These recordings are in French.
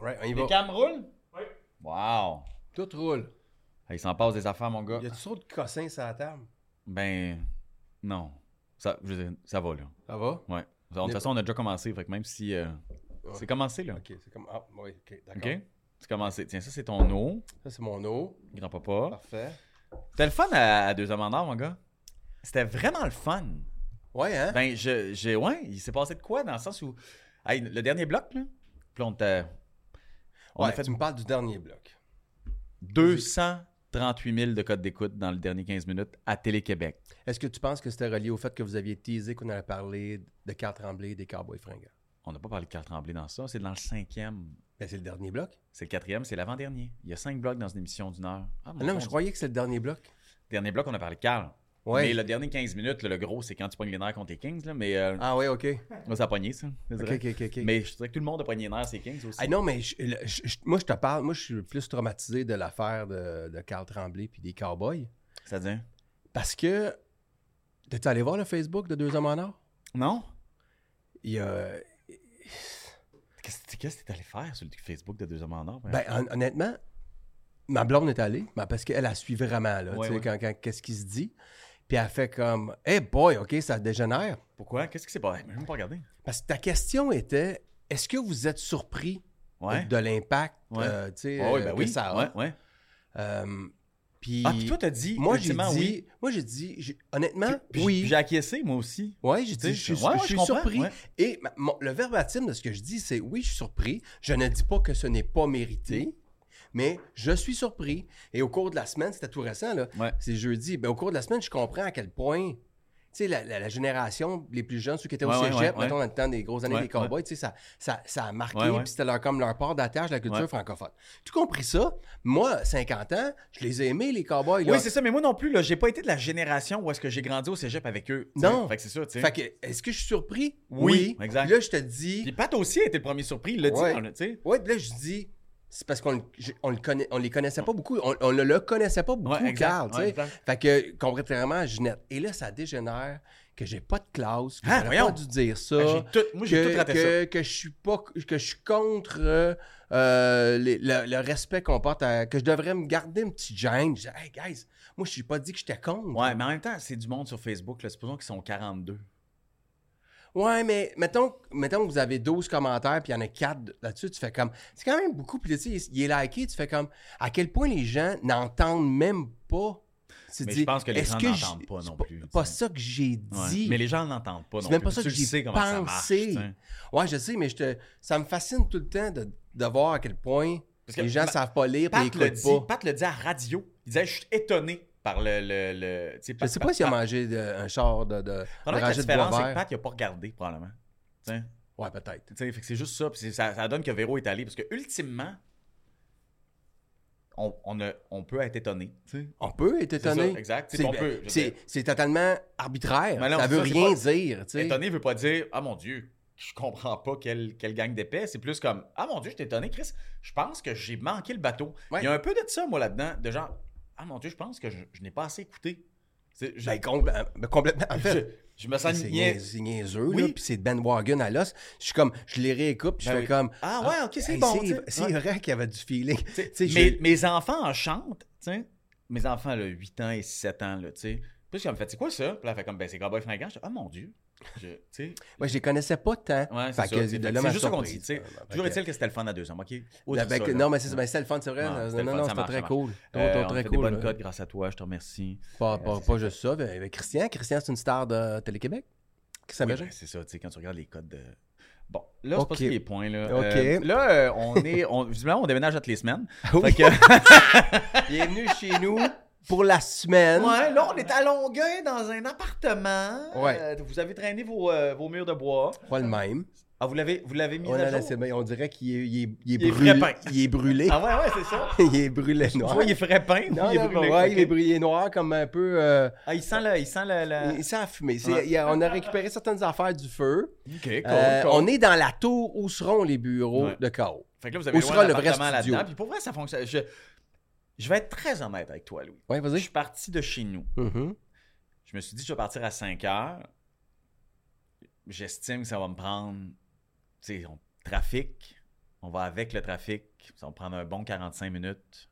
Right, on y Les va. cams roulent? Wow! Tout roule. Il s'en passe des affaires, mon gars. Y a-tu trop de cossins sur la table? Ben, non. Ça, je veux dire, ça va, là. Ça va? Ouais. De toute façon, on a déjà commencé, fait que même si... euh, Ouais. C'est commencé, là. Ok, c'est comme. Ah, oui, ok, d'accord. OK? C'est commencé. Tiens, ça, c'est ton eau, Ça, c'est mon eau. grand-papa. Parfait. T'as le fun à, à Deux Hommes en Or, mon gars? C'était vraiment le fun. Ouais, hein? Ben, je, j'ai, ouais, il s'est passé de quoi dans le sens où. Hey, le dernier bloc, là. Puis là, on t'a- On ouais, a fait tu me parles du dernier bloc. 238 000 de codes d'écoute dans le dernier 15 minutes à Télé-Québec. Est-ce que tu penses que c'était relié au fait que vous aviez teasé qu'on allait parler de Carl Tremblay et des Cowboys fringants? On n'a pas parlé de Carl Tremblay dans ça. C'est dans le cinquième. Ben, c'est le dernier bloc. C'est le quatrième, c'est l'avant-dernier. Il y a cinq blocs dans une émission d'une heure. Ah Ah, mon non, Dieu, mais je croyais que c'est le dernier bloc. Dernier bloc, on a parlé de Carl. Ouais. Mais le dernier 15 minutes, là, le gros, c'est quand tu pognes les nerfs contre les Kings. Là, mais euh, Ah, ouais, ok. moi, ça a pogné, ça. je Ok, dirais. ok, ok. ok. Mais je dirais que tout le monde a pogné les nerfs, c'est Kings aussi. Ah non, mais je- le- je- je- moi, je te parle. Moi, je suis plus traumatisé de l'affaire de, de Carl Tremblay puis des Cowboys. Ça dit Parce que. T'es-tu allé voir le Facebook de Deux Hommes en Or? Non? Il y a. Qu'est-ce que qu'est-ce que t'es allé faire sur le Facebook de Deux Hommes en Or? par Ben, hon- honnêtement, ma blonde est allée, mais parce qu'elle a suivi vraiment, là, Ouais, tu sais, quand, ouais. quand- qu'est-ce qui se dit. Puis elle fait comme, hey boy, OK, ça dégénère. Pourquoi? Qu'est-ce qui s'est passé? Je même pas regardé. Parce que ta question était, est-ce que vous êtes surpris Ouais. de l'impact, Ouais. euh, tu sais, Ouais, ouais, euh, ben que oui. ça a? ouais, ouais. Euh, puis, Ah, puis toi, t'as dit. moi, j'ai dit, ultimement, oui. moi, j'ai dit, j'ai- honnêtement, Puis- puis oui. j'ai- J'ai acquiescé, moi aussi. Ouais, j'ai Tu sais, dit, je suis, ouais, ouais, je suis comprends, surpris. ouais. Et ma- mon- le verbatim de ce que je dis, c'est oui, je suis surpris. Je ne dis pas que ce n'est pas mérité, mais je suis surpris. Et au cours de la semaine, c'était tout récent, là. Ouais. C'est jeudi. Ben, au cours de la semaine, je comprends à quel point. Tu sais, la, la- la génération, les plus jeunes, ceux qui étaient Ouais, au ouais, cégep, ouais, ouais. mettons, dans le temps des grosses années Ouais, des cowboys, tu sais, ça, ça, ça a marqué, Ouais, ouais. puis c'était leur, comme leur port d'attache de la culture Ouais. francophone. Tu compris ça? Moi, 50 ans, je les ai aimés, les cowboys. là. Oui, c'est ça, mais moi non plus, là, j'ai pas été de la génération où est-ce que j'ai grandi au cégep avec eux. tu sais. Non. Fait que c'est ça, tu sais. Fait que, est-ce que je suis surpris? Oui, exact. Là, je te dis. Puis Pat aussi a été le premier surpris, il l'a dit, Ouais. on a- tu sais. Ouais, puis là, je dis, c'est parce qu'on le- je- on le connaît, on les connaissait pas beaucoup. On, on ne le connaissait pas beaucoup, Ouais, exact. Carl, tu Ouais, sais. exact. Fait que, contrairement à Ginette. Et là, ça dégénère que j'ai pas de classe, que Ah, j'aurais pas voyons. dû dire ça. Ah, j'ai tout- moi, j'ai que, tout raté ça. que, que je suis pas que je suis contre euh, euh, les- le, le respect qu'on porte à- que je devrais me garder une petite gêne. Je dis, hey guys, moi je suis pas dit que j'étais contre. Ouais, mais en même temps, c'est du monde sur Facebook, là. Supposons qu'ils sont 42. Ouais, mais mettons, mettons que vous avez 12 commentaires, puis il y en a 4 là-dessus, tu fais comme. C'est quand même beaucoup, puis là, tu sais, il est liké, tu fais comme. À quel point les gens n'entendent même pas. Tu Mais dis, je pense que les est-ce gens que n'entendent j'ai- pas c'est non plus, tu pas sais. ça que j'ai Ouais. dit. Mais les gens n'entendent pas non C'est même plus. pas ça que Tu le j'ai sais comment ça marche, tu pensé. sais. ouais, je sais, mais je te, ça me fascine tout le temps de, de voir à quel point Parce que les gens Ma- savent pas lire, puis Pat ils le, écoutent dit, pas. Pat le dit à la radio. Il disait, je suis étonné par le. le, le- tu sais, Je Pat- sais Pat- pas s'il a Pat- mangé de- un char de, de, Pendant que la rangée de bois différence, c'est que vert. Pat, il a pas regardé, probablement. Tu sais. Ouais, peut-être. Tu sais, fait que c'est juste ça. puis c'est- ça. Ça donne que Véro est allé. Parce que, ultimement, on, on a- on peut être étonné. tu sais. On peut être C'est ça, étonné. exact. Tu sais, C'est- on peut, je veux C'est dire, c'est totalement arbitraire. Mais non, ça c'est veut ça, c'est rien pas- dire. tu sais. étonné veut pas dire Ah mon Dieu, je comprends pas quelle, quelle gang d'épais. C'est plus comme Ah mon Dieu, je t'ai étonné, Chris. Je pense que j'ai manqué le bateau. Ouais. Il y a un peu de ça, moi, là-dedans. De genre Ah mon Dieu, je pense que je, je n'ai pas assez écouté. C'est- je- Ben, com- ben, ben, complètement. En je, fait, je me c'est sens niais- niais- c'est niaiseux, Oui. là, puis c'est Ben Wagen à l'os. Je suis comme, je les réécoute, puis je Ben fais oui. comme... Ah ouais, ok, c'est hey, bon. tu C'est, sais. c'est Ouais. vrai qu'il y avait du feeling. Tu sais, Tu sais, mes, j'ai- mes enfants en chantent, tu sais. Mes enfants, là, 8 ans et 7 ans, là, tu sais. Puis elle me fait, c'est quoi ça? Puis là, elle fait comme, ben, c'est Cowboy Fringant. Je dis, oh mon Dieu. Je, tu sais, Moi, je les connaissais pas tant. ouais, Fait c'est que ça. tu sais, de fait là, que ma C'est juste ça qu'on dit, surprise. tu sais. Ouais, ben, Toujours ben, est-il que c'était le fun à deux hommes, OK? Au- Avec- ça, là. non, mais c'est, ben, c'était le fun, c'est vrai. Ouais, c'était non, le fun, non, ça c'était marche, très ça cool. Ton- Euh, ton on très fait des cool. bonnes là. codes grâce à toi, je te remercie. Pas, pas, pas juste ça, mais avec Christian. Christian, c'est une star de Télé-Québec. Qui Oui, s'améliore. ben, c'est ça, tu sais, quand tu regardes les codes de... Bon, là, c'est Ok. pas ça les points, là. Ok. Euh, là, euh, on est... On, visiblement, on déménage toutes les semaines. Fait Oui. que... Il est venu chez nous pour la semaine. Ouais, là, on est à Longueuil dans un appartement. Ouais. Euh, vous avez traîné vos, euh, vos murs de bois. Pas le même. Ah, vous l'avez, vous l'avez mis On, à a jour? laissé- ben, on dirait qu'il est, il est- il est Il est brûlé. frappant. Il est brûlé. Ah ouais, ouais, c'est ça. il est brûlé noir. Soit il est frappin, Non, il est non, brûlé. ouais, ok. il est brûlé noir comme un peu. euh, Ah, il sent le... Il sent le, le- il sent la fumée. C'est- Euh, ouais. il y a- on a récupéré certaines affaires du feu. OK, cool, Euh, cool. On est dans la tour où seront les bureaux Ouais. de chaos. Fait que là, vous avez Où le droit sera à le vrai l'appartement studio? là-dedans. Puis pour vrai, ça fonctionne. Je, je vais être très honnête avec toi, Louis. Oui, Je vas-y. suis parti de chez nous. Mhm. Je me suis dit, je vais partir à 5 heures. J'estime que ça va me prendre, tu sais, on- trafic, On va avec le trafic. Ça va prendre un bon 45 minutes.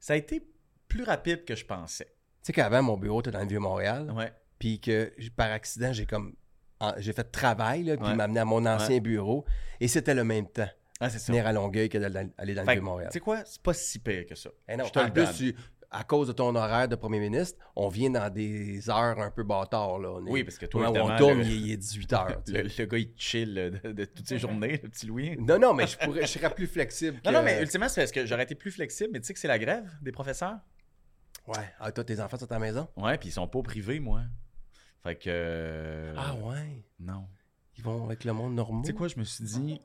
Ça a été plus rapide que je pensais. Tu sais qu'avant, mon bureau était dans le Vieux-Montréal, Ouais. puis que j- par accident, j'ai comme. en- J'ai fait travail, là, puis Ouais. il m'a amené à mon ancien bureau, et c'était le même temps, Ah, c'est ça. venir à Longueuil que d'aller aller dans le Fait que, Vieux-Montréal. Tu sais quoi? C'est pas si pire que ça. Eh non, je te en le plus, donne. tu- à cause de ton horaire de premier ministre, on vient dans des heures un peu bâtards. Là. On est- Oui, parce que toi, au moment où on évidemment, tourne, le- il, est- il est 18 heures. tu Le, sais. le gars, il chill de, de toutes ses journées, le petit Louis. Non, non, mais je, pourrais, je serais plus flexible. Non, que- non, mais ultimement, c'est parce que j'aurais été plus flexible, mais tu sais que c'est la grève des professeurs? Ouais. Ah, toi, tes enfants sont à la maison? Ouais, puis ils sont pas privés, moi. Fait que. euh, Ah, ouais. Non. Ils vont avec le monde normal. Tu sais quoi, je me suis dit,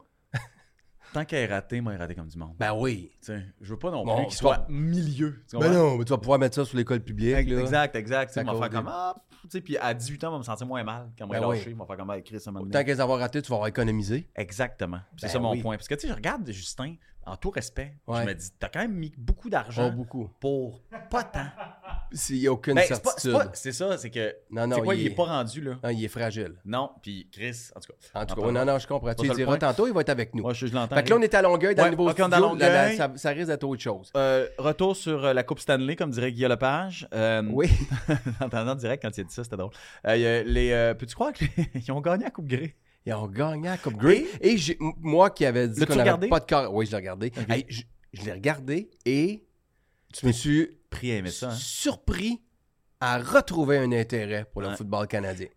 tant qu'elle est ratée, moi, elle est ratée comme du monde. Ben oui. Tu sais, je veux pas non Bon, plus qu'il soit milieu. tu Ben comprends? non, mais tu vas pouvoir mettre ça sur l'école publique. là. Exact, exact. Tu sais, Ça ils vont cause faire des- comme, ah, pff, tu sais, puis à 18 ans, on va me sentir moins mal quand on va Ben oui. lâcher. Ils vont faire comme, ah, Chris, un moment donné. Tant qu'elles avoir raté, tu vas avoir économisé. Exactement. Puis C'est Ben ça mon oui. point. Parce que, tu sais, je regarde Justin, en tout respect, Ouais. je me dis, t'as quand même mis beaucoup Genre d'argent beaucoup. pour pas tant. Il n'y a aucune Hein? Ben, c'est pas- c'est certitude. pas- c'est ça, c'est que. Non, C'est non, quoi, il est pas rendu, là. non, il est fragile. Non, puis Chris, en tout cas. En tout Ah, cas, pardon. non, non, je comprends. Tu ça lui le diras point. tantôt, il va être avec nous. Moi, je, je l'entends. Fait que là, on est à Longueuil, dans Ouais, le nouveau ok, on est à studio, là, là, Longueuil. ça, ça risque d'être autre chose. Euh, retour sur euh, la Coupe Stanley, comme dirait Guillaume Lepage. Euh, Oui. en entendant direct quand il a dit ça, c'était drôle. Euh, il y a les, euh, peux-tu croire qu'ils ont gagné la Coupe Grey? Ils ont gagné à Coupe Grey. Et, j'ai- m- moi qui avais dit L'as-tu qu'on n'avait regardé? pas de corps. Oui, je l'ai regardé. Ok. Hey, je je l'ai regardé et je me suis Pris à aimer ça. hein. surpris à retrouver un intérêt pour le Ouais. football canadien.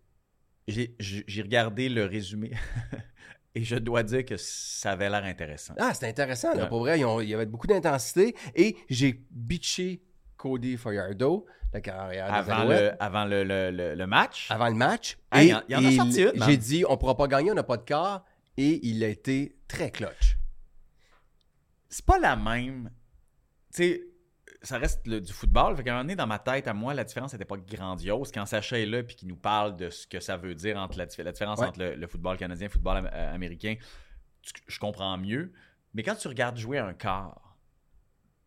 J'ai, j'ai- j'ai regardé le résumé et je dois dire que ça avait l'air intéressant. Ah, c'est intéressant. Là, Ouais. Pour vrai, ils ont- il y avait beaucoup d'intensité et j'ai bitché Cody Fayardo, la carrière des avant Alouettes, le, avant le, le- le- le match. avant le match. Ah, et il y en- il y en a il- sorti une, hein. J'ai dit, on ne pourra pas gagner, on n'a pas de corps. Et il a été très clutch. C'est pas la même. Tu sais, ça reste le- du football. Fait qu'à un moment donné, dans ma tête, à moi, la différence n'était pas grandiose. Quand Sacha est là puis qu'il nous parle de ce que ça veut dire entre la, dif- la différence Ouais. entre le, le football canadien et le football am- euh, américain, tu- je comprends mieux. Mais quand tu regardes jouer un quart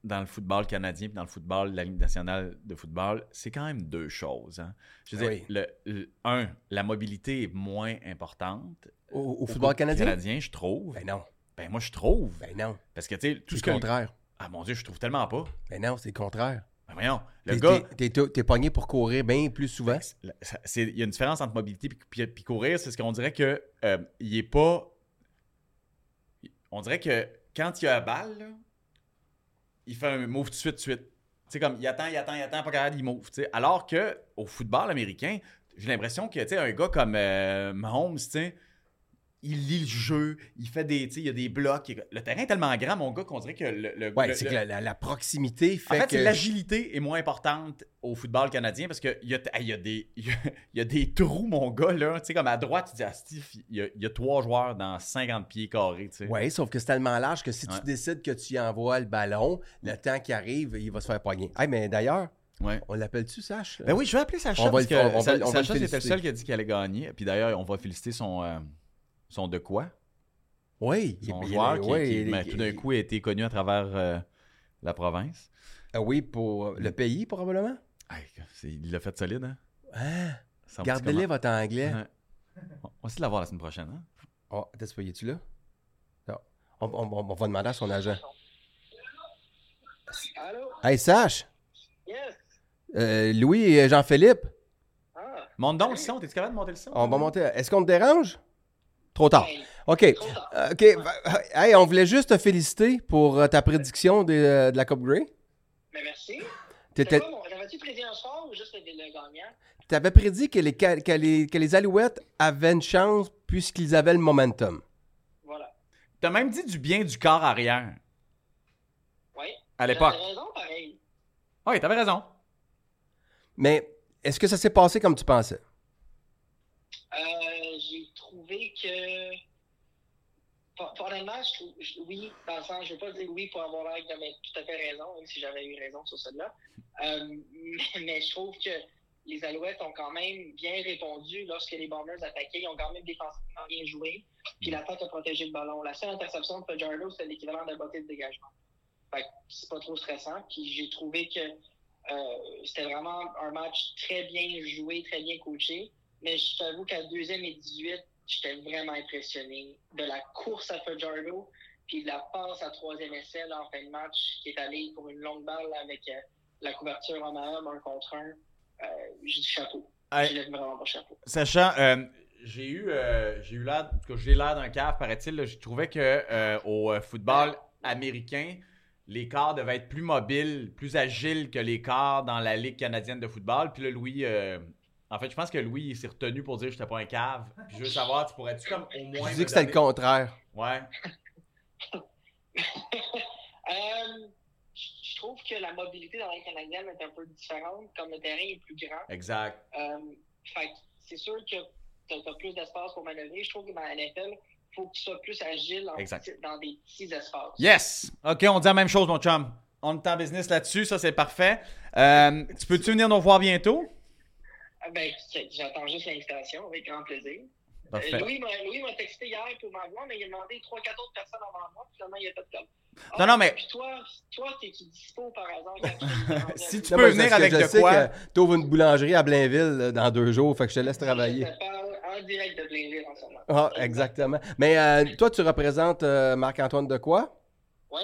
dans le football canadien puis dans le football de la Ligue nationale de football, c'est quand même deux choses. hein. Je veux Ah dire, oui. le- le- un, la mobilité est moins importante. Au, au football canadien? je trouve. Ben non, Ben moi, je trouve. ben non. Parce que, tu sais, Tout tout le ce que... contraire. Ah mon Dieu, je trouve tellement pas. Ben non, c'est le contraire. Ben voyons, le T'es- gars... t'es- T'es t'es pogné pour courir bien plus souvent. la- ça- c'est- Il y a une différence entre mobilité puis- puis puis courir. C'est ce qu'on dirait que euh, il est pas... On dirait que quand il a la balle, là, il fait un move tout de suite, tout de suite. Tu sais, comme, il attend, il attend, il attend, pas capable, il move. tu sais. Alors que au football américain, j'ai l'impression que, tu sais, un gars comme euh, Mahomes, tu sais, il lit le jeu, il fait des, tu sais, il y a des blocs. il- Le terrain est tellement grand, mon gars, qu'on dirait que le... le- Ouais, le- c'est le- que la, la- la proximité fait, En fait, que. c'est l'agilité est moins importante au football canadien parce qu'il y, a- hey, il y, a des- il y a- il y a des trous, mon gars, là. Tu sais, comme à droite, tu dis, ah, Steve, il y, a, il y a trois joueurs dans 50 pieds carrés, tu sais. Ouais, sauf que c'est tellement large que si Ouais. tu décides que tu y envoies le ballon, le temps qu'il arrive, il va se faire pogner. Hey, mais d'ailleurs, Ouais. on l'appelle-tu, Sache? Ben oui, je vais appeler Sacha On va parce le- que on va- on Sa- va le Sacha, c'était féliciter. le seul qui a dit qu'il allait gagner. Puis d'ailleurs, on va féliciter son, euh, son de quoi? Oui, il- Son il- joueur il- qui, ouais, qui, il- mais il- tout d'un coup a été connu à travers euh, la province. Ah oui, pour le pays, probablement. Hey, c'est- il l'a fait solide, hein? Hein? Sans petit Gardez-les votre anglais. Ouais. comment. On va essayer de l'avoir la semaine prochaine, hein? Oh, t'es tu là? Non. On, on- on- on va demander à son agent. Allô? Hey, Sache, Yes. euh, Louis et Jean-Philippe, Ah. Monte donc le son, t'es capable de monter le son? on va monter. Est-ce qu'on te dérange? Trop tard. Hey, OK. trop tard. Euh, OK. va- Hey, on voulait juste te féliciter pour euh, ta prédiction de, euh, de la Coupe Grey. Mais merci. C'est T'étais- quoi, mon- J'avais-tu prédit un sort ou juste le, le gagnant? T'avais prédit que les, ca- que, les, que les Alouettes avaient une chance puisqu'ils avaient le momentum. Voilà. T'as même dit du bien du corps arrière Oui. à l'époque. Ah J'avais raison, pareil. Oui, t'avais raison. Mais est-ce que ça s'est passé comme tu pensais? Euh, J'ai trouvé que. Pour, pour le match, je- oui, dans le sens, je ne veux pas dire oui pour avoir l'air j'avais tout à fait raison, même si j'avais eu raison sur celle-là. Euh, mais, mais je trouve que les Alouettes ont quand même bien répondu lorsque les Bombers attaquaient. Ils ont quand même défensivement bien joué. Puis l'attaque a protégé le ballon. La seule interception de Fajardo, c'est l'équivalent d'un botté de dégagement. Fait que c'est pas trop stressant. Puis j'ai trouvé que euh, c'était vraiment un match très bien joué, très bien coaché. Mais je t'avoue qu'à deuxième et 18, j'étais vraiment impressionné de la course à Fajardo. Puis la passe à troisième essai là, en fin de match, qui est allé pour une longue balle avec euh, la couverture en homme, un contre un. Euh, j'ai du chapeau. Hey. Je lève vraiment mon chapeau. Sachant, euh, j'ai eu, euh, j'ai eu l'air, en tout cas, j'ai l'air d'un cave, paraît-il. là. Je trouvais que euh, au euh, football américain, les corps devaient être plus mobiles, plus agiles que les corps dans la Ligue canadienne de football. Puis là, Louis, euh, en fait, je pense que Louis il s'est retenu pour dire que j'étais pas un cave. Puis je veux savoir, tu pourrais-tu comme au moins. Tu me dis que c'était le donner- contraire. Ouais. Euh, je je trouve que la mobilité dans la canadienne est un peu différente, comme le terrain est plus grand. Exact. Euh, fait que c'est sûr que tu as, plus d'espace pour manœuvrer. Je trouve que dans la NFL, il faut que tu sois plus agile en Exact. petit- dans des petits espaces. Yes! OK, on dit la même chose, mon chum. On est en business là-dessus, ça c'est parfait. Euh, tu peux-tu venir nous voir bientôt? Ah Ben, c'est- j'attends juste l'invitation avec grand plaisir. Euh, Parfait. Louis m'a Louis m'a texté hier pour m'avoir, mais il a demandé 3-4 autres personnes avant moi. Finalement, il a pas de club. Non, non, mais- Puis toi, toi t'es-tu dispo par hasard? quand tu- Si tu Non, peux mais c'est venir parce que avec je de sais quoi. que T'ouvres une boulangerie à Blainville là, dans deux jours, fait que je te laisse travailler. Je te parle en direct de Blainville en ce moment. Ah, exactement. Mais euh, toi, tu représentes euh, Marc-Antoine de quoi? Oui,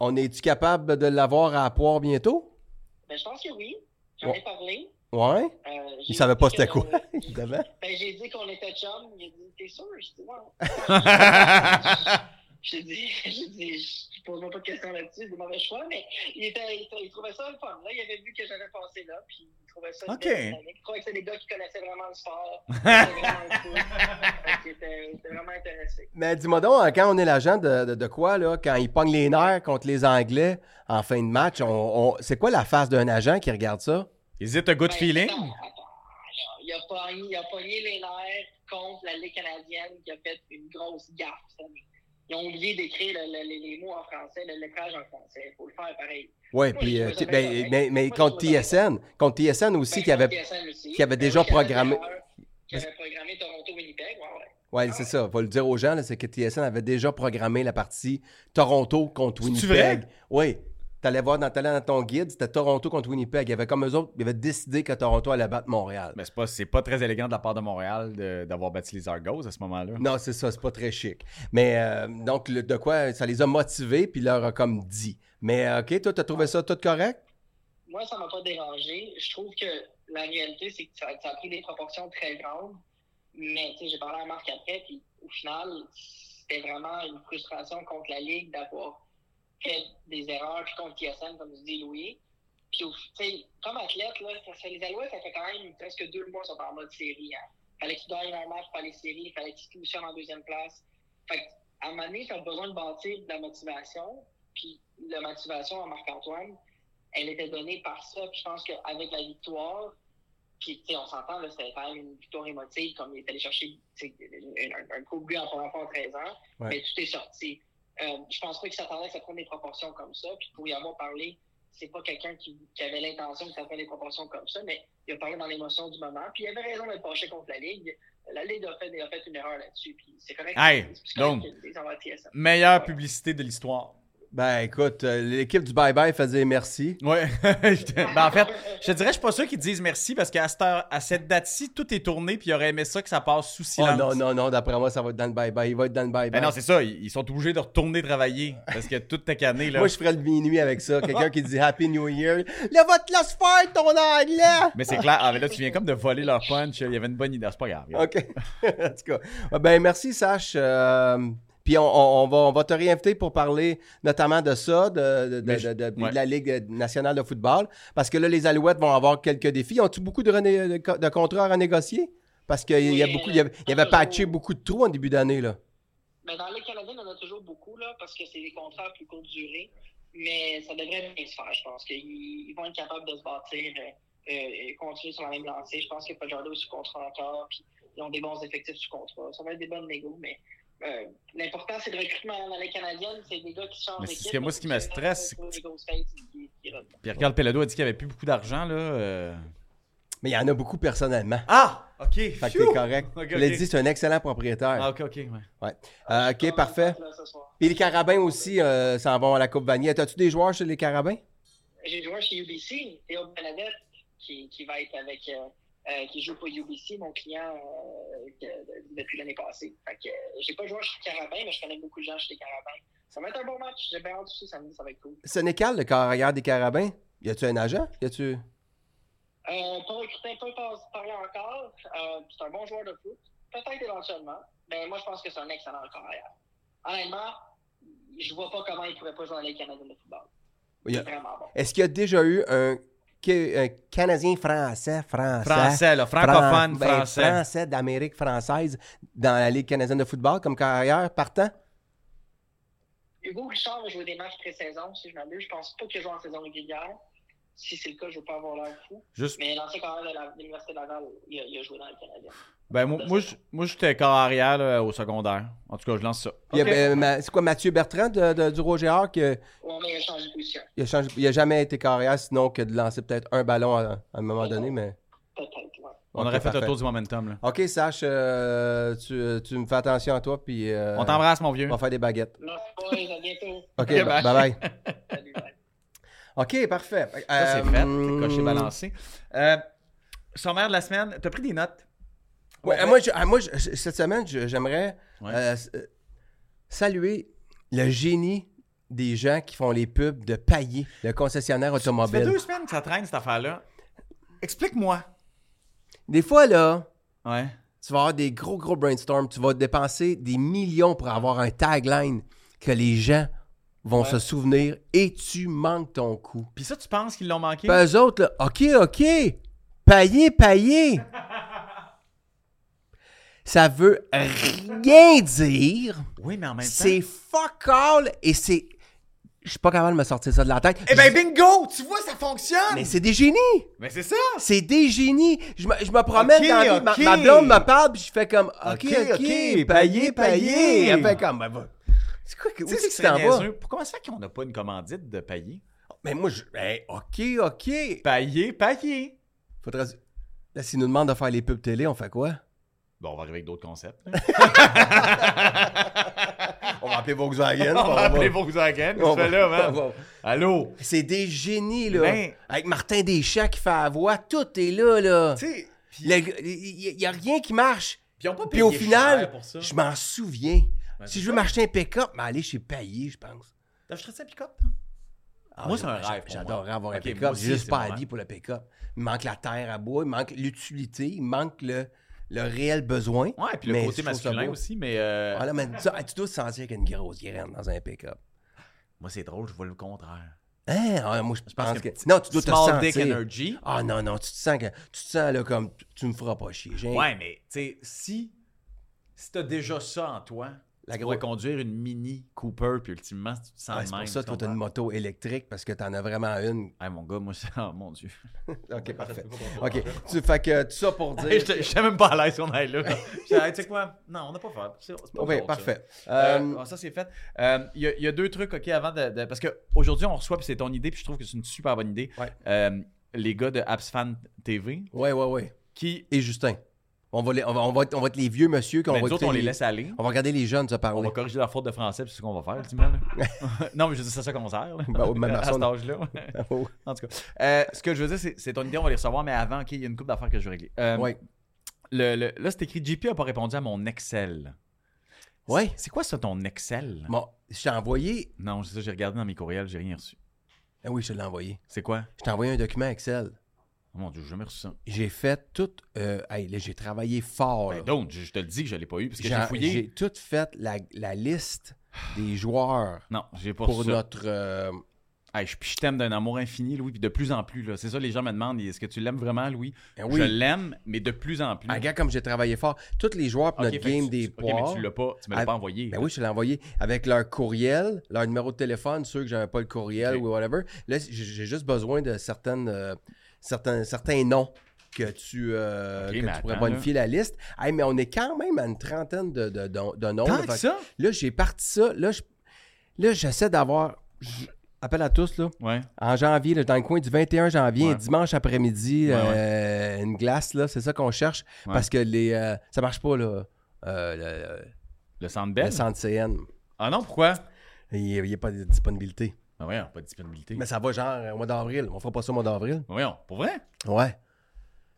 On est-tu capable de l'avoir à Poire bientôt? mais Ben, je pense que oui. J'en Ouais. ai parlé. Ouais? Euh, j'ai Il savait pas dit c'était que- quoi, évidemment. Ben, j'ai dit qu'on était chum. Il a dit, t'es sûr? J'ai dit, ouais. J'ai dit, j'ai dit, je pose moi pas de questions là-dessus, c'est des mauvais choix, mais il, était, il, il trouvait ça le fun. Là, il avait vu que j'avais passé là, puis il trouvait ça une Ok. belle dynamique. Il trouvait que c'est des gars qui connaissaient vraiment le sport. qui connaissaient vraiment le foot. Fait qu'il était- il était vraiment intéressé. Mais dis-moi donc, hein, quand on est l'agent de, de, de quoi, là, quand il pogne les nerfs contre les Anglais en fin de match, on, on- c'est quoi la face d'un agent qui regarde ça? Is it a good Ben, feeling? attends, attends, là. Il a, pogné, il a pogné les nerfs contre la Ligue canadienne qui a fait une grosse gaffe cette année. Ils ont oublié d'écrire le- le- les- les mots en français, le lettrage en français. Il faut le faire pareil. Oui, Moi, puis je euh, trouve ça t- bien ben, correct. mais, mais Moi, je contre trouve ça TSN, contre TSN aussi, Ben, qui avait, TSN aussi. qui avait Ben déjà oui, qui avait programmé- déjà- Qui avait programmé Toronto-Winnipeg, ouais, ouais. ouais, c'est ça, faut le dire aux gens, là, c'est que TSN avait déjà programmé la partie Toronto contre C'est-tu Winnipeg. Oui, t'allais voir dans, t'allais dans ton guide, c'était Toronto contre Winnipeg. Il y avait comme eux autres, ils avaient décidé que Toronto allait battre Montréal. Mais Ben, c'est pas, c'est pas très élégant de la part de Montréal de- d'avoir bâti les Argos à ce moment-là. Non, c'est ça, c'est pas très chic. Mais euh, donc, le- de quoi ça les a motivés, puis leur a comme dit. Mais euh, OK, toi, t'as trouvé ça tout correct? Moi, ça m'a pas dérangé. Je trouve que la réalité, c'est que ça, ça a pris des proportions très grandes. Mais, tu sais, j'ai parlé à Marc après, puis au final, c'était vraiment une frustration contre la Ligue d'avoir fait des erreurs, puis contre TSN, comme tu dis, Louis. Puis, au- tu sais, comme athlète, là, ça, ça- les Alouettes, ça fait quand même presque deux mois qu'ils sont en mode série. Hein. Fallait qu'ils gagnent un match pour les séries, fallait qu'ils se positionnent en deuxième place. Fait que, à un moment donné, t'as besoin de bâtir de la motivation. Puis, la motivation à Marc-Antoine, elle était donnée par ça. Puis je pense qu'avec la victoire, puis tu sais, on s'entend, là, c'était quand même une victoire émotive, comme il est allé chercher tu sais, un, un- un coup de but en première fois en 13 ans, Ouais. mais tout est sorti. Euh, je pense pas qu'il s'attendait à que ça prenne des proportions comme ça. Puis pour y avoir parlé, c'est pas quelqu'un qui, qui avait l'intention que ça prenne des proportions comme ça, mais il a parlé dans l'émotion du moment. Puis il avait raison d'être penché contre la Ligue. La Ligue a fait, a fait une erreur là-dessus, puis c'est correct. Hey, C'est correct donc. que- ça va être TSM. Meilleure publicité de l'histoire. Ben, écoute, euh, l'équipe du Bye Bye faisait merci. Ouais. Je te- ben, en Euh, fait, je te dirais, je suis pas sûr qu'ils disent merci parce qu'à cette, heure- à cette date-ci, tout est tourné puis ils auraient aimé ça que ça passe sous Oh, silence. non, non, non, d'après moi, ça va être dans le Bye Bye. Il va être dans le Bye Ben Bye. non, c'est ça. Ils ils sont obligés de retourner travailler parce que toute ta canée, là. moi, je ferais le minuit avec ça. Quelqu'un qui dit Happy New Year. Là, va te laisse faire ton anglais! Mais c'est clair. Ah, mais là, tu viens comme de voler leur punch. Il y avait une bonne idée. Ah, C'est pas grave. regarde. OK. en tout cas, Ah, ben merci, Sach. Euh, puis on, on- on va, on va te réinviter pour parler notamment de ça, de, de- de- Mais je- de- de- de ouais. la Ligue nationale de football, parce que là, les Alouettes vont avoir quelques défis. Ont-ils beaucoup de, rené- de co- de contrats à renégocier? Parce qu'il y, a Oui, beaucoup- euh, il y avait, il y avait toujours. patché beaucoup de trous en début d'année. là. Mais ben, dans le Canada, on en a toujours beaucoup, là, parce que c'est des contrats à plus courte durée. Mais ça devrait bien se faire, je pense. Qu'ils ils vont être capables de se bâtir euh, euh, et continuer sur la même lancée. Je pense que Fajardo est sous contrat encore, puis ils ont des bons effectifs sous contrat. Ça va être des bonnes négos, mais euh, l'important, c'est le recrutement dans les Canadiennes. C'est des gars qui changent Mais c'est d'équipe. ce que moi, ce qui me stresse, c'est que- Les Ghostface qui- qui reviennent. Puis regarde, Pelado a dit qu'il n'y avait plus beaucoup d'argent, là. euh. Mais il y en a beaucoup personnellement. Ah! OK. Fait que phew! t'es correct. Ok, Je l'ai ok. dit, c'est un excellent propriétaire. Ah, OK, OK. ouais. Euh, OK, parfait. Là, ce soir. Puis les Carabins aussi euh, s'en vont à la Coupe Vanier. As-tu des joueurs chez les Carabins? J'ai joué chez UBC, Théo Benadette, qui, qui va être avec euh, euh, qui joue pour UBC, mon client euh, de- de- depuis l'année passée. Fait que euh, j'ai pas joué chez les Carabins, mais je connais beaucoup de gens chez les Carabins. Ça va être un bon match. J'ai bien hâte aussi, samedi, ça va être cool. Sénécal, le carrière des Carabins, y a-tu un agent Y a-tu. Euh, pas recruté, pas par- parlé encore. Euh, c'est un bon joueur de foot. Peut-être éventuellement. Mais moi, je pense que c'est un excellent carrière. Honnêtement, je vois pas comment il pourrait pas jouer dans les Canadiens de football. y a- C'est vraiment bon. Est-ce qu'il y a déjà eu un, Ca- un Canadien français, français, Français, là, Fran- francophone, ben, français. français d'Amérique française dans la Ligue canadienne de football comme carrière partant? Hugo Richard va jouer des matchs pré-saison, si je m'abuse. Je pense pas qu'il joue en saison régulière. Si c'est le cas, je veux pas avoir l'air fou. Juste, Mais l'ancien carrière de la- de l'Université de Laval, il a, il a joué dans le Canadien. ben, moi, moi, je- moi, j'étais corps arrière là, au secondaire. En tout cas, je lance ça. Il y a- Ok. ben, ma- c'est quoi, Mathieu Bertrand de- de- du Roger Hart qui a- Ouais, mais il a changé de position. il a, changé- il a jamais été carrière sinon que de lancer peut-être un ballon à, à un moment donné, mais. Peut-être, ouais. On Ok, aurait fait parfait. le tour du momentum. là. Ok, Sache, euh, tu, tu me fais attention à toi, puis. euh, On t'embrasse, mon vieux. On va faire des baguettes. Merci, boys. À bientôt. Ok, Ok, bye bye. bye. Salut, bye. Ok, parfait. Ça, c'est fait. Euh, C'est coché, balancé. Euh, sommaire de la semaine, t'as pris des notes. Ouais, Ouais. euh, Moi, je- ah, moi, je- cette semaine, je- j'aimerais Ouais. euh, s- euh, saluer le génie des gens qui font les pubs de pailler le concessionnaire Ça fait automobile. deux semaines que ça traîne, cette affaire-là. Explique-moi. Des fois, là, Ouais. tu vas avoir des gros, gros brainstorms. Tu vas dépenser des millions pour avoir un tagline que les gens vont Ouais. se souvenir et tu manques ton coup. Puis ça, tu penses qu'ils l'ont manqué? Puis eux autres, là, OK, OK, payer, payer. Ça veut rien dire. Oui, mais en même temps. C'est fuck all et c'est. Je suis pas capable de me sortir ça de la tête. Eh ben bingo! Tu vois, ça fonctionne! mais c'est des génies! Mais c'est ça! C'est des génies! Je me, je me promène Ok, dans la vie, ma- ok. ma, blonde me parle, puis je fais comme OK, OK, Ok, ok, paillé, paillé, paillé! paillé. Elle fait comme ben, va- C'est quoi que où Tu sais, c'est que c'est tu t'en vas? niaiseux. Pourquoi ça fait qu'on n'a pas une commandite de pailler? Mais moi, je. hey, OK, OK! Pailler, pailler! Faudrait. Là, s'ils nous demandent de faire les pubs télé, on fait quoi? Bon, on va arriver avec d'autres concepts. là. On va appeler Volkswagen. on va appeler Volkswagen. Qu'est-ce que tu fais là, man? Allô? C'est des génies, là. Ben- Avec Martin Deschamps qui fait la voix, tout est là, là. Tu sais, puis Il n'y a rien qui marche. puis ils ont pas Puis au payé final, cher pour ça. je m'en souviens. Ben, si c'est je veux m'acheter un pick-up, ben aller chez Payé, je pense. T'achèterais ça pick-up? Ah, Moi, j'a- c'est un j'a- rêve pour J'adorerais moi. avoir Ok, un moi pick-up. aussi, J'ai juste c'est pas mon la rêve. vie pour le pick-up. Il manque la terre à bois, il manque l'utilité, il manque le, le réel besoin. Ouais, puis le Mais je côté trouve ça masculin beau. aussi, mais euh, Ah, là, mais ça, hey, tu dois te sentir avec une grosse graine dans un pick-up. moi, c'est drôle, je vois le contraire. Hein? Ah, moi, je pense pense que. que Non, tu dois te Small dick sentir. energy. Ah non, non, tu te sens que. Tu te sens là comme tu- tu me feras pas chier. J'ai- Ouais, mais tu sais, si, si t'as déjà ça en toi, La grosse- tu pourrais conduire une mini Cooper, puis ultimement, si tu te sens Ouais, de Ah, c'est même. pour ça, tu toi, t'as une comprends? moto électrique parce que t'en as vraiment une. Hey, mon gars, moi, c'est. Oh mon dieu. Ok, parfait. Ok, tu fais que tout ça pour dire. Je suis même pas à l'aise qu'on aille là. J'étais, Hey, tu sais quoi? Non, on n'a pas fait. C'est- c'est pas Oui, drôle, ça. parfait. Euh, Euh, bon, ça, c'est fait. Euh, Il y, a- il y a deux trucs, OK, avant de. de- parce qu'aujourd'hui, on reçoit, puis c'est ton idée, puis je trouve que c'est une super bonne idée. Ouais. Euh, les gars de AppsFan TV Ouais, ouais, ouais. qui. Et Justin. On va, les- on va, on va être, on va être les vieux monsieur qu'on Ben, va nous autres, écouter on les laisse aller. On va regarder les jeunes se On parler. va corriger leur faute de français, puis c'est ce qu'on va faire, ultimement. là. non, mais je dis ça, ça qu'on sert. là. Ben, même à personne. cet âge-là. Oh. en tout cas. Euh, ce que je veux dire, c'est- c'est ton idée, on va les recevoir, mais avant, OK, il y a une coupe d'affaires que je veux régler. Euh, ouais. le- le- là, c'est écrit JP n'a pas répondu à mon Excel. Ouais. C'est quoi ça, ton Excel? Bon, je t'ai envoyé. Non, c'est ça, j'ai regardé dans mes courriels, j'ai rien reçu. Ah oui, je te l'ai envoyé. C'est quoi? Je t'ai envoyé un document Excel. Oh mon dieu, j'ai jamais reçu ça. J'ai fait tout. euh, hey, là, j'ai travaillé fort. Ben là. donc, je, je te le dis que je l'ai pas eu parce que j'ai J'ai- fouillé. J'ai tout fait la, la liste des joueurs Non, j'ai pas pour reçu ça. notre. euh, Hey, je, puis je t'aime d'un amour infini, Louis, puis de plus en plus. là. C'est ça, les gens me demandent, est-ce que tu l'aimes vraiment, Louis? eh Je oui, l'aime, mais de plus en plus. un gars comme j'ai travaillé fort. Tous les joueurs pour Ok, notre fait que game tu- des tu- ok, poires. mais tu l'as pas, tu me l'as Ah, pas envoyé. Ben oui, je te l'ai envoyé avec leur courriel, leur numéro de téléphone, ceux que j'avais pas le courriel Ok. ou whatever. Là, j'ai- j'ai juste besoin de certaines, euh, certains, certains noms que tu, euh, Ok, que mais tu pourrais attends, là. bonifier la liste. Hey, mais on est quand même à une trentaine de, de, de- de noms. Tant là. que Fait ça? que là, j'ai parti ça. Là, je- là, j'essaie d'avoir. je- Appel à tous, là. Ouais. En janvier, là, dans le coin du 21 janvier, Ouais. un dimanche après-midi, Ouais, euh, une glace, là, c'est ça qu'on cherche. Ouais. Parce que les. euh, ça marche pas, là. euh, Le le, Sandbell? le centre CN. Ah non, pourquoi? Il n'y a, pas de disponibilité. Ben voyons, pas de disponibilité. Mais ça va genre au mois d'avril. On fera pas ça au mois d'avril. Ben voyons, pour vrai? Ouais.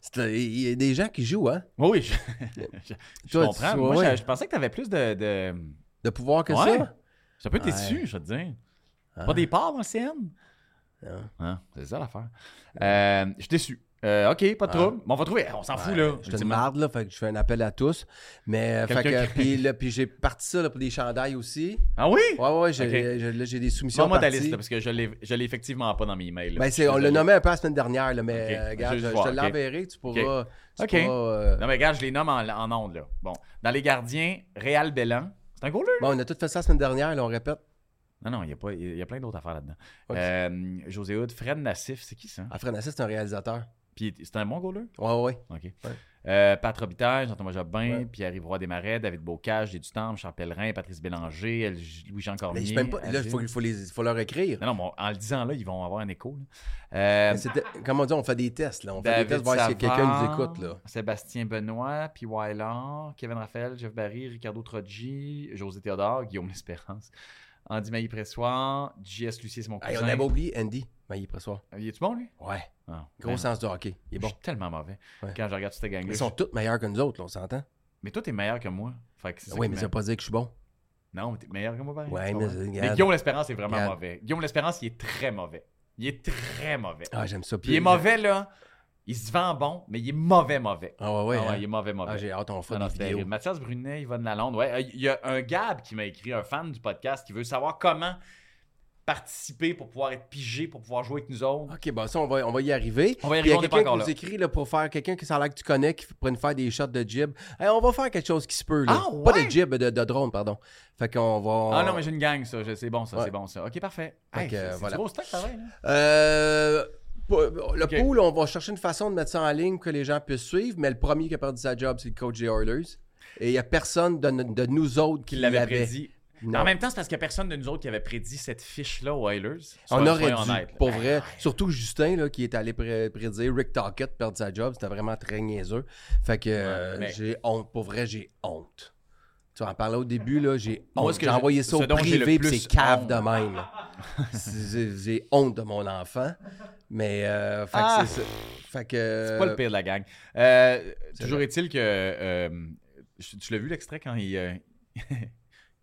C'est- euh, Il y a des gens qui jouent, hein? Oui, oui, je, je- je Toi, tu comprends. sois- Moi, ouais. je- je, pensais que t'avais plus de. de... De pouvoir que Ouais. ça? J'ai un peu été Ouais. déçu, je veux te dire. Ah. Pas des parts dans le CN. Ah. Hein, c'est ça l'affaire. Euh, je suis déçu. Euh, ok, pas de Ah. trouble. Mais on va trouver. On s'en fout, Ouais, là. Je te ultimement. marde, là, fait que je fais un appel à tous. Mais, euh, fait que, Quelqu'un qui- puis, là, puis j'ai parti ça là, pour des chandails aussi. Ah oui? Ouais, ouais, ouais, j'ai, Ok. j'ai- là, j'ai des soumissions. Sors-moi ta parties. liste, là, parce que je l'ai je l'ai effectivement pas dans mes emails. là. Ben, c'est, on Je- l'a nommé un peu la semaine dernière, là, mais Ok, euh, regarde, juste je, je voir, te ok. l'enverrai, tu pourras. tu Ok. pourras, euh, Non, mais regarde, je les nomme en, en ondes, là. Bon. Dans les gardiens, Réal Bellan. C'est un goaler? là? Bon, on a tout fait ça la semaine dernière, là, on répète. Non, non, il y a, pas- il y a plein d'autres affaires là-dedans. Ok. Euh, José Hood, Fred Nassif, c'est qui ça? Ah, Fred Nassif, c'est un réalisateur. Puis c'est un bon goaler? Ouais, ouais. OK. Ouais. Euh, Pat Robitaille, Jean-Thomas Jobin, Ouais. Pierre-Yves Roy Desmarais, David Bocage, J'ai du Temple, Charles Pellerin, Patrice Bélanger, L- Louis-Jean Mais Cormier. je peux même pas. Là, il Adil. faut, faut les- faut leur écrire. Non, non, bon, en le disant là, ils vont avoir un écho. là. Euh, Mais c'était- Comment dire, on fait des tests, là. On fait David des tests voir si Savard, quelqu'un nous écoute, là. Sébastien Benoît, P. Wyler, Kevin Raphaël, Jeff Barry, Ricardo Troggi, José Théodore, Guillaume L'Espérance, Andy Mailly-Pressoir, J.S. Lucier, c'est mon cousin. Hey, on avait oublié Andy, Maillé Pressoir. Il est-tu bon, lui? Ouais. Ah, Gros ben, sens du hockey. Il est Je bon. suis tellement mauvais Ouais. quand je regarde cette gang-là. Ils sont tous meilleurs que nous autres, là, on s'entend. Mais toi, t'es meilleur que moi. Fait que c'est ça Oui, qui mais ça veut m'a- pas dire que je suis bon. Non, mais t'es meilleur que moi, pareil. Ouais, tu mais. comprends? Mais regarde. Guillaume L'Espérance est vraiment Regarde. mauvais. Guillaume L'Espérance, il est très mauvais. Il est très mauvais. Ah, j'aime ça. Puis il est mauvais, là. Il se vend bon, mais il est mauvais, mauvais. Ah, ouais, ouais. Ah ouais, hein. il est mauvais, mauvais. Ah, j'ai hâte, on fait Non, non, des c'est terrible. vidéos. Mathias Brunet, Yvonne Lalonde. Ouais, euh, il y a un Gab qui m'a écrit, un fan du podcast, qui veut savoir comment participer pour pouvoir être pigé, pour pouvoir jouer avec nous autres. Ok, bah ça, on va, on va y arriver. On va y Puis Il y arriver, a on n'est pas quelqu'un encore qui là. nous écrit là, pour faire quelqu'un qui s'en l'air que tu connais, qui pourrait nous faire des shots de jib. Hey, on va faire quelque chose qui se peut. Là. Ah, ouais? Pas de jib, de, de drone, pardon. Fait qu'on va. Ah non, mais j'ai une gang, ça. Je- C'est bon, ça. oh. Ouais. C'est bon, ça. Ok, parfait. Fait Hey, que, c'est- c'est voilà. du gros stock, hein? pareil. là. Euh, pour- le Ok. pool, on va chercher une façon de mettre ça en ligne pour que les gens puissent suivre, mais le premier qui a perdu sa job, c'est le coach des Oilers. Et il n'y a personne de, de nous autres qui Qu'il l'avait l'avait prédit. Non. En même temps, c'est parce qu'il n'y a personne de nous autres qui avait prédit cette fiche-là aux Oilers. On Soyons- aurait soyons dû, honnêtes, là. pour Ben, vrai. Surtout Justin, là, qui est allé pré- prédire Rick Tockett perdre sa job. C'était vraiment très niaiseux. Fait que euh, Ouais, mais- j'ai honte. Pour vrai, j'ai honte. Tu en parlais au début, là, j'ai Moi, honte. ce que J'ai je- envoyé ça ce au dont j'ai le privé, puis plus c'est cave honte. de même. là. C'est- j'ai- j'ai honte de mon enfant. Mais, euh, fait que Ah. c'est ça. Fait que... C'est pas le pire de la gang. Euh, C'est toujours vrai. est-il que. euh, je- tu l'as vu l'extrait quand ils, euh,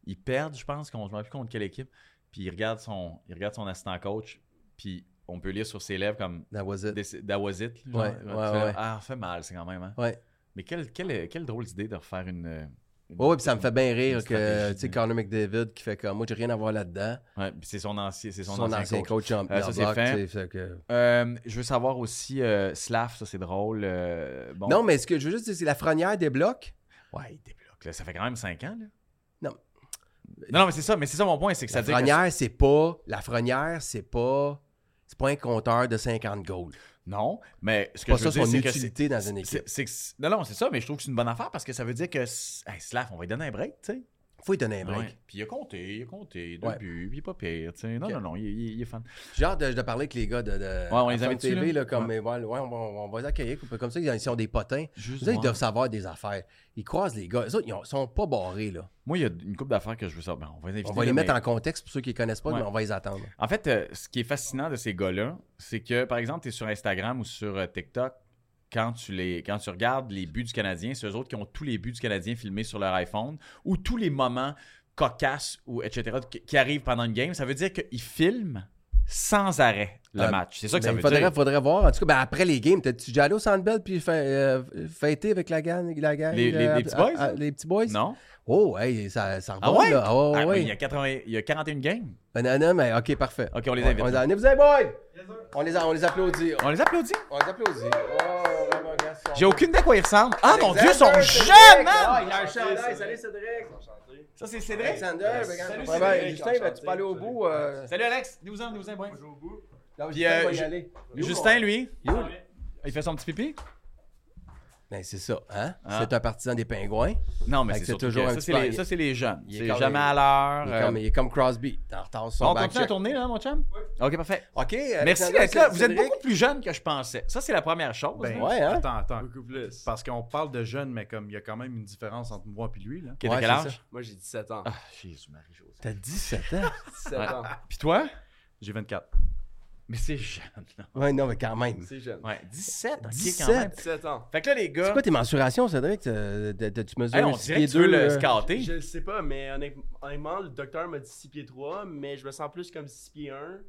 ils perdent, je pense, qu'on ne plus contre quelle équipe. Puis il regarde son, il regarde son assistant coach. Puis on peut lire sur ses lèvres comme That was it. This- That was it. Ouais, Tu ouais, fais, ouais. Ah, ça fait mal, c'est quand même. hein. Ouais. Mais quelle, quelle, quelle drôle d'idée de refaire une. euh, une- Ouais, ouais, puis ça me fait bien Une rire que, stratégie, tu sais, mais- Connor McDavid qui fait comme, moi, j'ai rien à voir là-dedans. Ouais, puis c'est son ancien, c'est son Son, ancien, coach. coach, en Euh, ça, c'est bloc, fait. tu sais, fait que- Euh, je veux savoir aussi euh, Slav, ça c'est drôle. euh, bon. Non, mais ce que je veux juste dire, c'est la frenière des blocs. Ouais, il débloque. là. Ça fait quand même 5 ans. Là. Non. Non, non, mais c'est ça, mais c'est ça mon point, c'est que ça La veut dire. que- frenière, c'est pas. La frenière, c'est pas. C'est pas un compteur de 50 goals. Non, mais ce C'est que pas je veux ça dire, son c'est que c'est. utilité dans une équipe. c'est- c'est que c'est- Non, non, c'est ça, mais je trouve que c'est une bonne affaire parce que ça veut dire que. c'est- Hey, Slav, on va lui donner un break, tu sais. Faut y donner un break. Ouais. Puis il a compté, il a compté, deux Ouais. buts, puis il est pas pire, tu sais. Non, Ok. non, non, il, il- il est fan. J'ai hâte de, de parler avec les gars de, de ouais, on les invite-tu, TV, là? là, comme, mais ouais, ouais, on, va, on va les accueillir. Comme ça, ils sont des potins. Juste. Vous savez, ils doivent savoir des affaires. Ils croisent les gars. Eux autres, ils ont- sont pas barrés, là. Moi, il y a une couple d'affaires que je veux savoir. Ben, on va les, On inviter, va là, les mettre mais- en contexte pour ceux qui les connaissent pas, Ouais. mais on va les attendre. En fait, euh, ce qui est fascinant de ces gars-là, c'est que, par exemple, tu es sur Instagram ou sur euh, TikTok, quand tu, les, quand tu regardes les buts du Canadien, c'est eux autres qui ont tous les buts du Canadien filmés sur leur iPhone ou tous les moments cocasses ou etc. qui- qui arrivent pendant une game. Ça veut dire qu'ils filment sans arrêt le Euh, match. C'est ça que ça Ben, veut il faudrait, dire. faudrait voir. En tout cas, ben, après les games, t'es-tu déjà allé au Sandbell puis fê- euh, fêter avec la gang? La gang Les- les- euh, les petits à- boys, à- là? les petits boys? Non? Oh, hey, ça, ça Ah remonte, ouais? là. Oh, Ah, ouais. mais il, y a 80 il y a 41 games. Ben, non, non, mais OK, parfait. OK, on les Ouais, invite. On les là. a vous avez, boys! On les, a- on les applaudit. On les applaudit. On les applaudit. Oh, vraiment, gars, ils sont- J'ai aucune idée à quoi ils ressemblent. Ah mon Dieu, ils sont Alexander, jeunes! hein? Cédric! man! Ah, il a un chandail. Salut, Cédric. Ça, c'est Cédric. Alexander, Salut, regarde. Cédric. Ouais, ben, Justin, vas-tu pas aller au bout? euh, Salut Alex, nous en, nous en, Brian. non, Puis, Justin euh, va y Ju- aller. Justin, lui, Ah, Il est où? il fait son petit pipi? Ben, c'est ça, hein? Ah. C'est un partisan des pingouins. Non, mais Fait c'est que c'est surtout toujours que un ça, petit c'est peu- les, ça, c'est les jeunes. il est C'est comme- jamais à Il l'heure. est, euh, comme, il est comme Crosby. En retard sur son On back continue à check. tourner, là, mon chum? OK, parfait. OK. Merci Alexander, d'être là. c'est- Vous êtes Euh, Cédric. beaucoup plus jeune que je pensais. Ça, c'est la première chose. Ben, là. Ouais, hein? Attends, attends. Parce qu'on parle de jeune, mais comme il y a quand même une différence entre moi et lui. Là. Ok, t'as Ouais, quel c'est âge? Moi, j'ai 17 ans. Ah, Jésus-Marie-Josée. T'as 17 ans? 17 Ouais. ans. Puis toi? J'ai 24. Mais c'est jeune, là. Ouais, non, mais quand même. C'est jeune. Ouais, 17, ok, 17. quand même. 17 ans. Fait que là, les gars, C'est quoi tes mensurations, Cédric? T'as- t'as- t'as- Tu mesures hey, on six dirait que pieds tu veux deux, le euh, scatter. Je le sais pas, mais honnêt- honnêtement, le docteur m'a dit 6 pieds 3, mais je me sens plus comme 6 pieds 1.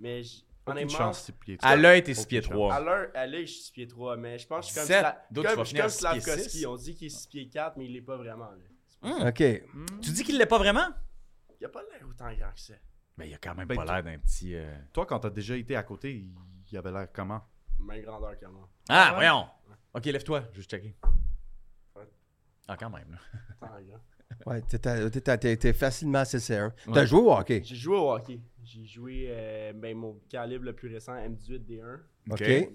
Mais j- Aucune honnêtement, chance, c'est plié. À l'œil, t'es 6 Aucune pieds chance. 3. à l'heure, à l'œil, je suis 6 pieds 3, mais je pense que je suis comme, 17. Sla- D'autres, tu vas comme, finir à comme six pieds Slavkovski. six. On dit qu'il est 6 pieds 4, mais il l'est pas vraiment. là. OK. Tu dis qu'il l'est pas vraiment? Il a pas l'air autant grand que ça. Mais il a quand même Ben, pas tu- l'air d'un petit. euh, Toi, quand t'as déjà été à côté, il- il avait l'air comment? Même grandeur que moi. Ah, voyons! Ok, lève-toi, juste checker. Ouais. Ah, quand même. là. Tant grand. Ouais, euh, t'es- t'es- t'es t'es- t'es facilement CC1. T'as Ouais. joué au hockey? J'ai joué au hockey. J'ai joué euh, ben, mon calibre le plus récent, M18D1. OK. Ok. Mais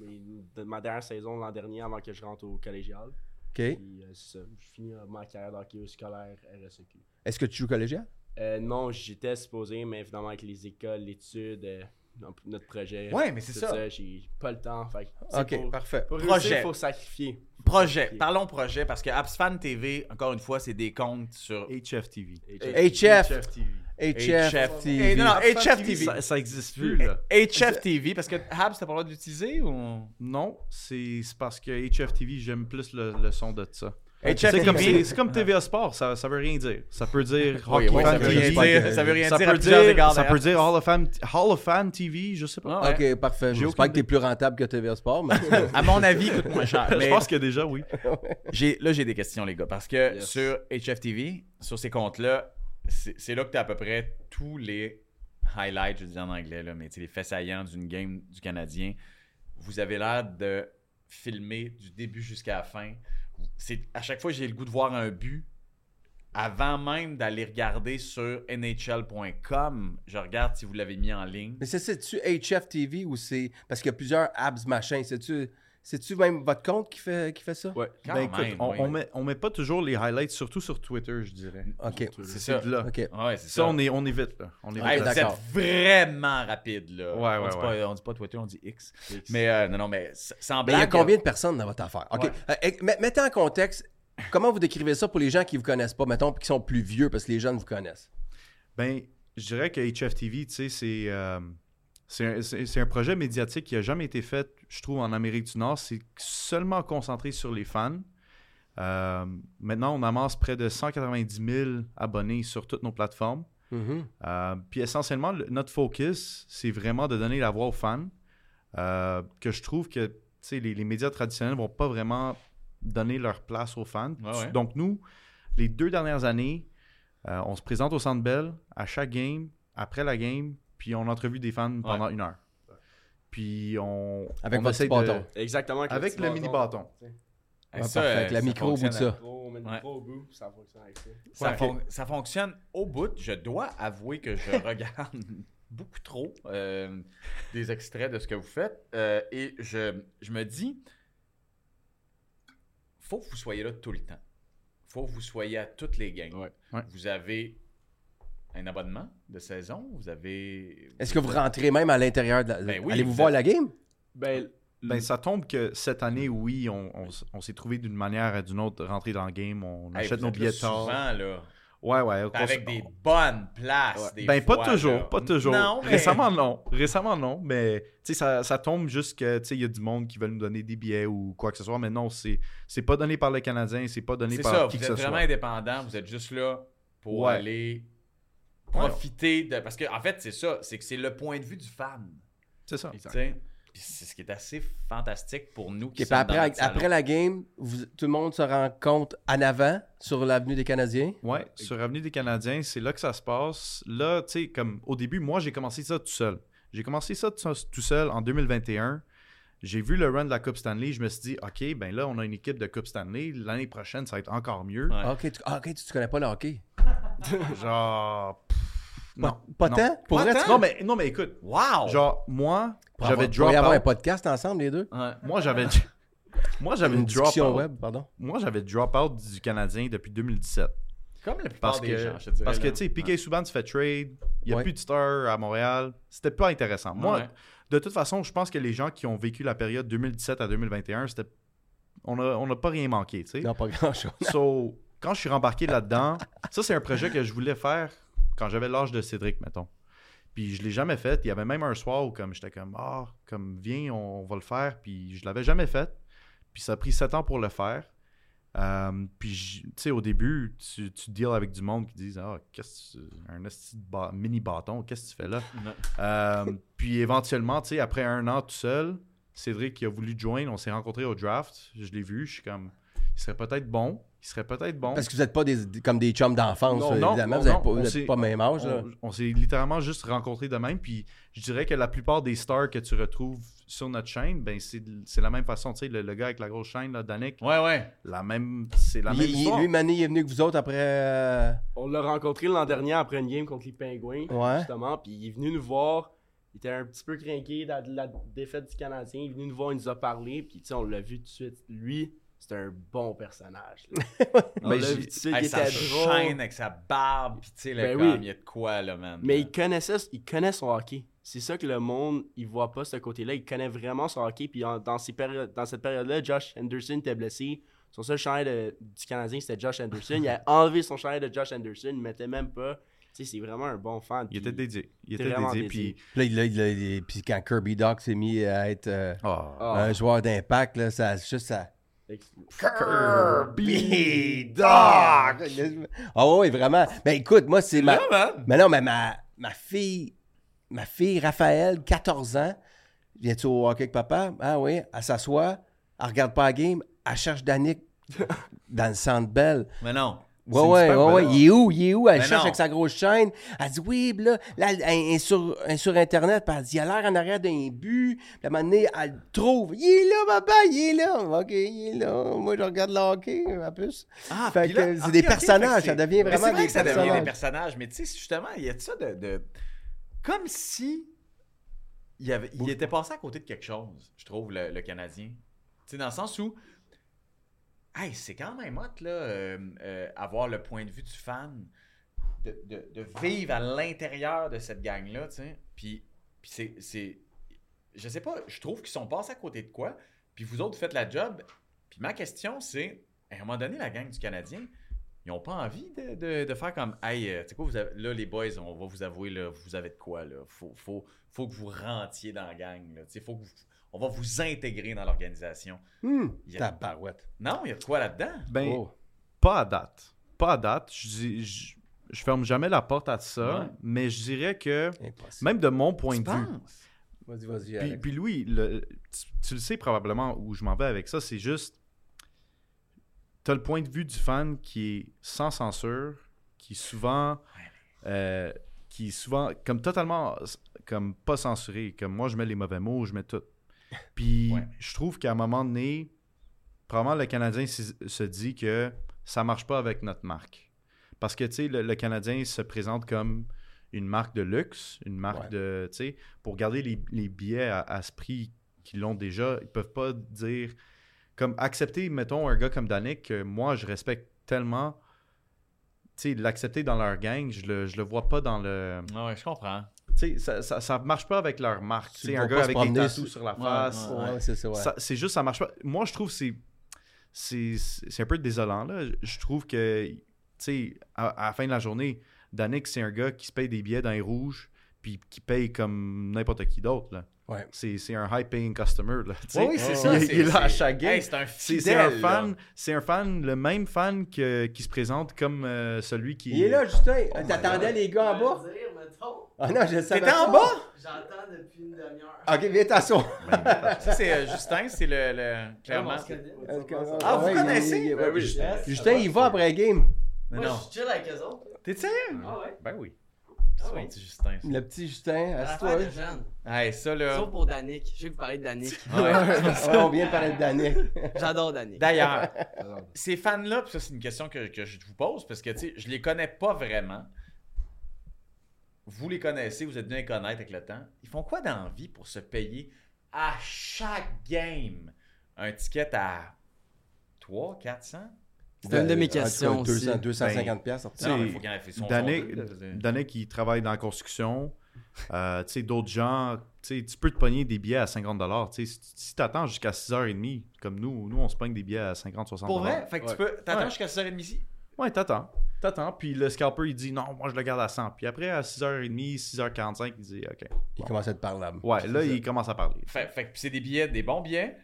de ma dernière saison l'an dernier avant que je rentre au collégial. OK. Puis, euh, c'est ça, je finis euh, ma carrière d'hockey scolaire RSEQ. Est-ce que tu joues collégial? Euh, non, j'étais supposé, mais évidemment, avec les écoles, l'étude, euh, non, notre projet. Ouais, mais c'est tout ça. J'ai pas le temps. Fait, que c'est OK, pour, parfait. pour Projet. réussir, il faut sacrifier. Projet. Ok. Parlons projet parce que Absfan TV, encore une fois, c'est des comptes sur. HFTV. HF. HFTV. HF Eh, non, non, TV. HF TV. Ça, ça existe plus, là. HF TV, parce que Habs, t'as pas le droit d'utiliser ou. Non, c'est c'est parce que HFTV, j'aime plus le, le son de ça. HF C'est comme, TV. c'est- c'est comme TVA Sport, ça, ça veut rien dire. Ça peut dire Hockey Oui, oui, ça Fan veut TV, rien dire. ça veut rien ça dire à peut plusieurs égards, dire, ça peut d'ailleurs. dire Hall of Fame, Hall of Fame TV, je sais pas. Ah, ouais. OK, parfait. J'ai J'espère aucune que t'es plus rentable que TVA Sport, mais... À mon avis, il coûte moins cher. Je Ah, Mais pense que déjà, oui. j'ai- là, j'ai des questions, les gars, parce que Yes. sur HF TV, sur ces comptes-là, c'est c'est là que t'as à peu près tous les highlights, je dis en anglais, là, mais tu sais, les faits saillants d'une game du Canadien. Vous avez l'air de filmer du début jusqu'à la fin. C'est- À chaque fois, j'ai le goût de voir un but. Avant même d'aller regarder sur NHL.com, je regarde si vous l'avez mis en ligne. Mais c'est- c'est-tu HF TV ou c'est... Parce qu'il y a plusieurs abs machin. C'est-tu... C'est-tu même votre compte qui fait, qui fait ça? Ouais. Quand Ben, écoute, même, on, oui. on met, on met pas toujours les highlights, surtout sur Twitter, je dirais. OK. C'est ça. Là. OK. Ouais, c'est Ça, on est, on est vite, là. On est Ouais, Hey, vite vous là. d'accord. êtes vraiment rapide là. Ouais, on ouais, dit ouais. Pas, on dit pas Twitter, on dit X. Mais euh, non, non, mais s- sans Mais il y a blague. euh, combien de personnes dans votre affaire? OK. Ouais. Euh, eh, met- mettez en contexte, comment vous décrivez ça pour les gens qui vous connaissent pas, mettons, puis qui sont plus vieux, parce que les jeunes vous connaissent? Ben, je dirais que HFTV, tu sais, c'est, euh, c'est, un, c'est- c'est un projet médiatique qui n'a jamais été fait, je trouve, en Amérique du Nord. C'est seulement concentré sur les fans. Euh, maintenant, on amasse près de 190 000 abonnés sur toutes nos plateformes. Mm-hmm. Euh, puis essentiellement, le- notre focus, c'est vraiment de donner la voix aux fans, euh, que je trouve que tu sais, les, les médias traditionnels vont pas vraiment donner leur place aux fans. Ouais, ouais. Donc nous, les deux dernières années, euh, on se présente au Centre Bell à chaque game, après la game, puis on entrevue des fans pendant une heure. Puis on... Avec on votre essaie petit bâton. Exactement. Avec le mini-bâton. Ouais, Ah, parfait, avec la micro au bout de ça. Gros, on met le Ouais. gros au bout, puis ça fonctionne avec ça. Ça, Ouais. fon- ça fonctionne au bout. Je dois avouer que je regarde beaucoup trop euh, des extraits de ce que vous faites. Euh, et je, je me dis, faut que vous soyez là tout le temps. faut que vous soyez à toutes les games. Ouais. Ouais. Vous avez un abonnement de saison. Vous avez. Est-ce que vous rentrez même à l'intérieur de la... Ben oui, Allez-vous vous voir êtes- la game? Ben, Ben, ça tombe que cette année, oui, on, on s- on s'est trouvé d'une manière à d'une autre rentré dans le game, on Hey, achète vous nos êtes là billets tard. souvent, là. Ouais, ouais. on- Avec des on- bonnes places. des Ben, pas fois, toujours, là. pas toujours. Non, mais- Récemment, non. Récemment, non. Mais, tu sais, ça, ça tombe juste que, tu sais, il y a du monde qui veut nous donner des billets ou quoi que ce soit. Mais non, c'est c'est pas donné par le Canadien, c'est pas donné C'est par ça, qui vous que êtes ce vraiment soit. indépendant, vous êtes juste là pour Ouais. aller profiter de. Parce que, en fait, c'est ça, c'est que c'est le point de vue du fan. C'est ça. tu sais. Puis C'est ce qui est assez fantastique pour nous qui Ok, puis sommes après, dans notre salon. après la game, vous- tout le monde se rencontre en avant sur l'avenue des Canadiens. Ouais, sur Avenue des Canadiens, c'est là que ça se passe. Là, tu sais, comme au début, moi, j'ai commencé ça tout seul. J'ai commencé ça tout tout seul en 2021. J'ai vu le run de la Coupe Stanley. Je me suis dit, OK, ben là, on a une équipe de Coupe Stanley. L'année prochaine, ça va être encore mieux. Ouais. Ok, tu, ah, ok, tu, tu connais pas le hockey. Genre. pff, non. Pas non. tant? Pour Pas vrai, tant? tu- Non, mais, non, mais écoute. Wow! Genre, moi, pour avoir- pour j'avais y drop avoir un out. podcast ensemble, les deux? Ouais. Moi, j'avais. Moi, j'avais Une drop discussion out. web, pardon. Moi, j'avais drop out du Canadien depuis 2017. Comme la plupart Parce des que, gens, je te dirais, parce que là. tu sais, PK Subban se fait trade. Il n'y a Ouais. plus de star à Montréal. C'était pas intéressant. Moi, Ouais. de toute façon, je pense que les gens qui ont vécu la période 2017 à 2021, c'était. On n'a on a pas rien manqué, tu sais. Non, pas grand-chose. So, quand je suis rembarqué là-dedans, ça, c'est un projet que je voulais faire quand j'avais l'âge de Cédric, mettons. Puis je l'ai jamais fait. Il y avait même un soir où comme j'étais comme ah comme viens on, on va le faire. Puis je l'avais jamais fait. Puis ça a pris sept ans pour le faire. Euh, puis j- tu sais au début tu, tu deals avec du monde qui disent ah qu'est-ce que tu- un esti de ba- mini bâton qu'est-ce que tu fais là. Non. Euh, puis éventuellement tu sais après un an tout seul Cédric il a voulu te joindre on s'est rencontrés au draft je l'ai vu je suis comme il serait peut-être bon il serait peut-être bon. Parce que vous n'êtes pas des, des- comme des chums d'enfance, Non, euh, non, évidemment. non, vous n'êtes non, pas, on vous êtes s'est- pas même âge. là. On, on s'est littéralement juste rencontrés de même. Puis je dirais que la plupart des stars que tu retrouves sur notre chaîne, ben c'est c'est la même façon. Tu sais, le, le gars avec la grosse chaîne, là, Danick, Ouais, ouais. la même, c'est la Il- même il- histoire. lui, Mané, il est venu que vous autres après. euh, On l'a rencontré l'an dernier après une game contre les Pingouins, Ouais. justement, puis il est venu nous voir. Il était un petit peu craqué de la, de la défaite du Canadien. Il est venu nous voir, il nous a parlé, puis tu sais, on l'a vu tout de suite. Lui, c'est un bon personnage. là. on Ben, l'a j'ai- vu tout de suite, Hey, il ça était drôle. chaîne avec sa barbe, pis tu sais, là, Ben comme, oui. il y a de quoi, là, man. Euh. Mais il connaissait, il connaît son hockey. C'est ça que le monde, il voit pas ce côté-là. Il connaît vraiment son hockey. Puis en- dans, ces périodes- dans cette période-là, Josh Anderson était blessé. Son seul chandail de- du Canadien, c'était Josh Anderson. Il a enlevé son chandail de Josh Anderson. Il mettait même pas. Tu sais, c'est vraiment un bon fan. Il puis était dédié. Il était était vraiment dédié. dédié. Puis, Puis là, il- là, il- là, il- puis quand Kirby Doc s'est mis à être euh, Ah. Ah. un joueur d'impact, là, ça juste ça. Fait que- Kirby Doc! Ah oui, vraiment. Mais écoute, moi, c'est ma. Là, man. Mais non, mais ma, ma fille, ma fille Raphaël, 14 ans, viens-tu au hockey avec papa? Ah oui, elle s'assoit, elle regarde pas la game, elle cherche Danick dans le centre belle. Mais non. Ouais, une ouais, super ouais, ouais. valeur. Il est où? Il est où? Elle Ben cherche non. avec sa grosse chaîne. Elle dit oui, puis là, là, elle, elle est sur, elle est sur Internet, puis elle dit il a l'air en arrière d'un but. Puis à un moment donné, elle le trouve. Il est là, papa, il est là. OK, il est là. Moi, je regarde le hockey, en plus. Ah, Fait puis que là- c'est ok, des ok, personnages, fait que ça c'est- devient Mais C'est vraiment vrai des que ça devient des personnages. personnages, mais tu sais, justement, il y a de ça de. de- Comme si. Il, y avait... il était passé à côté de quelque chose, je trouve, le, le Canadien. Tu sais, dans le sens où. Hey, c'est quand même hot, là, euh, euh, avoir le point de vue du fan, de, de- de vivre à l'intérieur de cette gang-là, tu sais. Puis, puis c'est- c'est. Je sais pas, je trouve qu'ils sont passés à côté de quoi, puis vous autres faites la job. Puis ma question, c'est, à un moment donné, la gang du Canadien, ils n'ont pas envie de, de- de faire comme Hey, euh, tu sais quoi, vous avez- là, les boys, on va vous avouer, là, vous avez de quoi, là. Faut, faut, faut que vous rentiez dans la gang, là. Tu sais, faut que vous- on va vous intégrer dans l'organisation. Hmm, Il y a- tabarouette. Non, il y a de quoi là-dedans. ben, Oh. pas à date. Pas à date. Je, dis- je, je ferme jamais la porte à ça. Ouais. Mais je dirais que, Impossible. même de mon point Tu de vue, penses? Vas-y, vas-y. Puis, Alex. puis Louis, le- tu, tu le sais probablement où je m'en vais avec ça, c'est juste. T'as le point de vue du fan qui est sans censure, qui est souvent. euh, qui est souvent. comme totalement. comme pas censuré. Comme moi, je mets les mauvais mots, je mets tout. Puis Ouais. je trouve qu'à un moment donné, probablement le Canadien s- se dit que ça marche pas avec notre marque. Parce que, tu sais, le, le Canadien se présente comme une marque de luxe, une marque Ouais. de. Tu sais, pour garder les, les billets à, à ce prix qu'ils l'ont déjà, ils peuvent pas dire. Comme accepter, mettons, un gars comme Danick, que moi, je respecte tellement. Tu sais, l'accepter dans leur gang, je le, je le vois pas dans le. Ah ouais, je comprends. Tu sais, ça, ça, ça marche pas avec leur marque. Tu Tu sais, le un vois gars pas se avec des promener tatous sur- sur la Ouais, face. ouais, Ouais, c'est ça, ouais. Ça- c'est juste, ça marche pas. Moi, je trouve que c'est- c'est c'est un peu désolant. Là. Je trouve que, tu sais, à, à la fin de la journée, Danick, c'est un gars qui se paye des billets dans les rouges, puis qui paye comme n'importe qui d'autre. là. Ouais. C'est c'est un high-paying customer. Là, tu sais. Oui, c'est ouais, ça. ouais. Il- c'est- il est là à c'est- chaque game. Hey, c'est un C'est fidèle. c'est un là. fan, c'est un fan, le même fan que- qui se présente comme euh, celui qui. Il est là, Justin. Euh, Oh my T'attendais God. les gars en bas? Je veux dire, mettons, Ah non, je le savais. T'étais en pas. bas? J'entends depuis une demi-heure. Ah, Ah, Ok, viens t'asseoir. Ça, c'est euh, Justin, c'est le, le- Clairement. On se connaît. Ah, vous Ouais, connaissez? il- il- il- Ben oui. Yes. Justin, il va après la game. Mais Moi, non. je suis chill avec eux autres. T'es sérieux? Ah ouais? Ben oui. Ah C'est oui. mon petit Justin. ça. Le petit Justin, L'affaire de assis-toi. Jeanne. Hey, ça, là. Sauf pour Danick. Je sais que vous parlez de Danick. Ah Ouais. Ouais, on vient de parler de Danick. J'adore Danick. D'ailleurs, ces fans-là, puis ça, c'est une question que, que je vous pose parce que, tu sais, je les connais pas vraiment. Vous les connaissez, vous êtes venus les connaître avec le temps. Ils font quoi dans la vie pour se payer à chaque game un ticket à 3, 400? C'est une de Ah, mes questions aussi. 200, 250 pièces. Tu sais, Non, mais il faut qu'il en fasse son- son Danick, deux, je veux dire. Danick, qui travaille dans la construction. Euh, tu sais, d'autres gens, tu sais, tu peux te pogner des billets à 50 Tu sais, Si si t'attends jusqu'à 6h30, comme nous, nous, on se pogne des billets à 50-60 Pour vrai? Fait que Ouais. tu peux. T'attends Ouais. jusqu'à 6h30 ici? Ouais, t'attends. T'attends, puis le scalper, il dit non, moi je le garde à 100. Puis après, à 6h30, 6h45, il dit ok. Il commence à te parler là. Ouais, là, il commence à parler. Fait, fait que c'est des billets, des bons billets.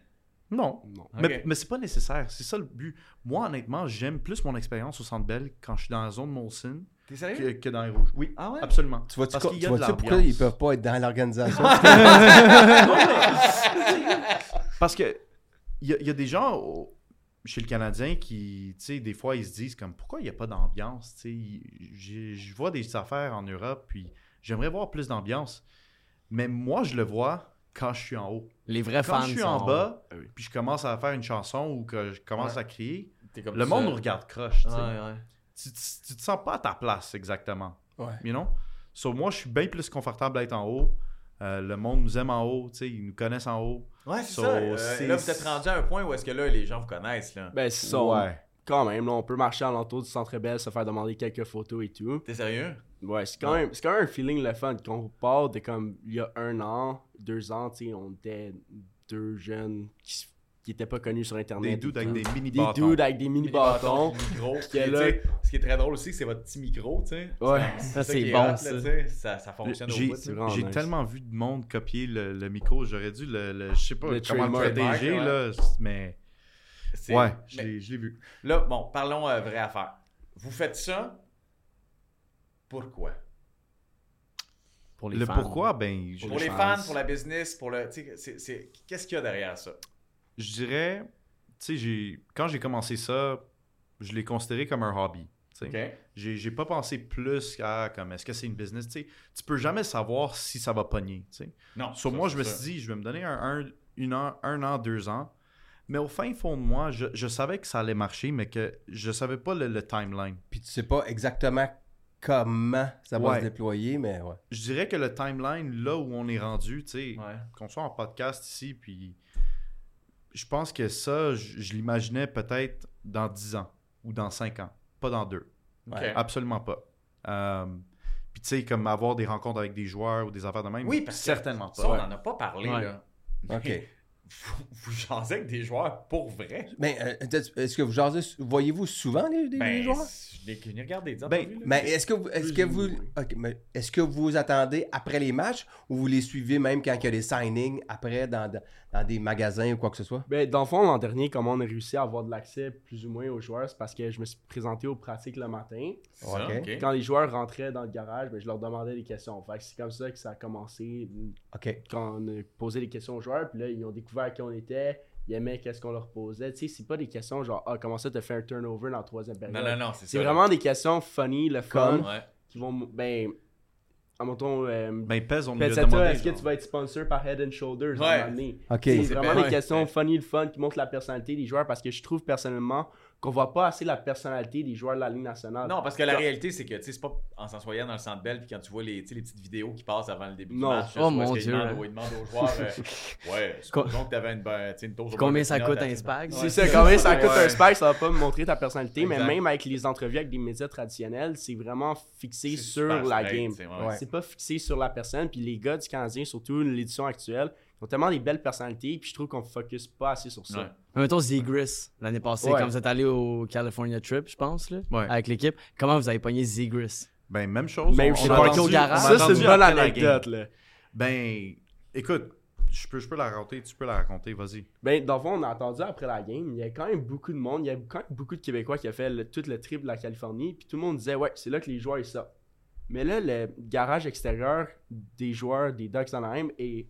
Non. Non. Mais, mais c'est pas nécessaire. C'est ça le but. Moi, honnêtement, j'aime plus mon expérience au Centre Bell quand je suis dans la zone Molson T'es que, que dans les rouges. Oui, Ah ouais? absolument. Tu vois-tu Parce co- qu'il y tu a de vois-tu pourquoi l'ambiance. ils peuvent pas être dans l'organisation? Parce que il y, a- il y a des gens au- chez le Canadien qui, tu sais, des fois, ils se disent comme pourquoi il n'y a pas d'ambiance. Tu sais, il- j'ai- je vois des affaires en Europe, puis j'aimerais voir plus d'ambiance. Mais moi, je le vois quand je suis en haut. Les vrais Quand fans. je suis sont- en bas, Ah oui. puis je commence à faire une chanson ou que je commence Ouais. à crier, T'es comme le ça. monde nous regarde croche. tu Ouais, sais. ouais. Tu, tu- tu te sens pas à ta place exactement. Ouais. You know? So, moi, je suis bien plus confortable d'être en haut. Euh, le monde nous aime en haut, tu sais, ils nous connaissent en haut. Ouais, c'est So, ça. Euh, c'est- là, vous êtes rendu à un point où est-ce que là, les gens vous connaissent, là. Ben, c'est ça. on- Quand même, là, on peut marcher alentour du centre belle, se faire demander quelques photos et tout. T'es sérieux? Ouais, c'est quand, même- c'est quand même un feeling le fun. Qu'on part de comme il y a un an, deux ans, tu sais, on était deux jeunes qui, s- qui étaient pas connus sur Internet. Des et dudes tout. avec des mini Des dudes avec des mini bâtons. Des micros, Qui est puis, là. tu sais, Ce qui est très drôle aussi, c'est votre petit micro, tu sais. Ouais. Ça, qui c'est est bon, hot, ça. là, tu sais. ça. Ça fonctionne au J'ai bout. tu sais. vraiment j'ai nice. tellement vu de monde copier le, le micro, j'aurais dû le, le- je sais pas Le comment le trademark, protéger ouais. là, mais C'est- ouais, je mais l'ai je l'ai vu. Là, bon, parlons euh, vraie affaire. Vous faites ça, pourquoi? Pour les Le fans. pourquoi, ben, je, Pour, les les fans. fans, pour la business, pour le. tu sais, c'est- c'est- Qu'est-ce qu'il y a derrière ça? je dirais, tu sais, j'ai quand j'ai commencé ça, je l'ai considéré comme un hobby. tu sais. J'ai j'ai pas pensé plus à comme est-ce que c'est une business. Tu sais, tu peux jamais savoir si ça va pogner. tu sais. Non. Sur ça, moi, c'est je me ça. suis dit, je vais me donner un, un, une an, un an, deux ans. Mais au fin fond de moi, je, je savais que ça allait marcher, mais que je savais pas le, le timeline. Puis tu sais pas exactement comment ça va Ouais. se déployer, mais ouais. Je dirais que le timeline, là où on est rendu, tu sais, Ouais. qu'on soit en podcast ici, puis je pense que ça, je, je l'imaginais peut-être dans 10 ans ou dans 5 ans, pas dans 2. Ok. Absolument pas. Euh, puis tu sais, comme avoir des rencontres avec des joueurs ou des affaires de même, Oui, parce que ben, certainement Ça, on pas. n'en a pas parlé, Ouais. là. OK. Vous, vous jasez avec des joueurs pour vrai. Mais euh, peut-être- est-ce que vous jasez, voyez-vous souvent les, les- les Ben, joueurs? je l'ai connu, regardez, dis Ben, entendu, là. Mais est-ce que vous, est-ce que Plus ou vous, moins. ok, mais est-ce que vous attendez après les matchs ou vous les suivez même quand il y a des signings après dans, dans- dans des magasins ou quoi que ce soit? Ben, dans le fond, l'an dernier, comment on a réussi à avoir de l'accès plus ou moins aux joueurs, c'est parce que je me suis présenté aux pratiques le matin. C'est ça, Ok. ok. Quand les joueurs rentraient dans le garage, ben, je leur demandais des questions. Fait que c'est comme ça que ça a commencé. OK. Quand on a posé des questions aux joueurs, puis là, ils ont découvert qui on était, ils aimaient qu'est-ce qu'on leur posait. Tu sais, c'est pas des questions genre, ah, comment ça, t'as fait un turnover dans la troisième période. Non, non, non, c'est ça. C'est vraiment des questions funny, le fun, Comme? Ouais. qui vont, ben, à mon ton, euh, Ben, pèse, on me l'a Pensez-toi, demandé. est-ce que genre. tu vas être sponsor par Head and Shoulders Ouais. à un moment donné? OK. C'est vraiment bien, des ouais. questions Ouais. funny, le fun, qui montrent la personnalité des joueurs parce que je trouve personnellement qu'on voit pas assez la personnalité des joueurs de la Ligue nationale. Non, parce que la Quand- réalité, c'est que, tu sais, c'est pas en s'ensoyant dans le centre belle, puis quand tu vois les, tu sais, les petites vidéos qui passent avant le début Non. du match, Oh, mon ils Dieu. demandent, ils demandent aux joueurs, euh, ouais, supposons que t'avais une, ben, tu sais, une tour sur Combien le ça peanut, coûte à- un spag? C'est ça, quand même, ça coûte Ouais. un spike, ça va pas me montrer ta personnalité, mais Exact. même avec les entrevues avec des médias traditionnels, c'est vraiment C'est fixé sur super la straight, game. tu sais, ouais. C'est pas fixé sur la personne, puis les gars du Canadien, surtout l'édition actuelle, ils ont tellement des belles personnalités, puis je trouve qu'on focus pas assez sur ça. Ouais. Mais mettons Zegris, l'année passée, Ouais. quand vous êtes allé au California Trip, je pense, là, Ouais. avec l'équipe, comment vous avez pogné Zegris? Ben, même chose. Même on- on chose. a Parké attendu- au on a garage. Ça, c'est attendu une bonne après la game. anecdote, là. Ben, écoute, je peux, je peux la raconter, tu peux la raconter, vas-y. Ben, dans le fond, on a entendu après la game, il y a quand même beaucoup de monde, il y a quand même beaucoup de Québécois qui a fait le- tout le trip de la Californie, puis tout le monde disait, ouais, c'est là que les joueurs ils sortent. Mais là, le garage extérieur des joueurs des Ducks Anaheim, et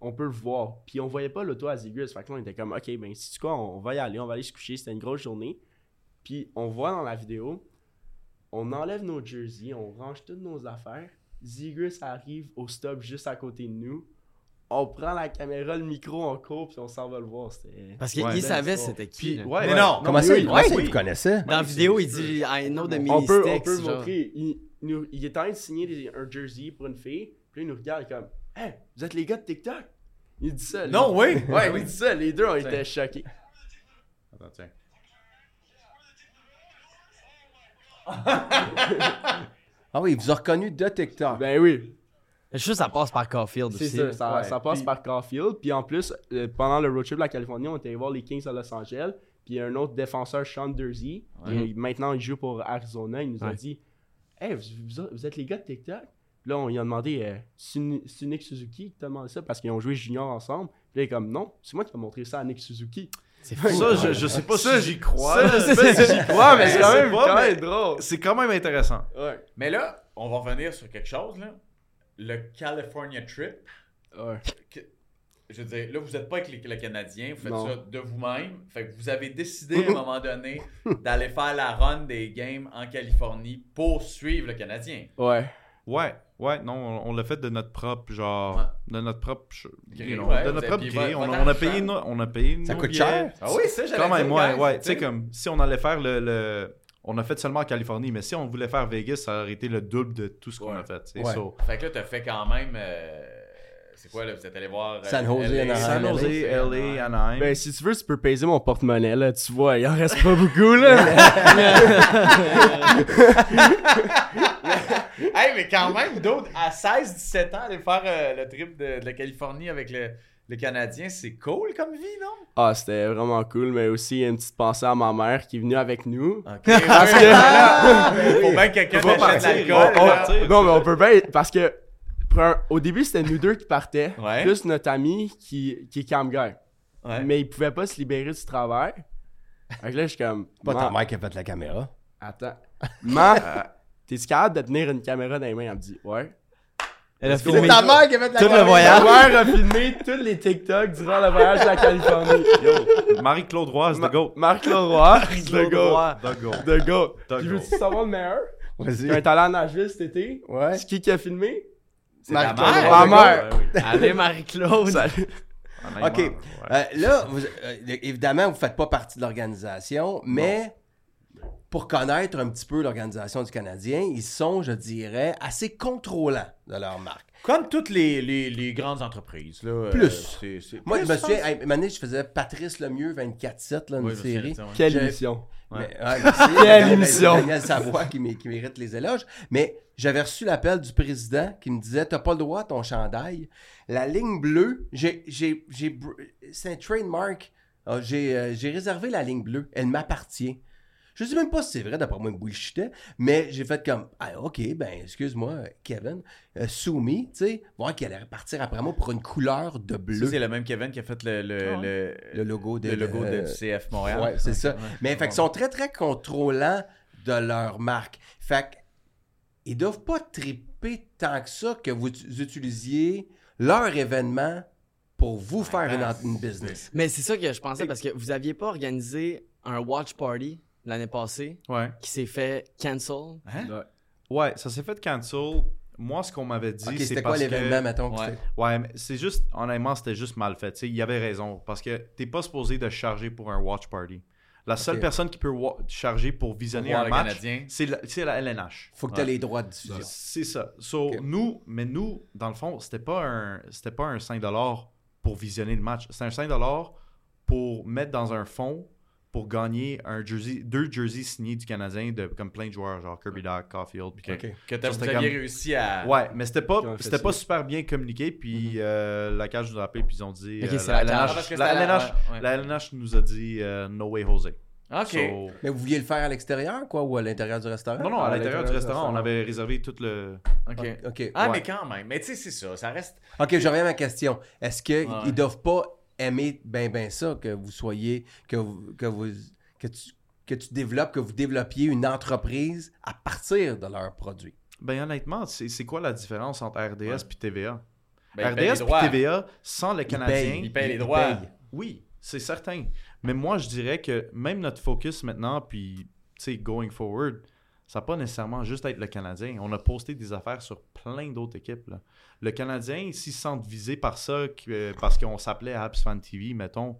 on peut le voir. Puis on voyait pas l'auto à Zigus. Fait que là, on était comme, ok, ben, si quoi, on va y aller, on va aller se coucher, c'était une grosse journée. Puis on voit dans la vidéo, on enlève nos jerseys, on range toutes nos affaires. Zigus arrive au stop juste à côté de nous. On prend la caméra, le micro, on court, puis on s'en va le voir. C'était. Parce qu'il Ouais. Ben, il savait Let's go. c'était qui. Puis, là. ouais, Mais ouais. non, Comment mais ça, oui, il comment ça, oui. il connaissait? Dans la vidéo, il dit I know the mini on peut, on sticks, peut le genre. montrer. Il, il nous- il est en train de signer des- un jersey pour une fille. Puis là, il nous regarde il est comme Hey, vous êtes les gars de TikTok Il dit ça. les- Non, oui! Ouais, oui, il dit ça. Les deux, on était choqués. Attends, tiens. Ah oui, il vous a reconnu de TikTok. Ben oui, Je suis sûr que ça passe par Caulfield c'est aussi. ça. Ça, ouais. ça passe Puis- par Caulfield. Puis en plus, euh, pendant le road trip de la Californie, on était allé voir les Kings à Los Angeles. Puis un autre défenseur, Sean Dursey, Ouais. il- maintenant il joue pour Arizona, il nous a Ouais. dit Hey, vous, vous a- vous êtes les gars de TikTok Puis Là, on lui a demandé euh, C'est Ni- c'est Nick Suzuki qui t'a demandé ça parce qu'ils ont joué junior ensemble. Puis là, il est comme Non, c'est moi qui t'ai montré ça à Nick Suzuki. C'est fou. Ça, je, je sais pas Ça, si j'y crois. ça, Je sais pas c'est- si j'y crois, Ah, mais c'est quand Je sais même, pas, quand mais- même drôle. C'est quand même intéressant. Ouais. Mais là, on va revenir sur quelque chose, là. Le California Trip. Ouais. que- Je veux dire, là, vous n'êtes pas avec les, le Canadien, vous faites Non. ça de vous-même. Fait que vous avez décidé à un moment donné d'aller faire la run des games en Californie pour suivre le Canadien. Ouais. Ouais, ouais, non, on, on l'a fait de notre propre, genre, de notre propre, ch- Gré, you know, ouais, de vous notre avez- propre puis gré. vo- On, votre on a argent. payé, nos- on a payé Ça nos coûte billets. cher. Ah oui, ça, j'allais Quand même, dire, ouais, guys, ouais. tu Tu sais, comme si on allait faire le, le- On a fait seulement en Californie, mais si on voulait faire Vegas, ça aurait été le double de tout ce qu'on Ouais. a fait. tu sais. Ouais. So, Fait que là, t'as fait quand même. euh, c'est quoi, là Vous êtes allé voir. euh, San Jose, LA, Anaheim, San Jose, LA, Anaheim. Ben, si tu veux, tu peux peser mon porte-monnaie, là. Tu vois, il en reste pas beaucoup, là. Hey, mais quand même, d'autres, à 16-17 ans, aller faire euh, le trip de, de la Californie avec le, le Canadien, c'est cool comme vie, non ah, c'était vraiment cool, mais aussi une petite pensée à ma mère qui est venue avec nous. Parce que- ah, Faut bien que quelqu'un Faut pas achète partir, l'alcool. on- on- là. partir. Non, mais on peut bien. être- Parce que pour un- au début, c'était nous deux qui partaient, Ouais. plus notre ami qui, qui est cam guy. Ouais. Mais il pouvait pas se libérer du travail. Fait que là, je suis comme. Pas ta Man, mère qui a fait la caméra. Attends. Man, t'es-tu capable de tenir une caméra dans les mains? Elle me dit, ouais. Elle a C'est filmé ta mère qui a fait la tout le caméra. voyage. Ma mère a filmé tous les TikTok durant le voyage de la Californie. Yo, Marie-Claude Roy, c'est Ma- the GOAT. Marc Leroy, de go. The GOAT. De go. The Tu GOAT. veux-tu savoir le meilleur? J'ai un Vas-y. talent à Nashville cet été. Ouais. C'est qui qui a filmé? C'est ta Marie-Claude mère. Roy, Ah, Ma le mère. gars. Ouais, oui. Allez, Marie-Claude. Anaheim, OK. ouais. Euh, là, vous- euh, évidemment, vous ne faites pas partie de l'organisation, mais pour connaître un petit peu l'organisation du Canadien, ils sont, je dirais, assez contrôlants de leur marque. Comme toutes les, les, les grandes entreprises. Là, euh, Plus. c'est- c'est- Moi, plus, je me je souviens, pense. hey, une année, je faisais Patrice Lemieux 24-7, là, une Oui, je me souviens série. de ça, ouais. Quelle J'ai- émission? Mais, Ouais. ouais, merci. Quelle Ben, émission. Daniel Savoie qui, mé- qui mérite les éloges. Mais j'avais reçu l'appel du président qui me disait T'as pas le droit à ton chandail. La ligne bleue, j'ai, j'ai, j'ai br- c'est un trademark. Ah, J'ai, euh, j'ai réservé la ligne bleue. Elle m'appartient. Je sais même pas si c'est vrai, d'après moi, me bullshitait, mais j'ai fait comme Ah, ok, ben, excuse-moi, Kevin, euh, soumis, tu sais, voir qu'il allait repartir après moi pour une couleur de Ça, bleu. C'est le même Kevin qui a fait le, le, Ah le, Le logo de- le logo euh, de, du CF Montréal. Ouais, c'est ça. Ouais. Mais Ah. fait qu'ils sont très, très contrôlants de leur marque. Fait qu'ils doivent pas triper tant que ça que vous t- utilisiez leur événement pour vous Ah, faire une, en- une business. Mais c'est ça que je pensais parce que vous aviez pas organisé un watch party l'année passée Ouais. qui s'est fait cancel. Hein? Ouais, ça s'est fait cancel. Moi, ce qu'on m'avait dit, Ok, c'est c'était quoi parce l'événement, que... mettons? que Ouais. c'était- Ouais, mais c'est juste, honnêtement, c'était juste mal fait. Tu sais, il avait raison. Parce que t'es pas supposé de charger pour un watch party. La seule Ok. personne qui peut wa- charger pour visionner Voir un le match, Canadien. c'est la, c'est la LNH. Faut que tu Ouais. aies les droits de diffusion. C'est ça. So, Ok. nous, mais nous, dans le fond, c'était pas un, c'était pas un 5 pour visionner le match. C'était un 5 pour mettre dans un fond pour gagner un jersey, deux jerseys signés du Canadien de comme plein de joueurs, genre Kirby Doc, Caulfield. puis Ok. Que t'as- Ça, vous c'était aviez comme- réussi à. Ouais, mais c'était pas, Qui ont fait c'était ça. pas super bien communiqué. Puis euh, la cage nous a appelé, puis ils ont dit. Ok, euh, c'est la LNH Ah, parce que la c'était la- LNH ouais. la LNH nous a dit euh, No way, Jose. Ok. So- Mais vous vouliez le faire à l'extérieur, quoi, ou Ah, à l'intérieur du restaurant? non, non, à, à l'intérieur du restaurant, on avait réservé tout le. ok. OK. Ah, Ouais. mais quand même. Mais tu sais, c'est ça. Ça reste. OK, je reviens à ma question. Est-ce qu'ils Ouais. doivent pas aimer ben ben ça, que vous soyez, que vous, que vous que tu, que tu développes, que vous développiez une entreprise à partir de leurs produits? Ben honnêtement, c'est c'est quoi la différence entre RDS Ouais. puis TVA? Ben, il paye les RDS droits. puis TVA, sans le Canadien, Il paye les droits. payent. oui, c'est certain. Mais moi, je dirais que même notre focus maintenant, puis, tu sais, going forward, ça n'a pas nécessairement juste à être le Canadien. On a posté des affaires sur plein d'autres équipes. là. Le Canadien, s'ils se sentent visés par ça, que- euh, parce qu'on s'appelait Habs Fan TV, mettons,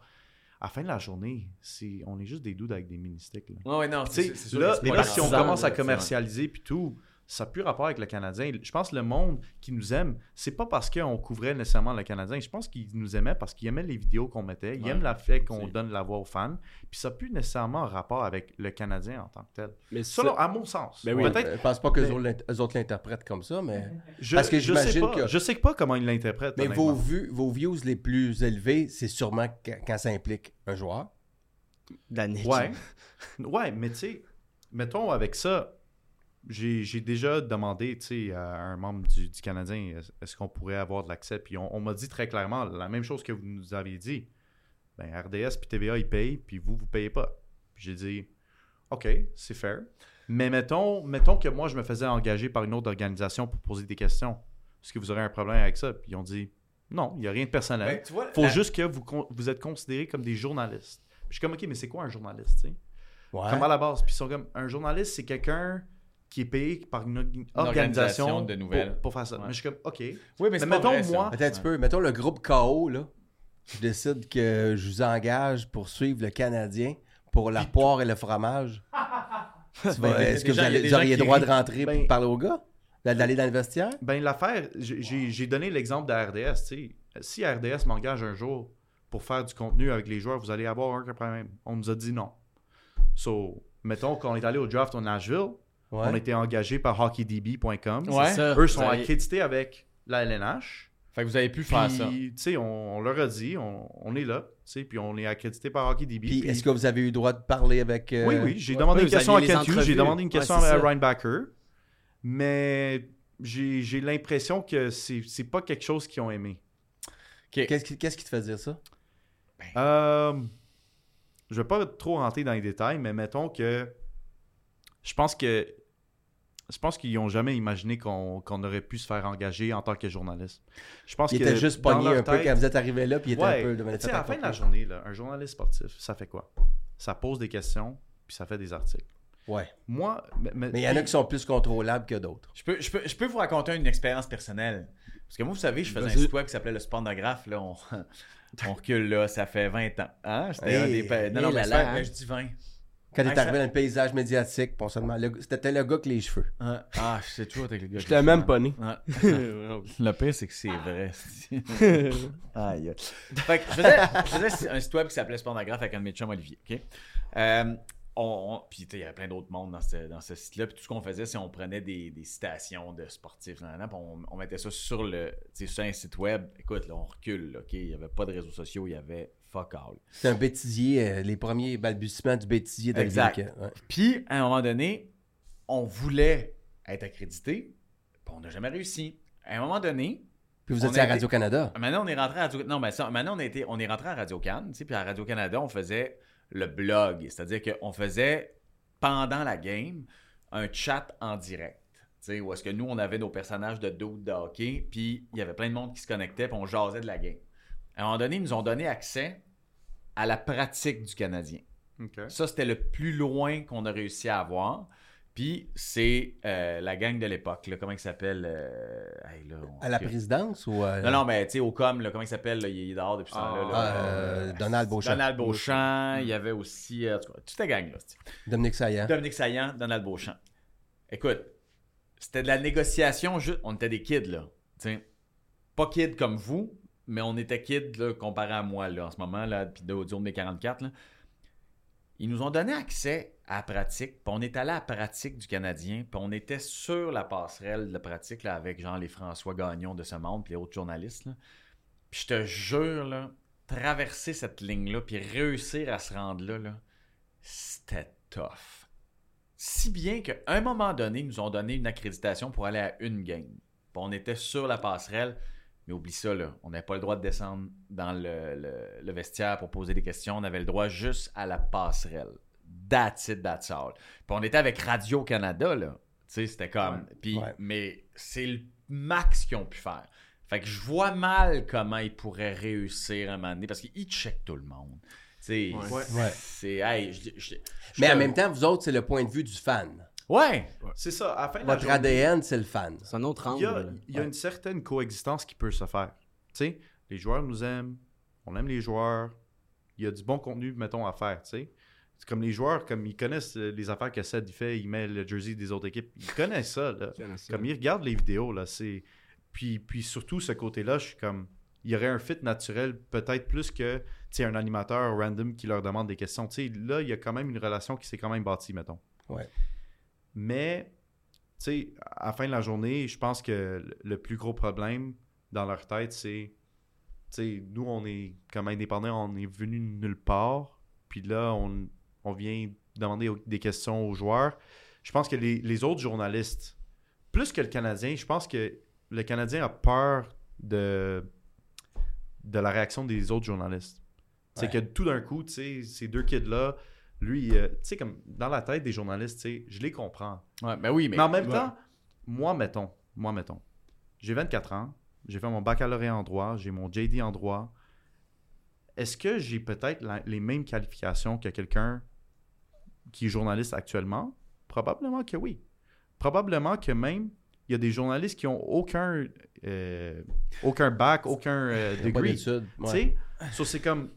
à la fin de la journée, c'est- on est juste des doudes avec des ministiques. Ouais, ouais, non. Tu Ah, c'est- c'est sais, sûr là, que c'est là, pas si on partisan, commence à là, tu sais, ouais. commercialiser puis tout, ça n'a plus rapport avec le Canadien. Je pense que le monde qui nous aime, c'est pas parce qu'on couvrait nécessairement le Canadien. Je pense qu'ils nous aimaient parce qu'ils aimaient les vidéos qu'on mettait, ils Ouais. aiment la fait qu'on C'est- donne la voix aux fans, puis ça n'a plus nécessairement rapport avec le Canadien en tant que tel. Mais Selon, à mon sens. Ben oui. Peut-être, Euh, Je pense pas que Mais- les autres l'interprètent comme ça, mais. je, parce que je sais j'imagine pas, que- je sais pas comment ils l'interprètent. Mais honnêtement. vos vues, vos views les plus élevées, c'est sûrement qu- quand ça implique un joueur. d'année. Ouais. ouais, mais tu sais, mettons avec ça, j'ai j'ai déjà demandé tu sais, à un membre du, du Canadien est- est-ce qu'on pourrait avoir de l'accès. Puis on, on m'a dit très clairement la même chose que vous nous avez dit. Ben, RDS puis TVA, ils payent, puis vous, vous payez pas. Puis j'ai dit OK, c'est fair. Mais mettons, mettons que moi, je me faisais engager par une autre organisation pour poser des questions. Est-ce que vous aurez un problème avec ça? Puis ils ont dit non, il n'y a rien de personnel Ben, tu vois, faut la- juste que vous, con- vous êtes considéré comme des journalistes. Puis Je suis comme, OK, mais c'est quoi un journaliste, tu sais? Ouais. Comme à la base. Puis ils sont comme, un journaliste, c'est quelqu'un qui est payé par une, org- organisation, organisation de nouvelles. Pour, pour faire ça. Ouais. Mais je suis comme, OK. Oui, mais c'est Mais pas mettons, vrai, ça. moi- Attends un petit peu. Mettons le groupe KO, là. Je décide que je vous engage pour suivre le Canadien pour la poire et le fromage. Tu vas- Ben, il y a Est-ce des que vous, gens- il y a allez- des vous auriez gens qui droit de rient. rentrer Ben- et parler au gars? D'aller dans le vestiaire? Ben, l'affaire, j'ai- j'ai j'ai donné l'exemple de RDS, tu sais. Si RDS m'engage un jour pour faire du contenu avec les joueurs, vous allez avoir un problème. On nous a dit non. So, mettons qu'on est allé au draft au Nashville, on Ouais. était engagé par hockeydb.com. Ouais. Eux sont accrédités avec la LNH. Fait que vous avez pu Puis, faire ça. tu sais, on, on leur a dit, on, on est là, tu sais, puis on est accrédité par HockeyDB. Puis puis- est-ce que vous avez eu le droit de parler avec. euh, Oui, oui, j'ai Ouais, demandé eux, une vous question à aviez les Kent Hughes, j'ai entrevues. demandé une Ouais, question c'est à ça. Ryan Backer, mais j'ai j'ai l'impression que c'est c'est pas quelque chose qu'ils ont aimé. Qu'est-ce qui, qu'est-ce qui te fait dire ça? Euh, je vais pas trop rentrer dans les détails, mais mettons que je pense que je pense qu'ils ont jamais imaginé qu'on qu'on aurait pu se faire engager en tant que journaliste. Je pense Il que était juste dans pogné leur un peu tête- quand vous êtes arrivé là, puis il était Ouais, un peu de mais tu sais, à la fin de la journée, là, un journaliste sportif, ça fait quoi? Ça pose des questions, puis ça fait des articles. Ouais. Moi, mais, mais- Mais il y en a qui sont plus contrôlables que d'autres. Je peux, je, peux, je peux vous raconter une expérience personnelle. Parce que moi, vous savez, je faisais un Vas-y. site web qui s'appelait le Spornographe. Là, on, on recule là, ça fait 20 ans. Hein? C'était un Hey, des. pa- Non, hey non, là mais là, c'est- hein. je dis 20. Quand il Ah, est ça- arrivé dans le paysage médiatique, puis on se demande, le- c'était le gars avec les cheveux. Hein? Ah, je sais toujours avec les gars. J'étais même pas né. Hein? ouais, Le pire, c'est que c'est vrai. c'est- Aïe. Fait que je faisais, je faisais un site web qui s'appelait Spornographe avec un de mes chums, Olivier. OK? Euh, on, on- puis, tu sais, il y avait plein d'autres mondes dans ce, dans ce site-là. Puis, tout ce qu'on faisait, c'est qu'on prenait des, des citations de sportifs, nan, nan, nan, puis on, on mettait ça sur, le, tu sais, sur un site web. Écoute, là, on recule. là, OK? Il n'y avait pas de réseaux sociaux, il y avait fuck all. C'est un bêtisier, euh, les premiers balbutiements du bêtisier d'Olivier Exact. Lequin, ouais. Puis, à un moment donné, on voulait être accrédité, puis on n'a jamais réussi. À un moment donné, Puis vous On étiez à était- Radio-Canada. Ah, Maintenant, on est rentré à Radio... Non, mais ça, maintenant, on, était, on est rentré à Radio-Can, tu sais, puis à Radio-Canada, on faisait le blog. C'est-à-dire qu'on faisait, pendant la game, un chat en direct. tu sais, Où est-ce que nous, on avait nos personnages de dos de hockey, puis il y avait plein de monde qui se connectait, puis on jasait de la game. À un moment donné, ils nous ont donné accès à la pratique du Canadien. Ok. Ça, c'était le plus loin qu'on a réussi à avoir. Puis, c'est euh, la gang de l'époque, là, comment il s'appelle euh, hey, là, on- À la présidence ou. euh, non, non, mais tu sais, au com, là, comment il s'appelle, là, il est dehors depuis ce Ah, temps-là. ah, là. euh, Donald Beauchamp. Donald Beauchamp, il y avait aussi, euh, en tout cas, toute la gang, là. c'est-tu. Dominique Saillant. Dominique Saillant, Donald Beauchamp. Écoute, c'était de la négociation, juste, on était des kids, là. tu sais. pas kids comme vous, mais on était kids, là, comparé à moi, là, en ce moment, là, puis de- du haut de mes 44, là. Ils nous ont donné accès à la pratique, puis on est allé à la pratique du Canadien, puis on était sur la passerelle de la pratique, là, avec genre les François Gagnon de ce monde, puis les autres journalistes, là. Puis je te jure, là, traverser cette ligne-là, puis réussir à se rendre là, là, c'était tough. Si bien qu'à un moment donné, ils nous ont donné une accréditation pour aller à une game. Puis on était sur la passerelle, mais oublie ça, là, on n'avait pas le droit de descendre dans le, le- le vestiaire pour poser des questions. On avait le droit juste à la passerelle. That's it, that's all. Puis on était avec Radio-Canada, là. Tu sais, c'était comme... Puis, Ouais. Mais c'est le max qu'ils ont pu faire. Fait que je vois mal comment ils pourraient réussir à un moment donné, parce qu'ils checkent tout le monde. Tu sais, Ouais. Ouais. c'est... hey, je- je- je- Mais je- en même temps, vous autres, c'est le point de vue du fan. Ouais! C'est ça, à la fin de la Votre journée, ADN, c'est le fan. C'est un autre angle. il y a, là. il y a une certaine coexistence qui peut se faire. Tu sais, les joueurs nous aiment, on aime les joueurs, il y a du bon contenu, mettons, à faire, tu sais. C'est comme les joueurs, comme ils connaissent euh, les affaires que Seth il fait, il met le jersey des autres équipes, ils connaissent ça, là. Comme ils regardent les vidéos, là, c'est... Puis, puis surtout, ce côté-là, je suis comme... Il y aurait un fit naturel, peut-être plus que, tu sais, un animateur random qui leur demande des questions. Tu sais, là, il y a quand même une relation qui s'est quand même bâtie, mettons. Ouais. Mais, tu sais, à la fin de la journée, je pense que le- le plus gros problème dans leur tête, c'est... Tu sais, nous, on est comme indépendants, on est venu nulle part. Puis là, on, on vient demander au- des questions aux joueurs. Je pense que les, les autres journalistes, plus que le Canadien, je pense que le Canadien a peur de, de la réaction des autres journalistes. C'est Ouais. que tout d'un coup, tu sais, ces deux kids-là, lui, euh, tu sais, comme dans la tête des journalistes, tu sais, je les comprends. Ouais, ben oui, mais. Mais en même Ouais. temps, moi, mettons, moi, mettons, j'ai 24 ans, j'ai fait mon baccalauréat en droit, j'ai mon JD en droit. Est-ce que j'ai peut-être la- les mêmes qualifications que quelqu'un qui est journaliste actuellement? Probablement que oui. Probablement que même, il y a des journalistes qui n'ont aucun, euh, aucun bac, aucun euh, Pas degree. d'études. Tu ouais. sais? So, c'est comme,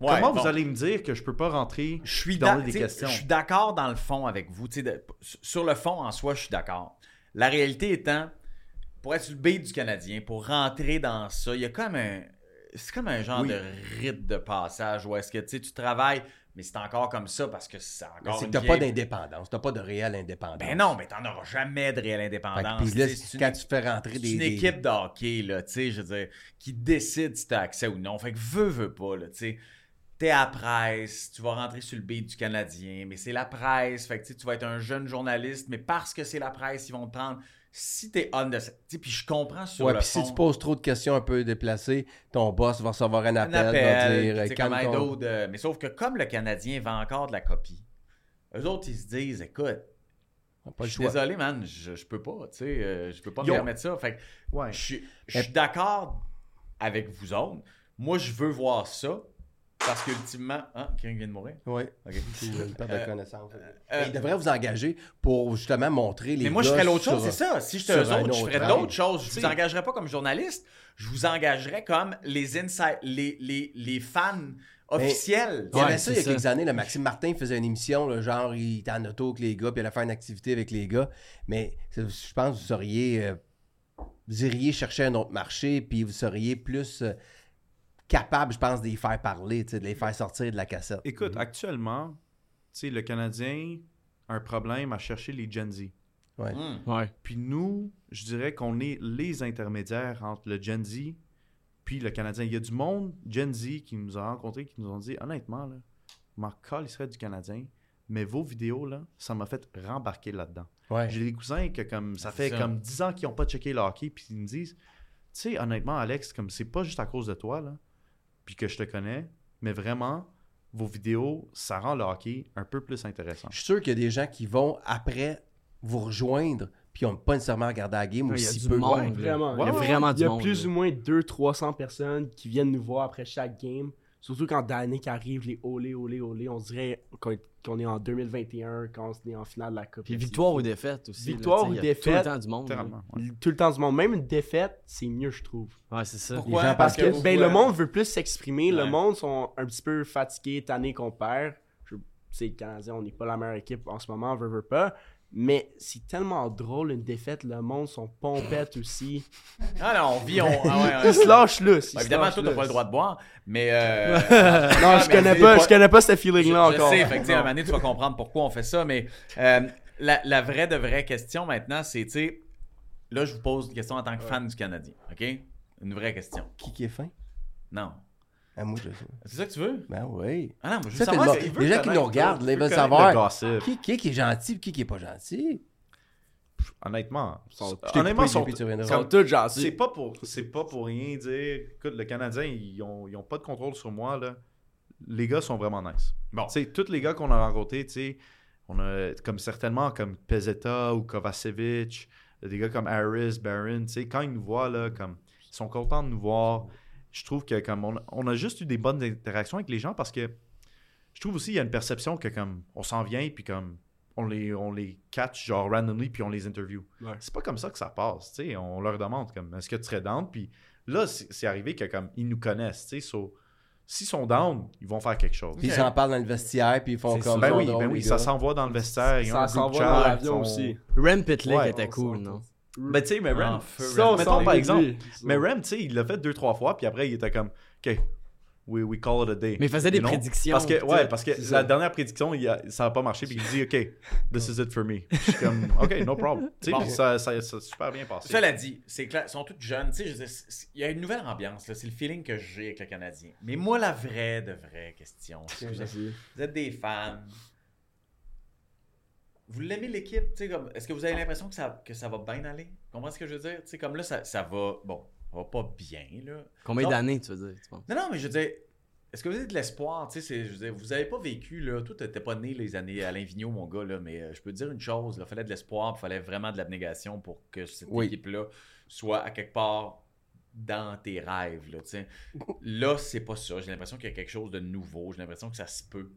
Ouais, comment bon. vous allez me dire que je peux pas rentrer? Je suis dans d'ac- des t'sais, questions. Je suis d'accord dans le fond avec vous. t'sais, de- sur le fond, en soi, je suis d'accord. La réalité étant, pour être sur le beat du Canadien, pour rentrer dans ça, il y a comme un. C'est comme un genre Oui. de rite de passage où est-ce que t'sais, tu travailles, mais c'est encore comme ça parce que c'est Mais encore. c'est que une t'as pas vieille- d'indépendance, t'as pas de réelle indépendance. Ben non, mais t'en auras jamais de réelle Fait que, indépendance. puis là, t'sais, c'est une quand tu fais rentrer c'est des. une des- équipe de hockey, là, tu sais, je veux dire, qui décide si t'as accès ou non. Fait que veux, veux pas, là, tu sais. T'es à presse, tu vas rentrer sur le beat du Canadien, mais c'est la presse. Fait que tu sais, tu vas être un jeune journaliste, mais parce que c'est la presse, ils vont te prendre. Si t'es on the tu sais, puis je comprends sur Ouais, le puis fond. si tu poses trop de questions un peu déplacées, ton boss va recevoir un un appel, appel, va puis tu dire sais, comme, calme hey, ton- d'autres, euh, Mais sauf que comme le Canadien vend encore de la copie, eux autres, ils se disent, écoute, Pas je le suis choix. désolé, man, je, je peux pas, tu sais, euh, je peux pas me Yo. permettre ça. Fait que Ouais. Je suis- je suis d'accord avec vous autres. Moi, je veux voir ça parce qu'ultimement. Ah, quelqu'un vient de mourir. Ouais. Ok. Puis, euh, une perte de Euh, connaissance. euh, Mais il devrait vous engager pour justement montrer les. Mais moi, je gars ferais l'autre chose, sur- c'est ça. Si j'étais sur eux un autres, je autre ferais angle. d'autres choses. Je Tu vous sais. engagerais pas comme journaliste. Je vous engagerais comme les inside, les, les, les fans officiels. Il y avait Ouais, ça c'est il y a ça. quelques années, le Maxime Martin faisait une émission, là, genre il était en auto avec les gars, puis il allait faire une activité avec les gars. Mais ça, je pense que vous seriez. euh, vous iriez chercher un autre marché, puis vous seriez plus euh, capable, je pense, de les faire parler, tu sais, de les faire sortir de la cassette. Écoute, actuellement, tu sais, le Canadien a un problème à chercher les Gen Z. Hmm. Ouais. Puis nous, je dirais qu'on est les intermédiaires entre le Gen Z puis le Canadien. Il y a du monde Gen Z qui nous a rencontrés, qui nous ont dit honnêtement, là, m'en il serait du Canadien, mais vos vidéos, là, ça m'a fait rembarquer là-dedans. Ouais. J'ai des cousins que comme ça Ah, c'est fait ça. comme 10 ans qu'ils n'ont pas checké le hockey, puis ils me disent Tu sais, honnêtement, Alex, comme c'est pas juste à cause de toi, là, puis que je te connais, mais vraiment, vos vidéos, ça rend le hockey un peu plus intéressant. Je suis sûr qu'il y a des gens qui vont après vous rejoindre, puis ils n'ont pas nécessairement regardé la game Ouais, ou il y a si du peu. monde. Ouais. Ouais. Vraiment. Il y a vraiment Il y du a monde, plus là. ou moins 200-300 personnes qui viennent nous voir après chaque game. Surtout quand Danick arrive, les olé, olé, olé, on dirait qu'on qu'on est en 2021, quand on est en finale de la Coupe. Puis victoire ou défaite aussi. là, Victoire tu sais, ou il y a Tout le défaite. temps du monde. là. Littéralement, ouais. Tout le temps du monde. Même une défaite, c'est mieux, je trouve. Ouais, c'est ça. Les gens Pourquoi? parce Parce que que- ben, le monde veut plus s'exprimer. Le Ouais. monde sont un petit peu fatigués, tannés qu'on perd. Je- C'est le Canadien, on n'est pas la meilleure équipe en ce moment, on veut, veut pas. Mais c'est tellement drôle une défaite. Le monde sont pompettes aussi. Ah non, on vit, on. ah ouais, ouais. Ils se lâchent lousse. ils Bah, se évidemment, lâchent toi, t'as pas lousse. le droit de boire, mais. euh, Non, je mais connais c'est pas, je connais pas ce feeling-là Je- encore. Je sais, fait que, tu sais, à un moment donné, tu vas comprendre pourquoi on fait ça, mais euh, la, la vraie de vraie question maintenant, c'est, tu sais, là, je vous pose une question en tant que fan du Canadien, OK? Une vraie question. Qui qui est fin? Non. Ah, moi, je sais. C'est ça que tu veux? Ben oui. Ah non, mais je veux Ça, savoir... t'es si- le mo- les gens qui nous regardent, là, ils veulent savoir qui, qui est qui est gentil et qui qui est pas gentil. Honnêtement, Sont- Je t'ai honnêtement, coupé, sont- JP, tu Ils reviendras. sont tous gentils. c'est pas pour, c'est pas pour rien dire. Écoute, le Canadien, ils ont, ils ont pas de contrôle sur moi là. Les gars sont vraiment nice. Bon. Tu sais, tous les gars qu'on a rencontrés, tu sais, on a comme certainement comme Pezetta ou Kovacevic, des gars comme Harris, Barron, tu sais, quand ils nous voient là, comme ils sont contents de nous voir. Je trouve que comme on, on a juste eu des bonnes interactions avec les gens parce que je trouve aussi qu'il y a une perception que comme on s'en vient puis comme on les on les catch genre randomly puis on les interview. Ouais. C'est pas comme ça que ça passe, tu sais, on leur demande comme est-ce que tu serais down puis là c'est c'est arrivé que comme ils nous connaissent, tu sais, so, s'ils sont down, ils vont faire quelque chose. Puis ils en parlent dans le vestiaire, puis ils font C'est comme ça. Ben Ils sont oui, drôles, ben les oui, gars. ça s'envoie dans le vestiaire, il y a un Ça group s'envoie chat, dans l'avion on- aussi. Rem Pitlick Ouais, était cool, non? Mais tu sais, mais Ren, Ah, feu, Ça, on Ren. s'en- mettons, par exemple, mais Rem, tu sais, il l'a fait deux trois fois puis après il était comme OK, we, we call it a day. Mais il faisait des You know? prédictions. Parce que, tout ouais, ça. parce que C'est la ça. dernière prédiction, il a- ça n'a pas marché, puis il dit, OK, this is it for me. Je suis comme, OK, no problem. Tu sais, Bon. puis ça, ça, ça a super bien passé. Cela dit, c'est clair, ils sont tous jeunes. Tu sais, je veux dire, c'est- c'est- il y a une nouvelle ambiance. là. C'est le feeling que j'ai avec le Canadien. Mais moi, la vraie de vraie question, c'est que vous Vas-y. vous êtes des fans. Vous l'aimez l'équipe, tu sais, comme est-ce que vous avez l'impression que ça, que ça va bien aller? Tu comprends ce que je veux dire? Tu sais, comme là, ça, ça va. Bon, ça va pas bien, là. Combien Non. d'années, tu veux dire? tu penses? Non, non, mais je veux dire, est-ce que vous avez de l'espoir? Tu sais, c'est- je veux dire, vous avez pas vécu, là, toi, t'étais pas né les années Alain Vigneault, mon gars, là, mais euh, je peux te dire une chose, il fallait de l'espoir, il fallait vraiment de l'abnégation pour que cette Oui. équipe-là soit à quelque part dans tes rêves, là, tu sais. Là, c'est pas ça. J'ai l'impression qu'il y a quelque chose de nouveau. J'ai l'impression que ça se peut.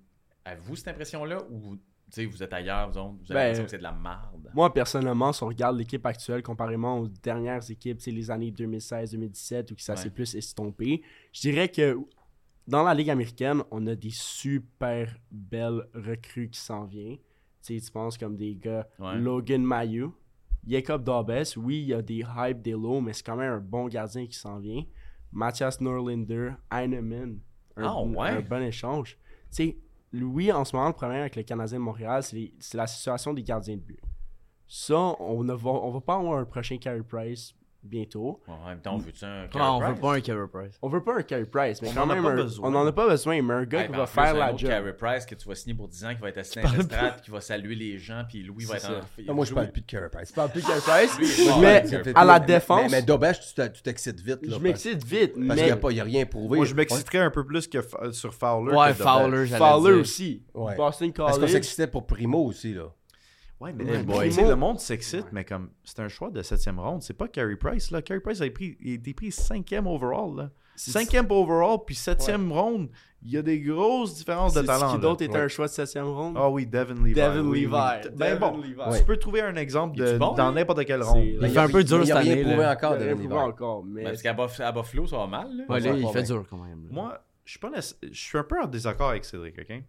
Avez-vous cette impression-là ou, tu sais, vous êtes ailleurs, vous, autres, vous avez Ben, l'impression que c'est de la marde? Moi, personnellement, si on regarde l'équipe actuelle comparément aux dernières équipes, tu sais, les années 2016-2017, où que ça Ouais. s'est plus estompé, je dirais que dans la Ligue américaine, on a des super belles recrues qui s'en viennent. Tu sais, tu penses comme des gars Ouais. Logan Mayu, Jacob Dobbes. Oui, il y a des hype, des lows, mais c'est quand même un bon gardien qui s'en vient. Mathias Norlinder, Heinemann. Un, Ah, ouais? un bon échange. Tu sais, oui, en ce moment, le problème avec le Canadien de Montréal, c'est les- c'est la situation des gardiens de but. Ça, on ne va, on va pas avoir un prochain Carey Price bientôt. Ouais, en même temps, on veut-tu un Ouais, on veut pas un Carey Price. On veut pas un Carey Price, mais On quand en a même, pas un- besoin. on n'en a pas besoin, mais un gars Hey, qui ben, en va plus, faire un la autre job. Carey Price que tu vas signer pour 10 ans, qui va être assis dans parles les estrades, qui va saluer les gens, puis Louis va être C'est en. ça. il Non, Ah, moi, je joue- parle plus de Carey Price. Pas plus Carey Price. Lui, il est fort, Mais Carey Price. à la Mais- défense- Mais, mais Dobesh, tu te- tu t'excites vite. là, Je parce- m'excite vite, Parce qu'il mais n'y a, rien prouvé. Moi, je m'exciterais un peu plus que Fa- sur Fowler. Ouais, que Dobbs. Fowler, j'allais Fowler dire. aussi. Ouais. Boston College. Parce qu'on s'excitait pour Primo aussi, là. Ouais, mais Ouais, tu boy. sais, le monde s'excite, mais comme c'est un choix de septième ronde, c'est pas Carey Price. Là. Carey Price a, pris, il a été pris cinquième overall. Là. Cinquième overall, puis septième ronde, il y a des grosses différences de C'est talent. ce qui là. d'autre était Ouais. un choix de 7 ronde. Ah oui, Devin Levi. Devin oui, oui. Levi. Ben Devin bon, Levi. tu peux trouver un exemple Il est-tu de- bon, dans lui? n'importe quel C'est- ronde. Il fait un peu dur Il a cette rien année, prouvé là. encore, Il y a Devin rien Hiver. prouvé encore, mais Parce qu'à Buff- à Buffalo, ça va mal. Là. Ouais, là, Ouais, il pas fait bien. dur quand même. là. Moi, je suis pas nécess- je suis un peu en désaccord avec Cédric, OK?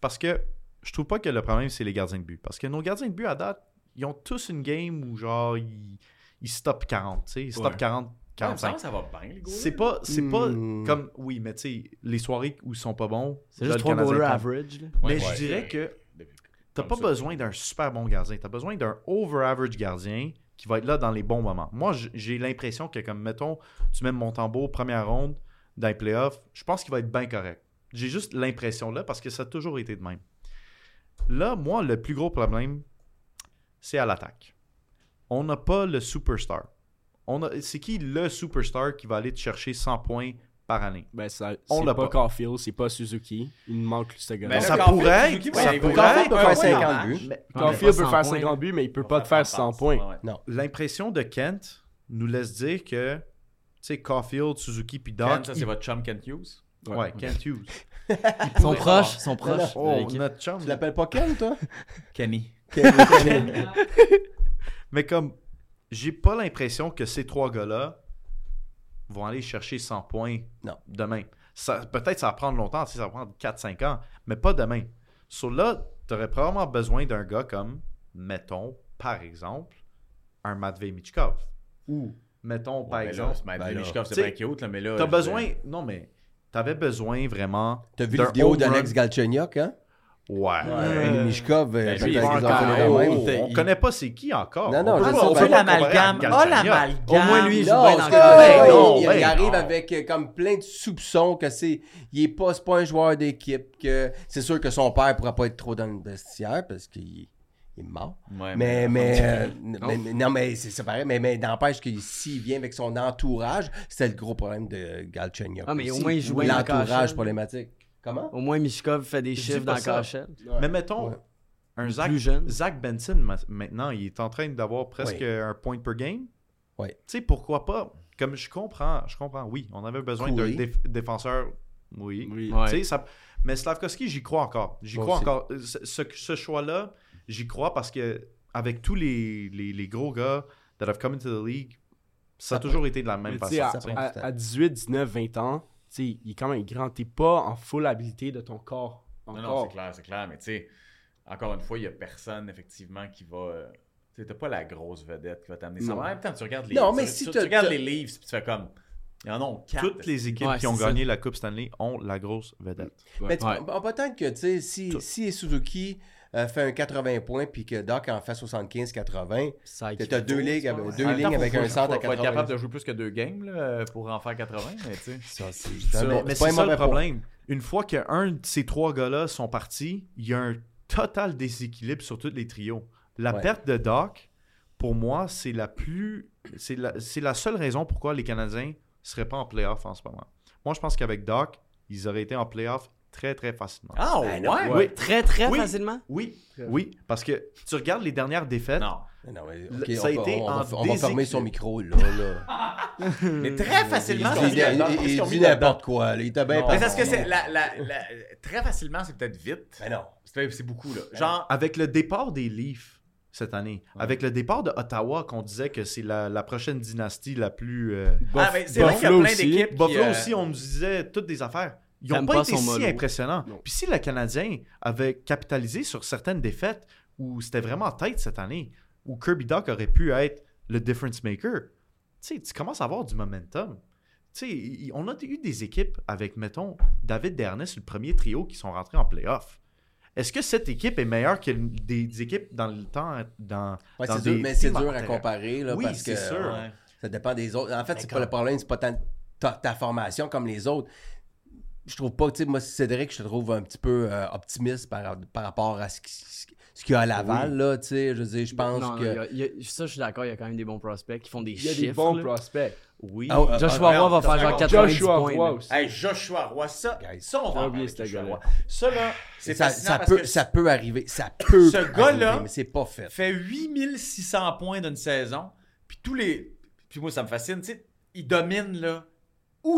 Parce que je trouve pas que le problème, c'est les gardiens de but. Parce que nos gardiens de but, à date, ils ont tous une game où, genre, ils, ils stoppent 40, tu sais. Ils stoppent Ouais. 40, Ouais, ça, 45. ça va bien, les gars. c'est pas, c'est pas Hmm. comme... Oui, mais tu sais, les soirées où ils sont pas bons... C'est là, juste le trois Canadien goalers prend- average. là. Mais Ouais, ouais. je dirais que Depuis- T'as Comme pas ça. besoin d'un super bon gardien. T'as besoin d'un over-average gardien qui va être là dans les bons moments. Moi, j- j'ai l'impression que, comme, mettons, tu mets Montembeau, première ronde, dans les playoffs, je pense qu'il va être bien correct. J'ai juste l'impression là parce que ça a toujours été de même. Là, moi, le plus gros problème, c'est à l'attaque. On n'a pas le superstar. On a- C'est qui le superstar qui va aller te chercher 100 points par année? ben, ça, On c'est l'a pas, Caulfield, c'est pas Suzuki. Il nous manque ce gars-là. Mais ça là, pourrait Caulfield, être- Suzuki, ça il- pourrait Caulfield être peut un point faire en 50 match. buts. Caulfield peut Ouais, faire 100 points. 50 buts, mais il peut pas te faire 100 points. Ouais, ouais. L'impression de Kent nous laisse dire que, tu sais, Caulfield, Suzuki, puis Doc, Ken, ça, ils c'est votre chum Kent Hughes. Ouais, Kent Hughes. Ils sont proches, ils sont proches. de Oh, l'équipe. notre chum. Tu l'appelles pas Ken, toi? Kenny. Ken, Mais comme, j'ai pas l'impression que ces trois gars-là vont aller chercher 100 points Non. demain. Ça- Peut-être ça va prendre longtemps, tu sais, ça va prendre 4-5 ans, mais pas demain. Sur là, t'aurais probablement besoin d'un gars comme, mettons, par exemple, un Matvei Michkov. Ou, mettons, par exemple, Mais Ben là, Mishkov, c'est t'sais, bien cute, là, mais là. t'as je- besoin... Non, mais t'avais besoin vraiment... T'as vu d'un la vidéo home run. d'Alex Galchenyuk, hein? Ouais. Euh, Mishkov, euh, Ben, peut-être qu'ils lui, il ont est fait encore- les oh, mêmes. Oh, on il- connaît pas c'est qui encore. Non, non, on je peut sais pas, on pas. peut Fais pas comparer à Ah, l'amalgame. Oh, Galchenyuk. l'amalgame. Au moins, lui, il joue Non, bien dans parce le que, Ben hey, non, il, ben il arrive non. avec euh, comme plein de soupçons que c'est il est pas, c'est pas un joueur d'équipe que c'est sûr que son père pourra pas être trop dans le vestiaire parce qu'il il est mort. Ouais, Mais, mais, euh, Non. mais- mais- non, mais c'est c'est pareil. Mais, mais n'empêche que s'il vient avec son entourage, c'était le gros problème de Galchenyuk. Ah, mais au aussi. moins, il joue bien dans la L'entourage cachette. problématique. Comment? Au moins, Mishkov fait des dis chiffres pas dans la ça. cachette. Mais mettons, Ouais. un Plus Zach, jeune. Zach Benson, ma- maintenant, il est en train d'avoir presque Ouais. un point per game. Ouais. Tu sais, pourquoi pas? Comme je comprends, je comprends, oui, on avait besoin d'un Courir. déf- défenseur. Oui. Oui. Tu sais, Ouais. ça- Mais Slavkovski, j'y crois encore. J'y Moi crois aussi. encore. Euh, Ce, ce- ce choix-là, j'y crois parce que avec tous les, les- les gros gars that have come into the league, ça, a Ça toujours été de la même Mais tu façon. sais, à, ça prend à- du temps. à 18, 19, 20 ans, tu sais, il est quand même grand. T'es pas en full habilité de ton corps. Non, non, Encore. c'est clair, c'est clair. Mais tu sais, encore une fois, il n'y a personne, effectivement, qui va. euh, Tu sais, t'as pas la grosse vedette qui va t'amener ça. Non. En même temps, tu regardes les. Non, tu- mais tu- si tu t'as- regardes t'as- les livres, puis tu fais comme. Ils en ont quatre. Toutes les équipes Ouais, qui ont c'est gagné la Coupe Stanley ont la grosse vedette. Mais tu- Ouais. on- peut-être que, tu sais, si, Tout. si Suzuki euh, fait un 80 points puis que Doc en fait 75-80, Ça t'as t'as deux, ligues, avec- deux En même temps, lignes avec faut- un faut- centre à faut être capable 80. de jouer plus que deux games là, pour en faire 80, mais tu sais. Ça, c'est Ça, un bon- mais mais Ah, c'est pas c'est un ça mauvais le problème. problème. Une fois qu'un de ces trois gars-là sont partis, il y a un total déséquilibre sur tous les trios. La Ouais. perte de Doc, pour moi, c'est la plus. C'est la, c'est la seule raison pourquoi les Canadiens ne seraient pas en playoff en ce moment. Moi, je pense qu'avec Doc, ils auraient été en playoff très, très facilement. Ah Ben non, ouais? Oui, Très, très Oui. facilement. oui, oui, parce que tu regardes les dernières défaites. Non. Non, mais, Le- ok, ça on, a va- été on va- en on va fermer déséquilibre. son micro, là. là. Mais très facilement, il c'est dit, il- il- il dit n'importe quoi, là. Il t'a bien Mais parlé. c'est parce que Non, c'est non. la, la- la- très facilement, c'est peut-être vite. Ben non. C'est c'est beaucoup là. Genre Avec le départ des Leafs cette année, avec le départ de Ottawa, qu'on disait que c'est la, la prochaine dynastie la plus. euh, ah, mais c'est vrai qu'il y a plein d'équipes qui, Buffalo euh, aussi, on nous disait toutes des affaires. Ils T'aimes n'ont pas, pas été son si mollo. impressionnants. Non. Puis si le Canadien avait capitalisé sur certaines défaites où c'était vraiment en tête cette année, où Kirby Doc aurait pu être le difference maker, tu sais, tu commences à avoir du momentum. Tu sais, il- on a eu des équipes avec, mettons, David Dernay sur le premier trio qui sont rentrés en playoff. Est-ce que cette équipe est meilleure que des, des équipes dans le temps, dans, Ouais, dans c'est des dur, mais c'est teams dur à antérieurs? comparer, là, Oui, parce que c'est sûr. euh, ouais. ça dépend des autres. En fait, Mais c'est quand- pas le problème, c'est pas tant ta, ta formation comme les autres. Je trouve pas, tu sais, moi, Cédric, je te trouve un petit peu euh, optimiste par, par rapport à ce qui- ce qu'il y a à Laval, là, tu sais. Je veux dire, je pense Non, non, que... il y a- il y a- ça, je suis d'accord, il y a quand même des bons prospects qui font des Il y a chiffres. des bons là. prospects. Oui. Ah, ah, Joshua Ah, Roy va d'accord. faire genre 90 Joshua points. Roy là. aussi. Hey, Joshua Roy, ça, Guys, ça on j'ai va en oublié parler, ce Joshua gars-là. Roy. Ça là, c'est ça, fascinant ça parce peut, que ça peut arriver. Ça peut Ce arriver, gars-là- Mais c'est pas fait. fait 8600 points d'une saison, puis tous les puis moi ça me fascine, tu sais, il domine là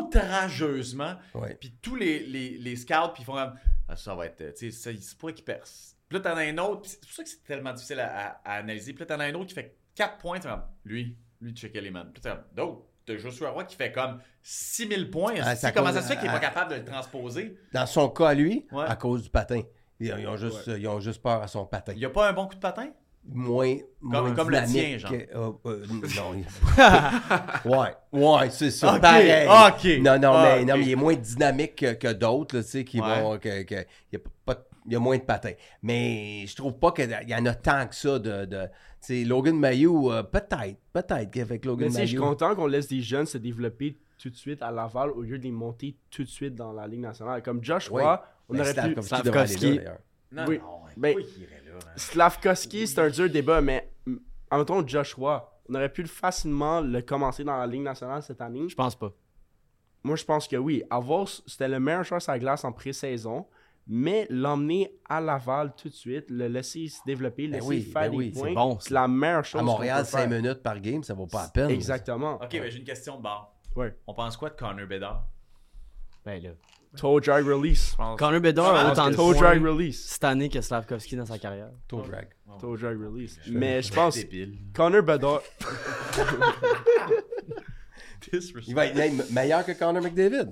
outrageusement, Ouais. puis tous les, les, les scouts puis ils font comme ah, ça va être euh, tu sais ça il se pourrait qu'il perce. Puis là t'en as un autre, puis c'est pour ça que c'est tellement difficile à, à- à analyser. Puis là t'en as un autre qui fait 4 points, t'es comme lui, lui check les man. Puis t'es comme d'autres T'as Joshua Roy qui fait comme 6000 points. Ah, Tu ça sais, comment ça cause- se fait qu'il n'est ah, pas capable de le transposer? Dans son cas, à lui, Ouais. à cause du patin. Ils, ils ont juste, ils ont juste peur à son patin. Il n'y a pas un bon coup de patin? Moins. moins comme le dynamique tien, genre. que- euh, euh, non. il- ouais. Ouais, c'est ça. Ok, Pareil. ok, Non, non, mais, ok. non, mais il est moins dynamique que, que d'autres, là, tu sais, qui Ouais. vont. que- que- il, y a pas de- il y a moins de patins. Mais je trouve pas qu'il y en a tant que ça de. de tu sais, Logan Mayou, euh, peut-être. Peut-être qu'avec Mais Logan tu sais, je suis Mayou. content qu'on laisse des jeunes se développer tout de suite à Laval au lieu de les monter tout de suite dans la Ligue nationale. Comme Josh Oui. Roy, on Ben, aurait pu... Slavkovski devrait aller là, Slavkovski. d'ailleurs. Non, Oui. non, Ben- pourquoi il irait là, hein? Slavkovski, c'est un dur débat, mais mm, en même temps, Josh Roy, on aurait pu facilement le commencer dans la Ligue nationale cette année. Je pense pas. Moi, je pense que oui. Avoir, c'était le meilleur joueur sur la glace en pré-saison, mais l'emmener à Laval tout de suite, le laisser se développer, le Ben laisser oui, faire ben des oui, c'est points, c'est, bon, ça. la meilleure chose. À qu'on Montréal, peut 5 faire. minutes par game, ça vaut pas la peine. Exactement. Ok, ben j'ai une question de barre. Ouais. On pense quoi de Connor Bedard? Ben là. Toe drag release. Connor Bedard a autant de Toe drag points release. cette année que Slavkovski dans sa carrière. Toe drag. Toe drag release. Mais je pense Débile. Connor Bedard. Il va être me- meilleur que Connor McDavid.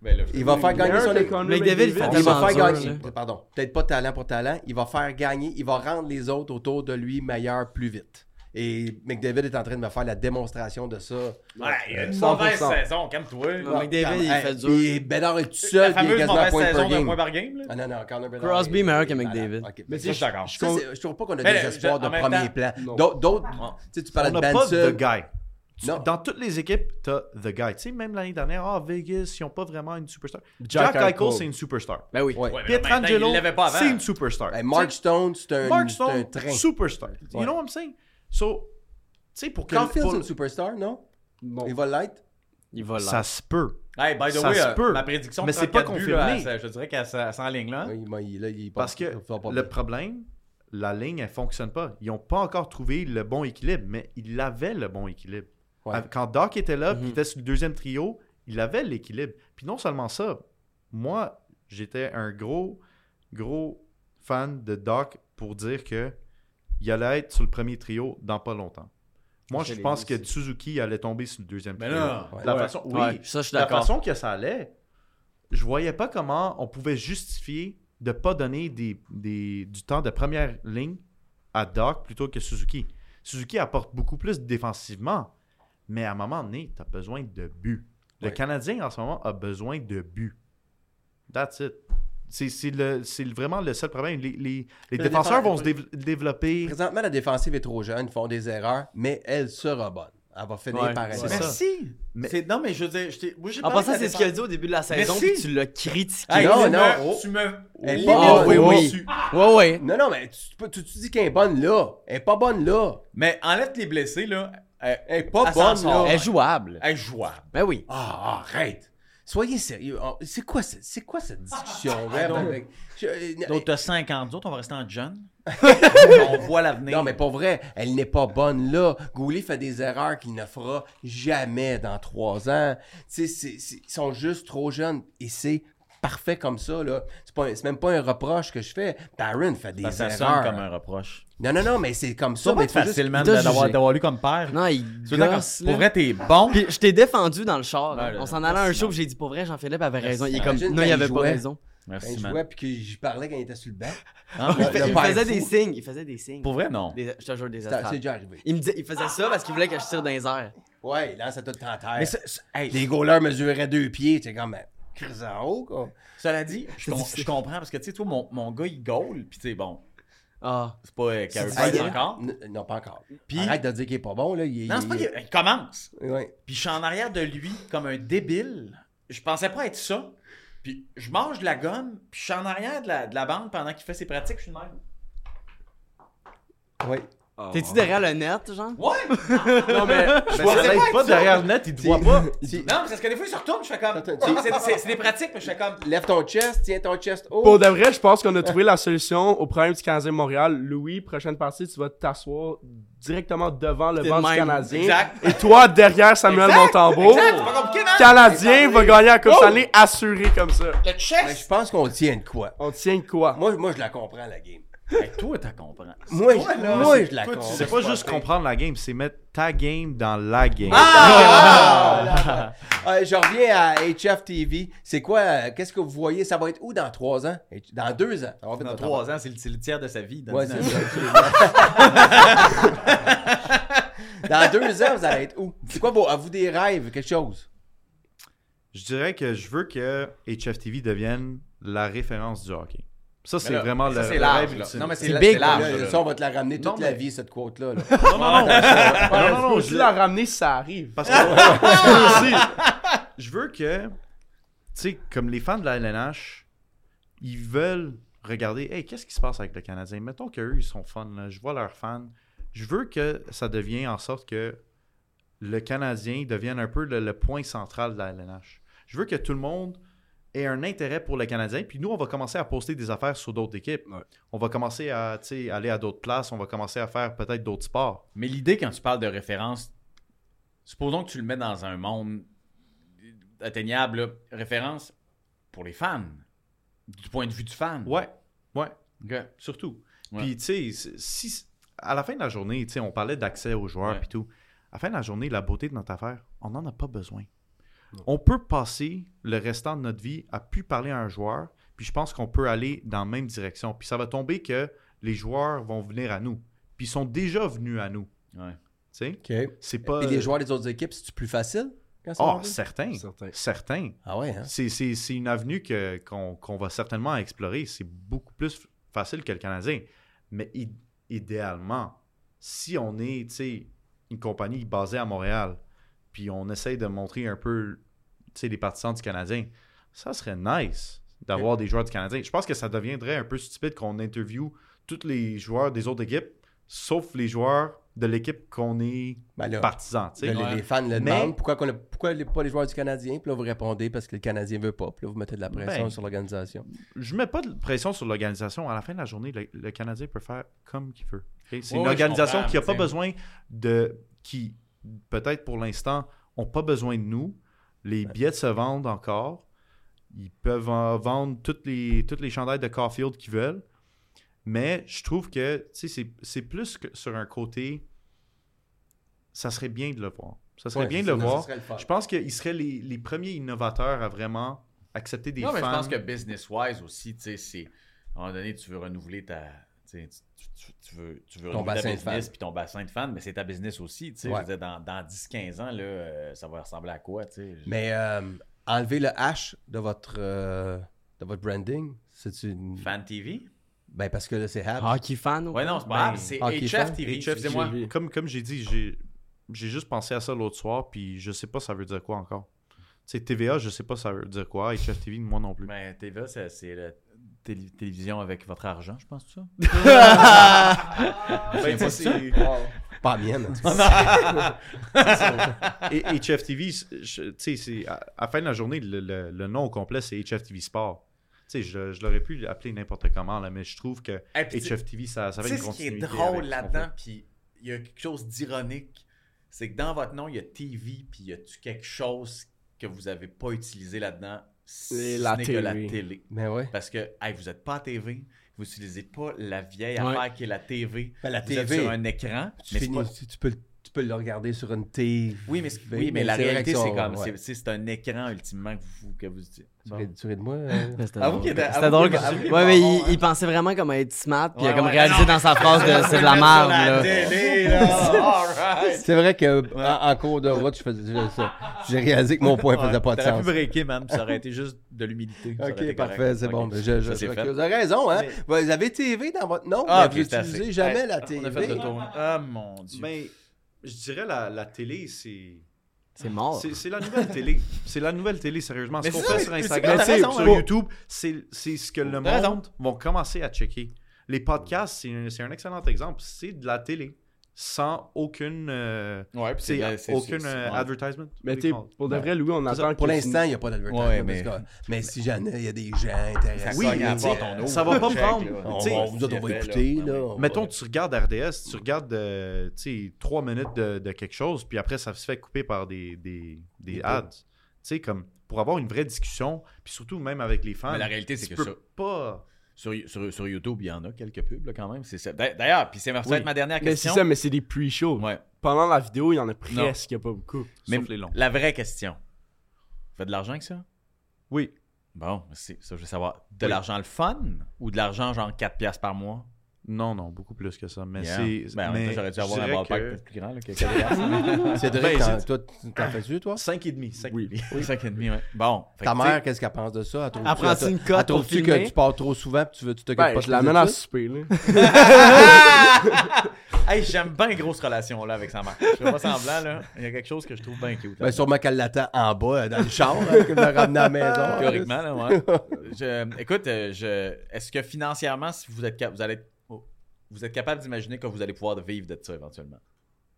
Ben là, Il va faire gagner son Meilleur que équipe. Connor McDavid fait Il va tellement faire dur, gagner. là. Pardon. Peut-être pas talent pour talent. Il va faire gagner. Il va rendre les autres autour de lui meilleurs plus vite. Et McDavid est en train de me faire la démonstration de ça. Ah, Ouais, il y a une 100%. mauvaise saison, calme-toi. Non, McDavid, il Hey, fait puis dur. Bédard est tout seul. La puis Il est fameuse quasiment à mauvaise point saison par d'un game. point par game. Là. Ah non, non, Connor Bedard Crosby est- meilleur que est- McDavid. Ok. Mais Ça, je suis d'accord. Ça, c'est- je trouve pas qu'on a Mais des là, espoirs je- en de même premier temps- plan. Non. D'autres- D'autres, Ouais. tu sais, tu parlais on de Ben n'a pas de Benson. guy. Tu- Non. Dans toutes les équipes, tu as The Guy. Tu sais, même l'année dernière, ah, Vegas, ils n'ont pas vraiment une superstar. Jack, Jack Eichel, Eichel. c'est une superstar. Ben oui. Ouais. Ouais, mais là, maintenant, Pietrangelo, il l'avait pas avant. c'est une superstar. Hey, Mark Stone, c'est Tu sais, un, Mark c'est un Stone, train. superstar. You Ouais. know what I'm saying? So, tu sais, pour que... Caulfield, pour- c'est une superstar, non? Non. Il va l'être? Il va là. Ça se peut. Hey, by the Ça way, se euh, peut. ma prédiction, Mais mais c'est c'est pas confirmé. je dirais qu'elle s'en- s'enligne là. Oui, il m'a- il- là, il est pas- Parce que il va pas le bien. problème, la ligne, elle fonctionne pas. Ils n'ont pas encore trouvé le bon équilibre, mais ils avaient le bon équilibre. Ouais. Av- Quand Doc était là, puis Mhm. il était sur le deuxième trio, il avait l'équilibre. Puis non seulement ça, moi, j'étais un gros, gros fan de Doc pour dire que il allait être sur le premier trio dans pas longtemps. Moi, Chez je les pense que Leafs. Suzuki allait tomber sur le deuxième Mais trio. là, Ouais. La Ouais. façon, oui, Ouais, ça, je suis la d'accord. façon que ça allait, je voyais pas comment on pouvait justifier de pas donner des, des- du temps de première ligne à Doc plutôt que Suzuki. Suzuki apporte beaucoup plus défensivement, mais à un moment donné, tu as besoin de buts. Le Ouais. Canadien, en ce moment, a besoin de buts. That's it. C'est- C'est le- c'est vraiment le seul problème. Les, les- les Le défenseur, défenseurs vont se dév- développer. Présentement, la défensive est trop jeune, ils font des erreurs, mais elle sera bonne. Elle va finir Ouais, par c'est être ça. bonne. Merci. Mais- C'est- Non, mais je veux dire, je t'ai- moi, j'ai En parlé passant, de la c'est ce qu'il a dit défense. au début de la saison, Merci. puis tu l'as critiqué. Hey, Non, tu non. me- Oh. Tu me. oh, Elle est limite pas bonne. oui, oui. dessus. Ouais, ouais. Non, non, mais tu, tu peux- tu- tu dis qu'elle est bonne là. Elle est pas bonne là. Mais enlève les blessés, là. Elle Elle est pas Elle s'en bonne sort. là. Elle est jouable. elle est jouable. Ben oui. Ah, arrête. Soyez sérieux. Oh, C'est quoi, ce- c'est quoi cette discussion? Reb, avec- Je- euh, Donc, t'as 50 autres, on va rester en jeune. on voit l'avenir. Non, mais pas vrai. Elle n'est pas bonne là. Goulet fait des erreurs qu'il ne fera jamais dans trois ans. Tu sais, c'est- c'est- ils sont juste trop jeunes et c'est parfait comme ça. là. C'est pas un- c'est même pas un reproche que je fais. Barron fait des Ça, ça erreurs. sonne comme un reproche. Non, non, non, mais c'est comme ça. Ça, mais mais faut juste- facile, man, il doit d'avoir juger. d'avoir lu comme père. Non, il Tu veux dire, gosse, quand- là. pour vrai, t'es bon. Puis je t'ai défendu dans le char. Ouais, là. là, On s'en allait à un merci, show, man. puis j'ai dit pour vrai, Jean-Philippe avait raison. Il est comme Imagine non, quand il il avait pas jouait. raison. Ben, Merci, je man. jouais puis que j'y parlais quand il était sur le banc. Hein, Le- Il, mais- le fait- il père faisait fou. des signes, il faisait des signes. Pour vrai, non. Des- je te jure des C'est astrales. c'est déjà arrivé. Il me disait, il faisait ça parce qu'il voulait que je tire dans les airs. Ouais, il lance à tout en terre. Mais ce- ce- hey, Les goalers mesuraient deux pieds. C'est comme, crise en haut, quoi. cela dit, je, com- difficile. je comprends parce que, tu sais, toi, mon, mon gars, il goal, puis tu sais, bon, Ah, c'est pas euh, Carey difficile. Price Hey, encore. n- Non, pas encore. Puis- Arrête de dire qu'il est pas bon, là. Il, Non, c'est pas il- qu'il il commence. Ouais. Puis je suis en arrière de lui comme un débile. Je pensais pas être ça. Puis je mange de la gomme, puis je suis en arrière de la, de la bande pendant qu'il fait ses pratiques, je suis de même. Ouais. t'es-tu derrière le net, genre? Ouais! Non, mais Je ben, vois ça pas l'aide être pas ça. derrière le net, il te voit pas. Tu- Non, mais parce que des fois, il se retourne, je fais comme. Attends, tu- C'est- C'est c'est des pratiques, mais je fais comme. Lève ton chest, tiens ton chest Oh, haut. Pour de vrai, je pense qu'on a trouvé la solution au problème du Canadien de Montréal. Louis, prochaine partie, tu vas t'asseoir directement devant le T'es banc de du même. Canadien. Exact. Et toi, derrière Samuel Exact, Oh! Montembeau, Exact, c'est pas compliqué, man! Canadien va gagner la Coupe Stanley assuré comme ça. Le Mais je chest! pense qu'on tient de quoi. On tient quoi? Moi, moi, je la comprends, la game. Hey, toi, t'as compris. Moi, toi, je, là, moi, c'est- je la toi, tu comprends. sais C'est pas juste comprendre la game, c'est mettre ta game dans la game. Ah! Euh, je reviens à HF TV. C'est quoi? euh, Qu'est-ce que vous voyez? Ça va être où dans trois ans? H- Dans deux ans. On va Dans trois ans, c'est le, c'est le tiers de sa vie. Dans Ouais, dix c'est ça, ans. absolument. dans deux ans, vous allez être où? C'est quoi vos, à vous des rêves, quelque chose? Je dirais que je veux que HFTV devienne la référence du hockey. Ça, c'est là, vraiment ça, le, c'est le large, rêve là. ultime. Non, mais c'est C'est la- big, c'est large, là. Là, ça, on va te la ramener toute Non, la mais- vie, cette quote-là. là. Non, non, non. non, non, non, Faut je- tu la ramener si ça arrive. Parce que aussi, je veux que, tu sais, comme les fans de la LNH, ils veulent regarder, hey, qu'est-ce qui se passe avec le Canadien? Mettons qu'eux, ils sont fans, là. je vois leurs fans. Je veux que ça devienne en sorte que le Canadien devienne un peu le, le point central de la LNH. Je veux que tout le monde ait un intérêt pour le Canadien, puis nous, on va commencer à poster des affaires sur d'autres équipes. Ouais. On va commencer à, tu sais, aller à d'autres places, on va commencer à faire peut-être d'autres sports. Mais l'idée, quand tu parles de référence, supposons que tu le mets dans un monde atteignable, là, référence pour les fans, du point de vue du fan. Ouais, ouais. Ok. surtout. Ouais. Puis, tu sais, si, à la fin de la journée, tu sais, on parlait d'accès aux joueurs Ouais. puis tout. À la fin de la journée, la beauté de notre affaire, on n'en a pas besoin. On peut passer le restant de notre vie à plus parler à un joueur, puis je pense qu'on peut aller dans la même direction. Puis ça va tomber que les joueurs vont venir à nous. Puis ils sont déjà venus à nous. Ouais. Tu sais, OK. c'est pas... euh, Et les joueurs des autres équipes, c'est plus facile? quand ça Ah, va? certains. Certain. Certains. Ah ouais, hein? C'est- C'est c'est une avenue que- qu'on qu'on va certainement explorer. C'est beaucoup plus facile que le Canadien. Mais i- idéalement, si on est tu sais, une compagnie basée à Montréal, puis on essaye de montrer un peu tu sais, les partisans du Canadien, ça serait nice d'avoir des joueurs du Canadien. Je pense que ça deviendrait un peu stupide qu'on interview tous les joueurs des autres équipes, sauf les joueurs de l'équipe qu'on est Ben là, partisan. tu sais. là, les, les fans le Mais- demandent. Pourquoi, qu'on a- pourquoi les- pas les joueurs du Canadien? Puis là, vous répondez parce que le Canadien veut pas. Puis là, vous mettez de la pression Ben. sur l'organisation. je mets pas de pression sur l'organisation. À la fin de la journée, le, le Canadien peut faire comme qu'il veut. Ok? C'est Ouais, une ouais, je organisation comprends, qui n'a pas mais besoin de. qui, peut-être pour l'instant, n'ont pas besoin de nous. Les billets se vendent encore. Ils peuvent en vendre toutes les, toutes les chandelles de Caulfield qu'ils veulent. Mais je trouve que tu sais, c'est c'est plus que sur un côté. Ça serait bien de le voir. Ça serait Ouais, bien c'est de le ça, voir. ça serait le fun. Je pense qu'ils seraient les, les premiers innovateurs à vraiment accepter des non, mais fans. je pense que business-wise aussi, tu sais, c'est. À un moment donné, tu veux renouveler ta. tu sais, tu- tu, tu- tu veux, tu veux Ton renouveler ta bassin de business fans. puis ton bassin de fans, mais c'est ta business aussi. Tu sais, Ouais. Je veux dire, dans, dans 10-15 ans, là, euh, ça va ressembler à quoi? tu sais? Je- Mais euh, enlever le H de votre, euh, de votre branding, c'est une. Fan TV? Ben, parce que là, c'est Ah, Habs. Hockey fan. Ouais, non, c'est pas Ben, grave, c'est Hockey HF Fan. TV. HF, Excusez-moi. j'ai- Comme, comme j'ai dit, j'ai, j'ai juste pensé à ça l'autre soir, puis je sais pas ça veut dire quoi encore. Tu sais, TVA, je sais pas ça veut dire quoi. HFTV, moi non plus. Mais TVA, c'est c'est la télé- télévision avec votre argent, je pense, ça? Ben, tu sais, c'est- Pas mienne. en tout cas. Ah, Et HFTV, c'est- je- tu sais, c'est- à, à la fin de la journée, le, le- le nom au complet, c'est HFTV Sport. Tu sais, je, je l'aurais pu l'appeler n'importe comment, là, mais je trouve que Hey, puis tu- HFTV, ça, ça Tu fait sais une ce qui est continuité. drôle avec ce qu'on là-dedans, puis il y a quelque chose d'ironique, c'est que dans votre nom, il y a TV, puis il y a quelque chose que vous n'avez pas utilisé là-dedans, si C'est ce la n'est que la télé. télé. Mais ouais. Parce que hey, vous n'êtes pas à TV, vous n'utilisez pas la vieille Ouais. affaire qui est la TV. Ben, la vous TV. êtes sur un écran, Tu, mais c'est finis- pas- tu, tu peux, le- tu peux le regarder sur une TV. Oui, mais, c'est- Ben, oui, mais mais la c'est vrai réalité, que ça, c'est comme. ouais. c'est- C'est c'est un écran ultimement que vous. Que vous... Tu ris- tu ris de moi. euh? C'était Avoue qu'il drôle. était- C'était avoue drôle. qu'il- avoue qu'il Ouais, était mais bon, il, hein. il pensait vraiment comme à être smart, puis il a Ouais, comme ouais, réalisé non. dans sa phrase de c'est de la merde, là. C'est vrai que en, en cours de route, je faisais je faisais ça. J'ai réalisé que mon point faisait pas de T'aurais sens. pu breaker, man, puis ça aurait été juste de l'humidité. ça aurait été Ok, correct. parfait, c'est Ok, bon. ben, Je, je, ça, c'est je- fait. vous avez raison, hein? Vous avez TV dans votre nom, mais Ah, ok, vous c'est assez. n'utilisez jamais Hey, la On a fait le TV. tour. Ah, mon Dieu. Ben, je dirais la, la télé, c'est. C'est mort. C'est c'est la nouvelle télé. C'est la nouvelle télé, sérieusement. Mais ce qu'on ça, fait sur mais c'est Instagram, vrai, t'as raison, sur hein. YouTube, c'est c'est ce que le T'as raison. monde vont commencer à checker. Les podcasts, c'est un, c'est un excellent exemple. C'est de la télé sans aucune, euh, ouais, puis c'est, c'est- c'est- aucune c'est- euh, ouais. advertisement. Mais tu What do sais, you call it? pour de Ben, vrai, Louis, on attend Pour que tu- l'instant, il n'y a pas d'advertisement. Ouais, mais... mais- mais si jamais il y a des gens Ça intéressés. Oui, cogne à la mais porte, t'sais, on ouvre, ça va pas on check, prendre. là. On, T'sais, on, vous autres, on va fait, écouter. là. Là, on Mettons, va- tu regardes RDS, tu regardes euh, tu sais, trois minutes de, de quelque chose, puis après, ça se fait couper par des, des, des Des ads. Tu sais, comme pour avoir une vraie discussion, puis surtout même avec les fans. Mais la réalité, c'est tu que ça. peux pas. Sur, sur, sur YouTube, il y en a quelques pubs là, quand même. C'est ça. D'a- D'ailleurs, puis c'est merci Oui. ma dernière Mais c'est question. ça, mais c'est des pre-shows. Ouais. Pendant la vidéo, il y en a presque pas beaucoup. Mais Sauf les longs. la vraie question. Fais de l'argent avec ça? Oui. Bon, c'est ça, je veux savoir. De Oui. l'argent le fun ou de l'argent genre 4 piastres par mois? Non, non, beaucoup plus que ça. Mais Yeah. c'est. Ben, en même mais temps, j'aurais dû je avoir un dirais ballpark que peut-être plus grand là, que 4 piastres. Cédric, Ben, t'en- c'est- toi, tu- t'en fais-tu, toi? Cinq et demi. cinq- Oui. Cinq et demi, ouais. Bon. fait Ta que, tu sais, mère, qu'est-ce qu'elle pense de ça? Elle trouve- Elle prend-tu elle- une cote elle pour trouve-tu que filmer? tu pars trop souvent et tu veux- tu t'occupes Ben, pas je de l'amène tes à études? souper, là. Ah! Hey, j'aime bien grosse relation là avec sa mère. Je fais pas semblant là. Il y a quelque chose que je trouve bien cute. Ben, sûrement qu'elle l'attend en bas, euh, dans le char, hein, qu'elle l'a ramené à la maison. Théoriquement, là, ouais. Je- écoute, euh, je, est-ce que financièrement, si vous êtes, cap- vous allez, être- oh, vous êtes capable d'imaginer que vous allez pouvoir vivre de ça éventuellement?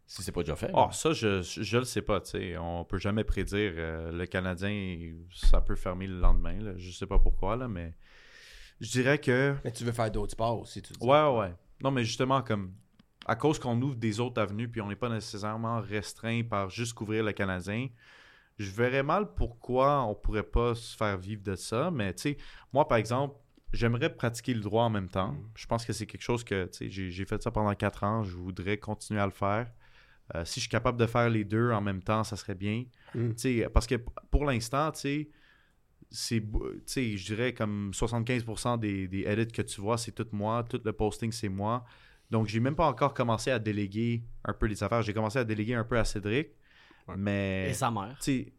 Si c'est pas déjà fait. là. Ah, ça, je, je, je le sais pas. tu sais. On peut jamais prédire. euh, le Canadien, ça peut fermer le lendemain. Là. Je sais pas pourquoi, là, mais je dirais que. Mais tu veux faire d'autres sports aussi, tu dis. Ouais, ouais. Non, mais justement, comme à cause qu'on ouvre des autres avenues, puis on n'est pas nécessairement restreint par juste couvrir le Canadien, je verrais mal pourquoi on pourrait pas se faire vivre de ça. Mais tu sais, moi, par exemple, j'aimerais pratiquer le droit en même temps. Mm. Je pense que c'est quelque chose que, tu sais, j'ai j'ai fait ça pendant quatre ans, je voudrais continuer à le faire. Euh, si je suis capable de faire les deux en même temps, ça serait bien. Mm. Tu sais, Parce que p- pour l'instant, tu sais, c'est beau- tu sais, je dirais comme 75% des, des edits que tu vois, c'est tout moi, tout le posting, c'est moi. Donc, j'ai même pas encore commencé à déléguer un peu les affaires. J'ai commencé à déléguer un peu à Cédric, mais... Et sa mère. tu sais,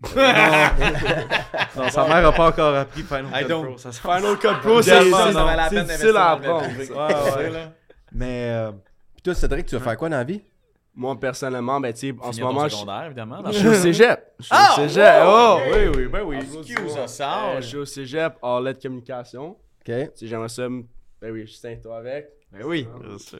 non, non, sa mère a pas encore appris Final I Cut don't- Pro, ça se Final Cut Pro, c'est Idéalement, c'est- non. c'est difficile à apprendre. Ouais, ouais. Mais euh, Puis toi, Cédric, tu veux faire quoi dans la vie? Moi, personnellement, ben, tu sais, en ce Finir ton moment, je secondaire, évidemment. je suis au cégep. Je suis Ah, au cégep. wow, Oh, ok. oui, oui, ben oui. Excuse Euh, Je suis au cégep, en lettres communication. OK. Tu sais, j'aimerais ça. me- Ben oui, je suis Saint-Toi avec. Ben oui.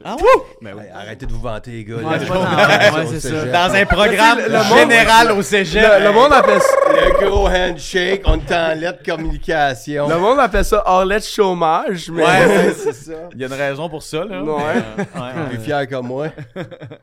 Ah, Hey, arrêtez de vous vanter, les gars. Ouais, Là, pas tant. on Ouais, se c'est ça. jette. Dans un programme général au cégep. Le, le monde appelle ça, Le gros handshake, on est en lettre communication. le monde appelle ça hors lettres chômage, mais. Ouais, c'est ça. Il y a une raison pour ça, là. Ouais. mais, euh, Plus ouais. fier comme moi.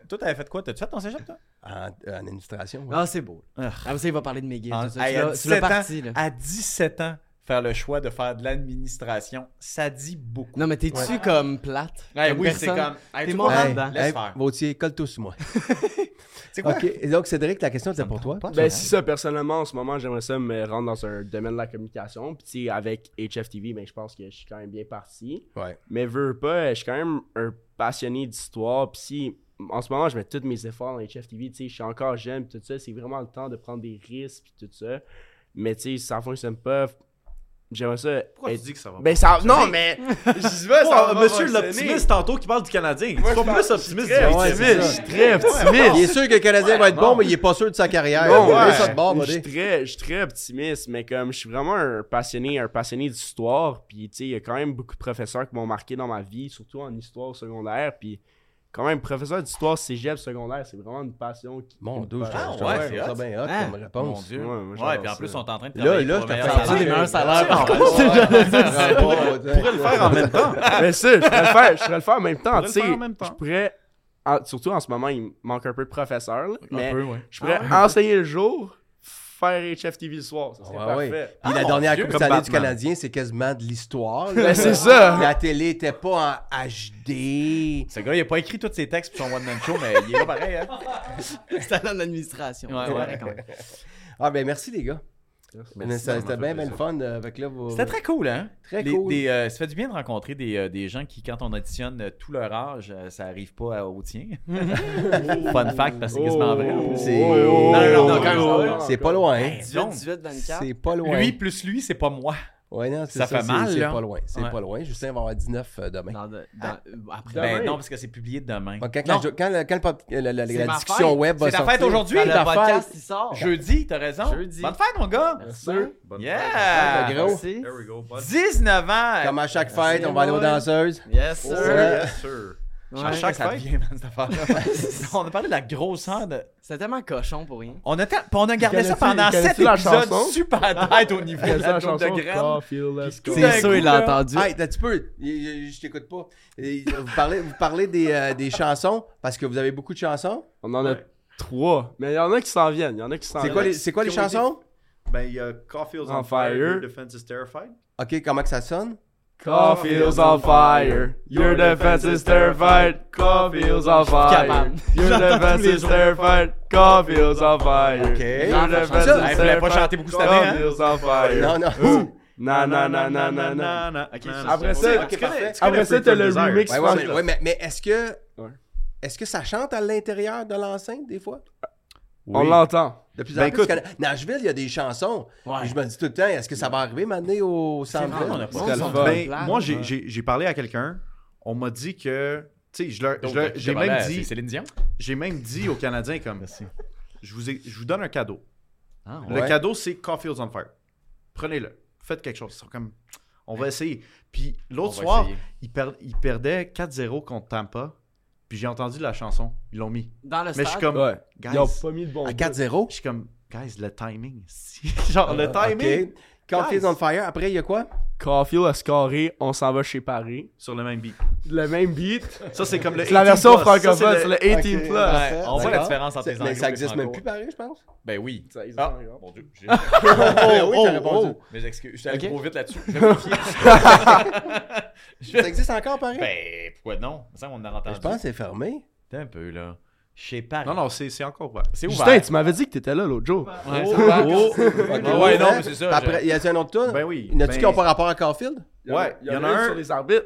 Toi, t'avais fait quoi? T'as-tu fait ton cégep, toi? En, en administration, ouais. Ah, c'est beau. Ah. Après ça, il va parler de mes En- gays. tout ça. Hey, Tu à l'as- Tu 17 l'as ans, parti, là. À 17 ans, faire le choix de faire de l'administration, ça dit beaucoup. Non, mais t'es-tu Ouais. comme plate? Hey, Comme oui, c'est personne? comme. Hey, T'es tu mort vois, là-dedans. laisse faire. Vautier, colle-toi sur moi. Tu sais quoi? OK. Et donc, Cédric, la question était pour toi. Ben, c'est ça, personnellement, en ce moment, j'aimerais ça me rendre dans un domaine de la communication. Puis, tu sais, avec HFTV, ben, je pense que je suis quand même bien parti. Ouais. Mais, veux, veux pas, je suis quand même un passionné d'histoire. Puis, si, en ce moment, je mets tous mes efforts dans HFTV, tu sais, je suis encore jeune, puis tout ça, c'est vraiment le temps de prendre des risques, puis tout ça. Mais, tu sais, si ça fonctionne pas, j'aimerais ça. Pourquoi être- tu dis que ça va Ben, ça. Non, mais. Je vois, pas? ça va Monsieur fonctionner. l'optimiste tantôt qui parle du Canadien. Moi, Ils sont je pense- plus optimistes très que ouais, optimistes. c'est ça. Je suis très optimiste. Il est sûr que le Canadien va être bon, mais il est pas sûr de sa carrière. Non, Bon, ouais. ça de bord, Je suis buddy. très, je suis très optimiste, mais comme je suis vraiment un passionné, un passionné d'histoire, puis tu sais, il y a quand même beaucoup de professeurs qui m'ont marqué dans ma vie, surtout en histoire secondaire, puis quand même, professeur d'histoire cégep secondaire, c'est vraiment une passion qui... Mon qui me dieu, je parle. Ah, je- je- ouais, je- c'est je- hot. ça bien hot Ah, comme Mon réponse. Dieu. Ouais, moi, Ouais, j'adore puis en plus, ça. on est en train de Là, travailler. là, pour je te le fais meilleur Ah, T'as-tu ouais. des meilleurs salaires? Ouais, ouais, ouais. pourrait le faire en même temps. Mais ça, je pourrais le faire, je pourrais le faire en même temps, pourrait le tu sais. faire en même temps. Je pourrais, en- surtout en ce moment, il me manque un peu de professeurs, là, mais ouais. je pourrais Ah enseigner le jour, faire HFTV le soir, ça serait Ouais, ouais. parfait. Puis Ah, la mon dernière Dieu, Coupe comme Stanley du Batman. Canadien, c'est quasiment de l'histoire. là. Ben, c'est ça! La télé était pas en HD. Ce gars, il a pas écrit tous ses textes pour son one-man show, mais il est là pareil. Hein? C'est en administration. Ouais, C'est ouais. vrai, quand même. Ah, ben merci les gars. Ben, Merci, ça ça- m'a C'était fait bien, bien plaisir. le fun. euh, Avec là, vous... C'était très cool, hein? Très Les- cool. des, euh, ça fait du bien de rencontrer des, euh, des gens qui, quand on auditionne euh, tout leur âge, euh, ça arrive pas à- au tien. Fun fact, parce que c'est quasiment vrai. en plus. C'est- Oh. Non, non, non, Oh. quand même, Oh. C'est pas loin. hein. Hey, donc, 18, 24. C'est pas loin. Lui plus lui, c'est pas moi. Ouais, non, c'est Ça fait c'est- mal, C'est là. pas loin. C'est Ouais. pas loin. Justin va avoir 19 euh, demain. Dans, de- dans- euh, après. Demain. Ben non, parce que c'est publié demain. Donc, quand, Non, quand- quand le- quand le pod- euh, la, la- la C'est ma discussion fête. web va C'est ta sortir- fête aujourd'hui? Quand C'est ta le podcast, fête. il sort. jeudi, t'as raison. Jeudi. Bonne fête, mon gars! Merci. Bonne Yeah! fête, le gros. Merci. There we go, bud. 19 ans! Comme à chaque fête, C'est on va aller aux moi. danseuses. Yes, Oh, sir. Yes, sir. Ouais. À chaque fête. on a parlé de la grosseur de. C'était tellement cochon pour rien. On a, tant- puis on a gardé ça Connais-tu- pendant connais-tu 7 la épisodes chanson? super tête au niveau de Fais ça, la la joke de chanson, graine. Caulfield, let's Puis go. tout d'un C'est coup, sûr, il là, l'a entendu. Hey, t'as- tu peux. Je, je- je t'écoute pas. Et euh, Vous parlez, vous parlez des, euh, des chansons parce que vous avez beaucoup de chansons. On en a Ouais. trois. Mais il y en a qui s'en viennent. Il y en a qui s'en C'est viennent. quoi les, c'est quoi les qui ont été- chansons? Ben, il y a Caulfield's On on fire, fire. Your defense is terrified. Ok, comment que ça sonne? Caulfield's on fire. Your defense is terrified. Caulfield's on fire. Capable. Your defense is terrified. Caulfield's on fire. Ok. Your defense Ça, is elle voulait pas terrified. chanter beaucoup cette année, hein? Caulfield's on fire. Non, non. Na na na na na na. Après ça, ok, parfait. Après ça, t'as le remix. Ouais, ouais, mais, ouais, mais- mais est-ce que. Ouais. Est-ce que ça chante à l'intérieur de l'enceinte des fois? On l'entend. De plus en Ben, plus. écoute. parce que Nashville, il y a des chansons. Ouais. Et je me dis tout le temps, est-ce que ça va arriver maintenant au centre vraiment- Bell? on a pas- Parce on que- s'en Ben, fait plein. Moi, j'ai- j'ai j'ai parlé à quelqu'un. On m'a dit que. Tu sais, je leur- je leur- j'ai même dit. Céline Dion. J'ai même dit aux Canadiens comme je vous, ai- je vous donne un cadeau. Ah, Le ouais. cadeau, c'est Caulfield's on Fire. Prenez-le. Faites quelque chose. Ils sont comme, on va essayer. Puis l'autre On va soir, essayer. ils, per- ils perdaient 4-0 contre Tampa. Puis j'ai entendu la chanson. Ils l'ont mis. Dans le Mais stade. je suis comme, Ouais. guys, Ils ont pas mis le bon. À bout. 4-0. je suis comme, guys, le timing. Genre, le Ah, timing Ok. Caulfield's Guys. on fire. Après, il y a quoi? Caulfield a scoré. On s'en va chez Paris. sur le même beat. Le même beat. Ça, c'est comme le. C'est la 18 version plus. Ça, c'est francophone. le- C'est le 18 Ok. plus. Parfait. Ouais, on voit D'accord. la différence entre C'est- les Anglais Mais et ça les existe même Franco. plus pareil, je pense. Ben oui. Ça, ils ont Ah, raison. mon Dieu. j'ai- Ben oui, oh, t'as répondu. oh. Mais j'excuse, je suis allé Ok. trop vite là-dessus. Je vais vérifier. Ça existe encore pareil? ben, pourquoi non? Ça, on en a entendu. je pense que c'est fermé. Attends un peu, là. Je sais pas. Non, non, c'est c'est encore vrai. C'est ouvert. Justin, tu m'avais dit que t'étais là l'autre jour. Ouais, c'est ouvert. Ok, Ah ouais, ouais, non, hein? mais c'est ça. Après, y a-t-il un autre Ah. tour? Ben oui. Y en a-tu ben, qui ont pas rapport à Caulfield? Ouais, il y en a une un. sur les arbitres.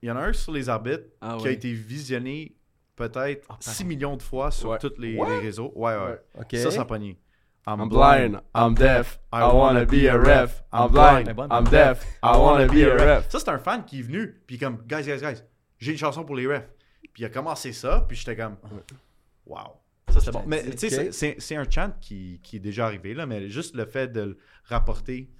Il y en a un sur les arbitres Ah qui a ouais. été visionné peut-être Ah, 6 millions de fois sur Ouais. tous les, What? les réseaux. Ouais, ouais. Ouais. Ok. Ça, ça a pogné. I'm blind, I'm deaf, Ah I wanna be a ref. I'm blind, I'm deaf, I wanna be a ref. Ça, c'est un fan qui est venu, puis comme, guys, guys, guys, j'ai une chanson pour les refs. Puis il a commencé ça, puis j'étais comme, wow. Ça, c'était bon. Mais tu sais, c'est- c'est- c'est un chant qui, qui est déjà arrivé, là, mais juste le fait de le rapporter,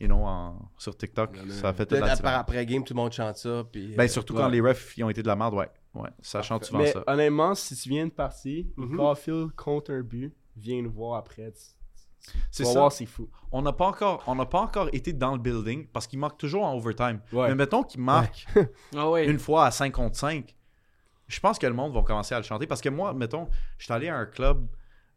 you know, en- sur TikTok, ça a fait toute Peut-être la après, différence. après game, tout le monde chante ça. Puis, Ben, euh, surtout ouais. quand les refs ils ont été de la merde, ouais. Ouais, ça chante souvent Mais ça. honnêtement, si tu viens de partie, Mhm. Caulfield compte un but, viens le voir après. Tu, tu- tu C'est vas ça. voir, c'est fou. on n'a pas encore on n'a pas encore été dans le building parce qu'il marque toujours en overtime. Ouais. Mais mettons qu'il marque Ah ouais. une fois à 5 contre 5, je pense que le monde va commencer à le chanter parce que moi mettons, je suis allé à un club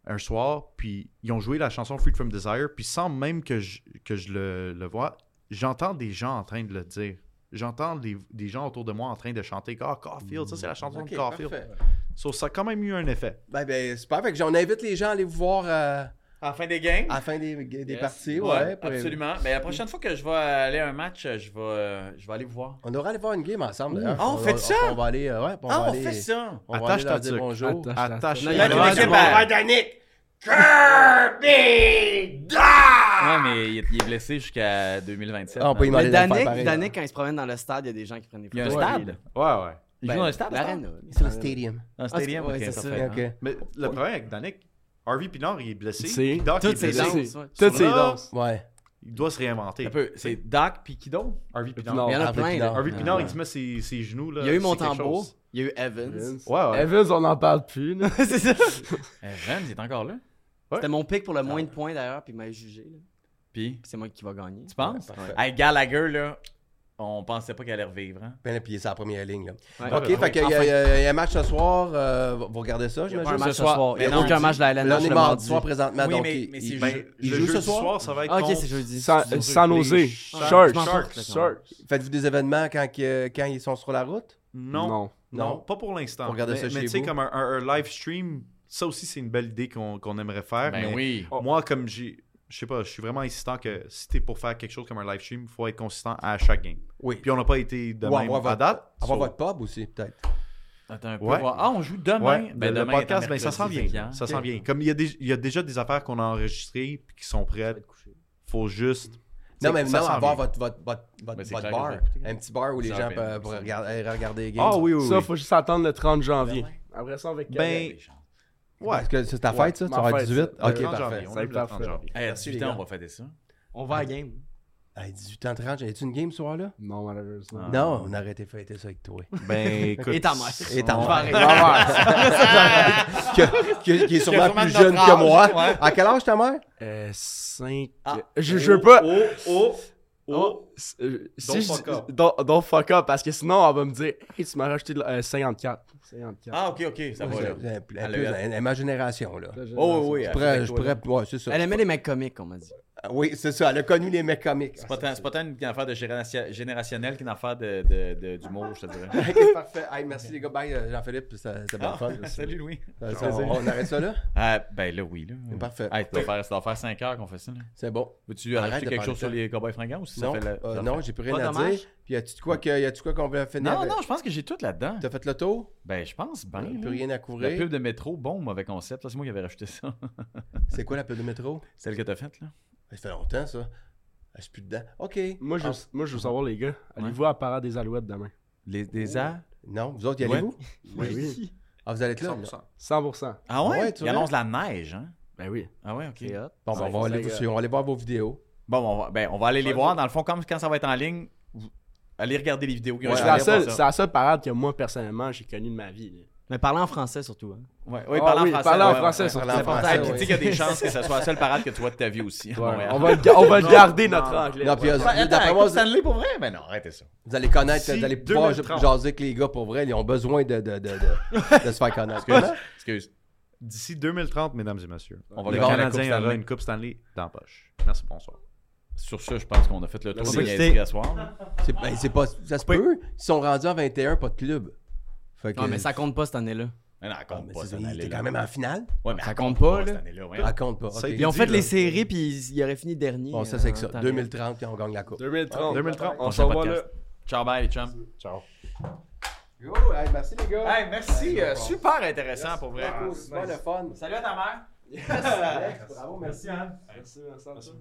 un soir puis ils ont joué la chanson Free from Desire puis sans même que je, que je le, le vois, j'entends des gens en train de le dire. J'entends des, des gens autour de moi en train de chanter Ah, Caulfield, ça c'est la chanson Ok, de Caulfield. parfait. So, ça a quand même eu un effet. Ben, ben, super. Fait que j'en invite les gens à aller vous voir euh, En fin des games. à la fin des, des Yes. parties. Ouais, Ah, pour- absolument. Mais la prochaine fois que je vais aller à un match, je vais, euh, je vais aller voir. On devrait aller voir une game ensemble. d'ailleurs. Ah, on fait ça? On va aller. euh, ouais, on ah, va on aller- fait ça! On va Attache aller leur ta dire tuque. bonjour. Attache Là, il y Là, a tu vraiment l'équipe du monde. à- Kirby Ouais, Ah, mais il est- il est blessé jusqu'à 2027. Ah, on peut y man. demander de Mais le faire Danick, pareil. Danick, quand il se promène dans le stade, il y a des gens qui prennent des Il y a photos. un stade. Ouais, ouais. Il joue dans un stade. à Ben, L'arène, C'est le stadium. Un stadium, ouais, ok, c'est parfait. ça. Ok. Mais le problème avec Danick, Harvey Pinard, il est blessé. C'est- Puis Doc, il est Toutes ces blessé. danses. blessé. ouais. Toutes ces Là, danses. Ouais. Il doit se réinventer. Un peu, c'est Doc puis qui d'autre? Harvey Pinard. Il y en a Harvey plein. Pinard. là. Harvey Ah, Pinard, ouais. il se met ses, ses genoux. Là, Il y a eu c'est quelque Montembeau, chose. il y a eu Evans. Ouais, ouais. Evans, on n'en parle plus. là. c'est ça. Euh, Ren, il est encore là. C'était mon pick pour le moins de points d'ailleurs, puis il m'a jugé. là. Puis, Puis C'est moi qui va gagner. tu penses? parfait. Hey, Gallagher, là, on pensait pas qu'il allait revivre. Hein? Ben, puis c'est la première ligne. Là. Ouais. Ok, Ouais, fait qu'il y, a- Enfin. il y a- il y a un match ce soir. euh, vous regardez ça, Il n'y a pas un j'imagine. match ce ce soir. soir. Il n'y Mais a non, aucun tu- match de la LNH Là, on est le mardi mardi. soir présentement. Oui, donc, mais- il- mais il- c'est Ben, il le joue jeu ce du soir? soir, ça va être Ah, ok, contre c'est jeudi. San- San, San Jose. Jose. Sharks. Sharks. Sharks. Sharks. Sharks. Faites-vous des événements quand, que- quand ils sont sur la route? Non, non, pas pour l'instant. Faut regarder mais, ça mais chez tu sais, vous. comme un, un- un live stream, ça aussi, c'est une belle idée qu'on qu'on aimerait faire. Ben mais oui. Moi, comme j'ai. Je sais pas, je suis vraiment insistant que si t'es pour faire quelque chose comme un live stream, il faut être consistant à chaque game. Oui. Puis on n'a pas été de Ou même avoir à votre- date. Avoir so- votre pub aussi, peut-être. Attends un peu. Ouais. voir. Ah, on joue demain. Ouais, Ben, le- le demain, podcast, étant ben, ça s'en mercredi, c'est vient. bien. Ça Ok. s'en vient. Comme il y, a des- il y a déjà des affaires qu'on a enregistrées puis qui sont prêtes, faut juste. Non, mais ça non, s'en avoir vient. votre, votre, votre, votre, Mais c'est votre clair que bar. je vais écouter. Un petit bar où les Ça gens va peuvent bien. peuvent regarder, aller regarder les games. Ah oui, oui, Ça, oui. faut juste attendre le 30 janvier. Après ça, on va Ben, ouais. Est-ce que c'est ta fête, ça? Tu Ma vas avoir fête, 18? ça. Ok, Le 30 parfait. janvier, Ça on est va le être 30 janvier. Hey, à 18 les ans, gars. on va fêter ça. On va à la game. Hey, 18h30, j'ai-tu une game ce soir-là? Non, malheureusement. Ah. Non, on aurait été fêter ça avec toi. Ben, écoute. Et ta mère. Et ta Je vais mère. arrêter. que, que- qui est Qui est sûrement sûrement plus de notre jeune que âge, moi. ouais. À quel âge ta mère? Euh, 5. Ah. Je, je veux pas. Oh, oh, Ah, Oh, s- euh, si Don't je- fuck up. Don't, don't fuck up, parce que sinon, on va me dire, hey, tu m'as rajouté de la- euh, 54. 54. Ah, ok, ok, ça va là. Elle est plus- elle Elle a est plus- eu- elle est ma génération, là. La Oh, génération. oui, oui. Je avec pourrais, je toi, là. pourrais, ouais, c'est ça. Elle aimait les mecs comiques, on m'a dit. Oui, c'est ça. Elle a connu les mecs comiques. C'est pas tant- C'est pas tant une affaire de génération- générationnelle qu'une affaire de- de- de- d'humour, je te dirais. Ok, parfait. Hey, merci les gars. Bye, euh, Jean-Philippe. C'était c'était bien Ah, fun. Salut Louis. Euh, ça, on, on arrête ça là? Ah, ben là, oui. Là. Parfait. Hey, ça, doit faire, ça doit faire 5 heures qu'on fait ça. Là. C'est bon. Veux-tu Arrête rajouter de quelque parler chose de sur ça. les cowboys fringants ou si non, ça fait la- euh, ça non, fait- j'ai plus rien Pas à dommage. dire. Puis y a-tu de quoi que- y a-tu de quoi qu'on veut finir? non, avec? non, je pense que j'ai tout là-dedans. T'as fait le tour? Ben, je pense bien. Plus là. rien à La couvrir. pub de métro, bon ou mauvais concept? Ça, c'est moi qui avais rajouté ça. C'est quoi la pub de métro? Ben, Celle que t'as faite, là. Ça fait longtemps, ça. Ah, Je suis plus dedans. OK. Moi, je, Ah, moi, je veux savoir, les gars, allez-vous à la Parade des Alouettes demain? Les, des A. Ah, Non, vous autres, y Ouais. allez-vous? Ben oui. Ah, vous allez être là? là? 100%. Ah ouais? Ah ouais, tu Il vois? annonce la neige, hein? Ben oui. Ah ouais, ok. C'est hot. Bon, ben, Ouais, on, va aller, c'est vous suivre, on va aller voir vos vidéos. Bon, on va, ben, on va aller les voir. Dans le fond, comme quand ça va être en ligne, vous- allez regarder les vidéos. Ouais, c'est, allez la voir seule, c'est la seule parade que moi, personnellement, j'ai connue de ma vie. là. Mais parler en français surtout. hein. Ouais, ouais, Ah parler oui, en français. parler en ouais, ouais, français, ouais. surtout. Parler en important. français, Ah, puis ouais. tu sais qu'il y a des chances que ça soit la seule parade que tu vois de ta vie aussi. à Montréal. On va, le- on va le garder, Non, notre non. anglais. Non, puis, euh, Ouais, d'après attends, moi, Coupe Stanley pour vrai? Ben non, arrêtez ça. Vous allez connaître, D'ici vous allez pouvoir 2030. jaser avec les gars pour vrai. Ils ont besoin de, de, de, de, de se faire connaître. Excuse-moi. Excuse. D'ici 2030, mesdames et messieurs, On va le aller voir la Coupe Canadien aura Stanley. une Coupe Stanley dans la poche. Merci, bonsoir. Sur ça, je pense qu'on a fait le tour Merci. des niaiseries à soir. là. C'est- ben, c'est pas, ça se peut. Ils sont rendus à 21, pas de club. Fait que- Ouais, mais ça compte pas cette année-là. Mais non, elle Ah, compte mais pas. c'est- cette T'es année-là. Ah, quand même en finale. Ouais, mais Ça elle compte pas, là. cette année-là, ouais. Raconte pas. ok. Ça a été Ils ont dit, fait là. les séries, puis ils ils auraient fini dernier. Bon, ça, euh, c'est que ça. en temps 2030, puis on gagne la coupe. 2030. 2030. On Prochain s'en va là. podcast. Ciao, bye, les chums. Ciao. Yo, hey, merci les gars. Hey, merci. euh, super intéressant pour vrai. Bravo, c'est pas le fun. Salut à ta mère. Bravo, merci. Merci, merci.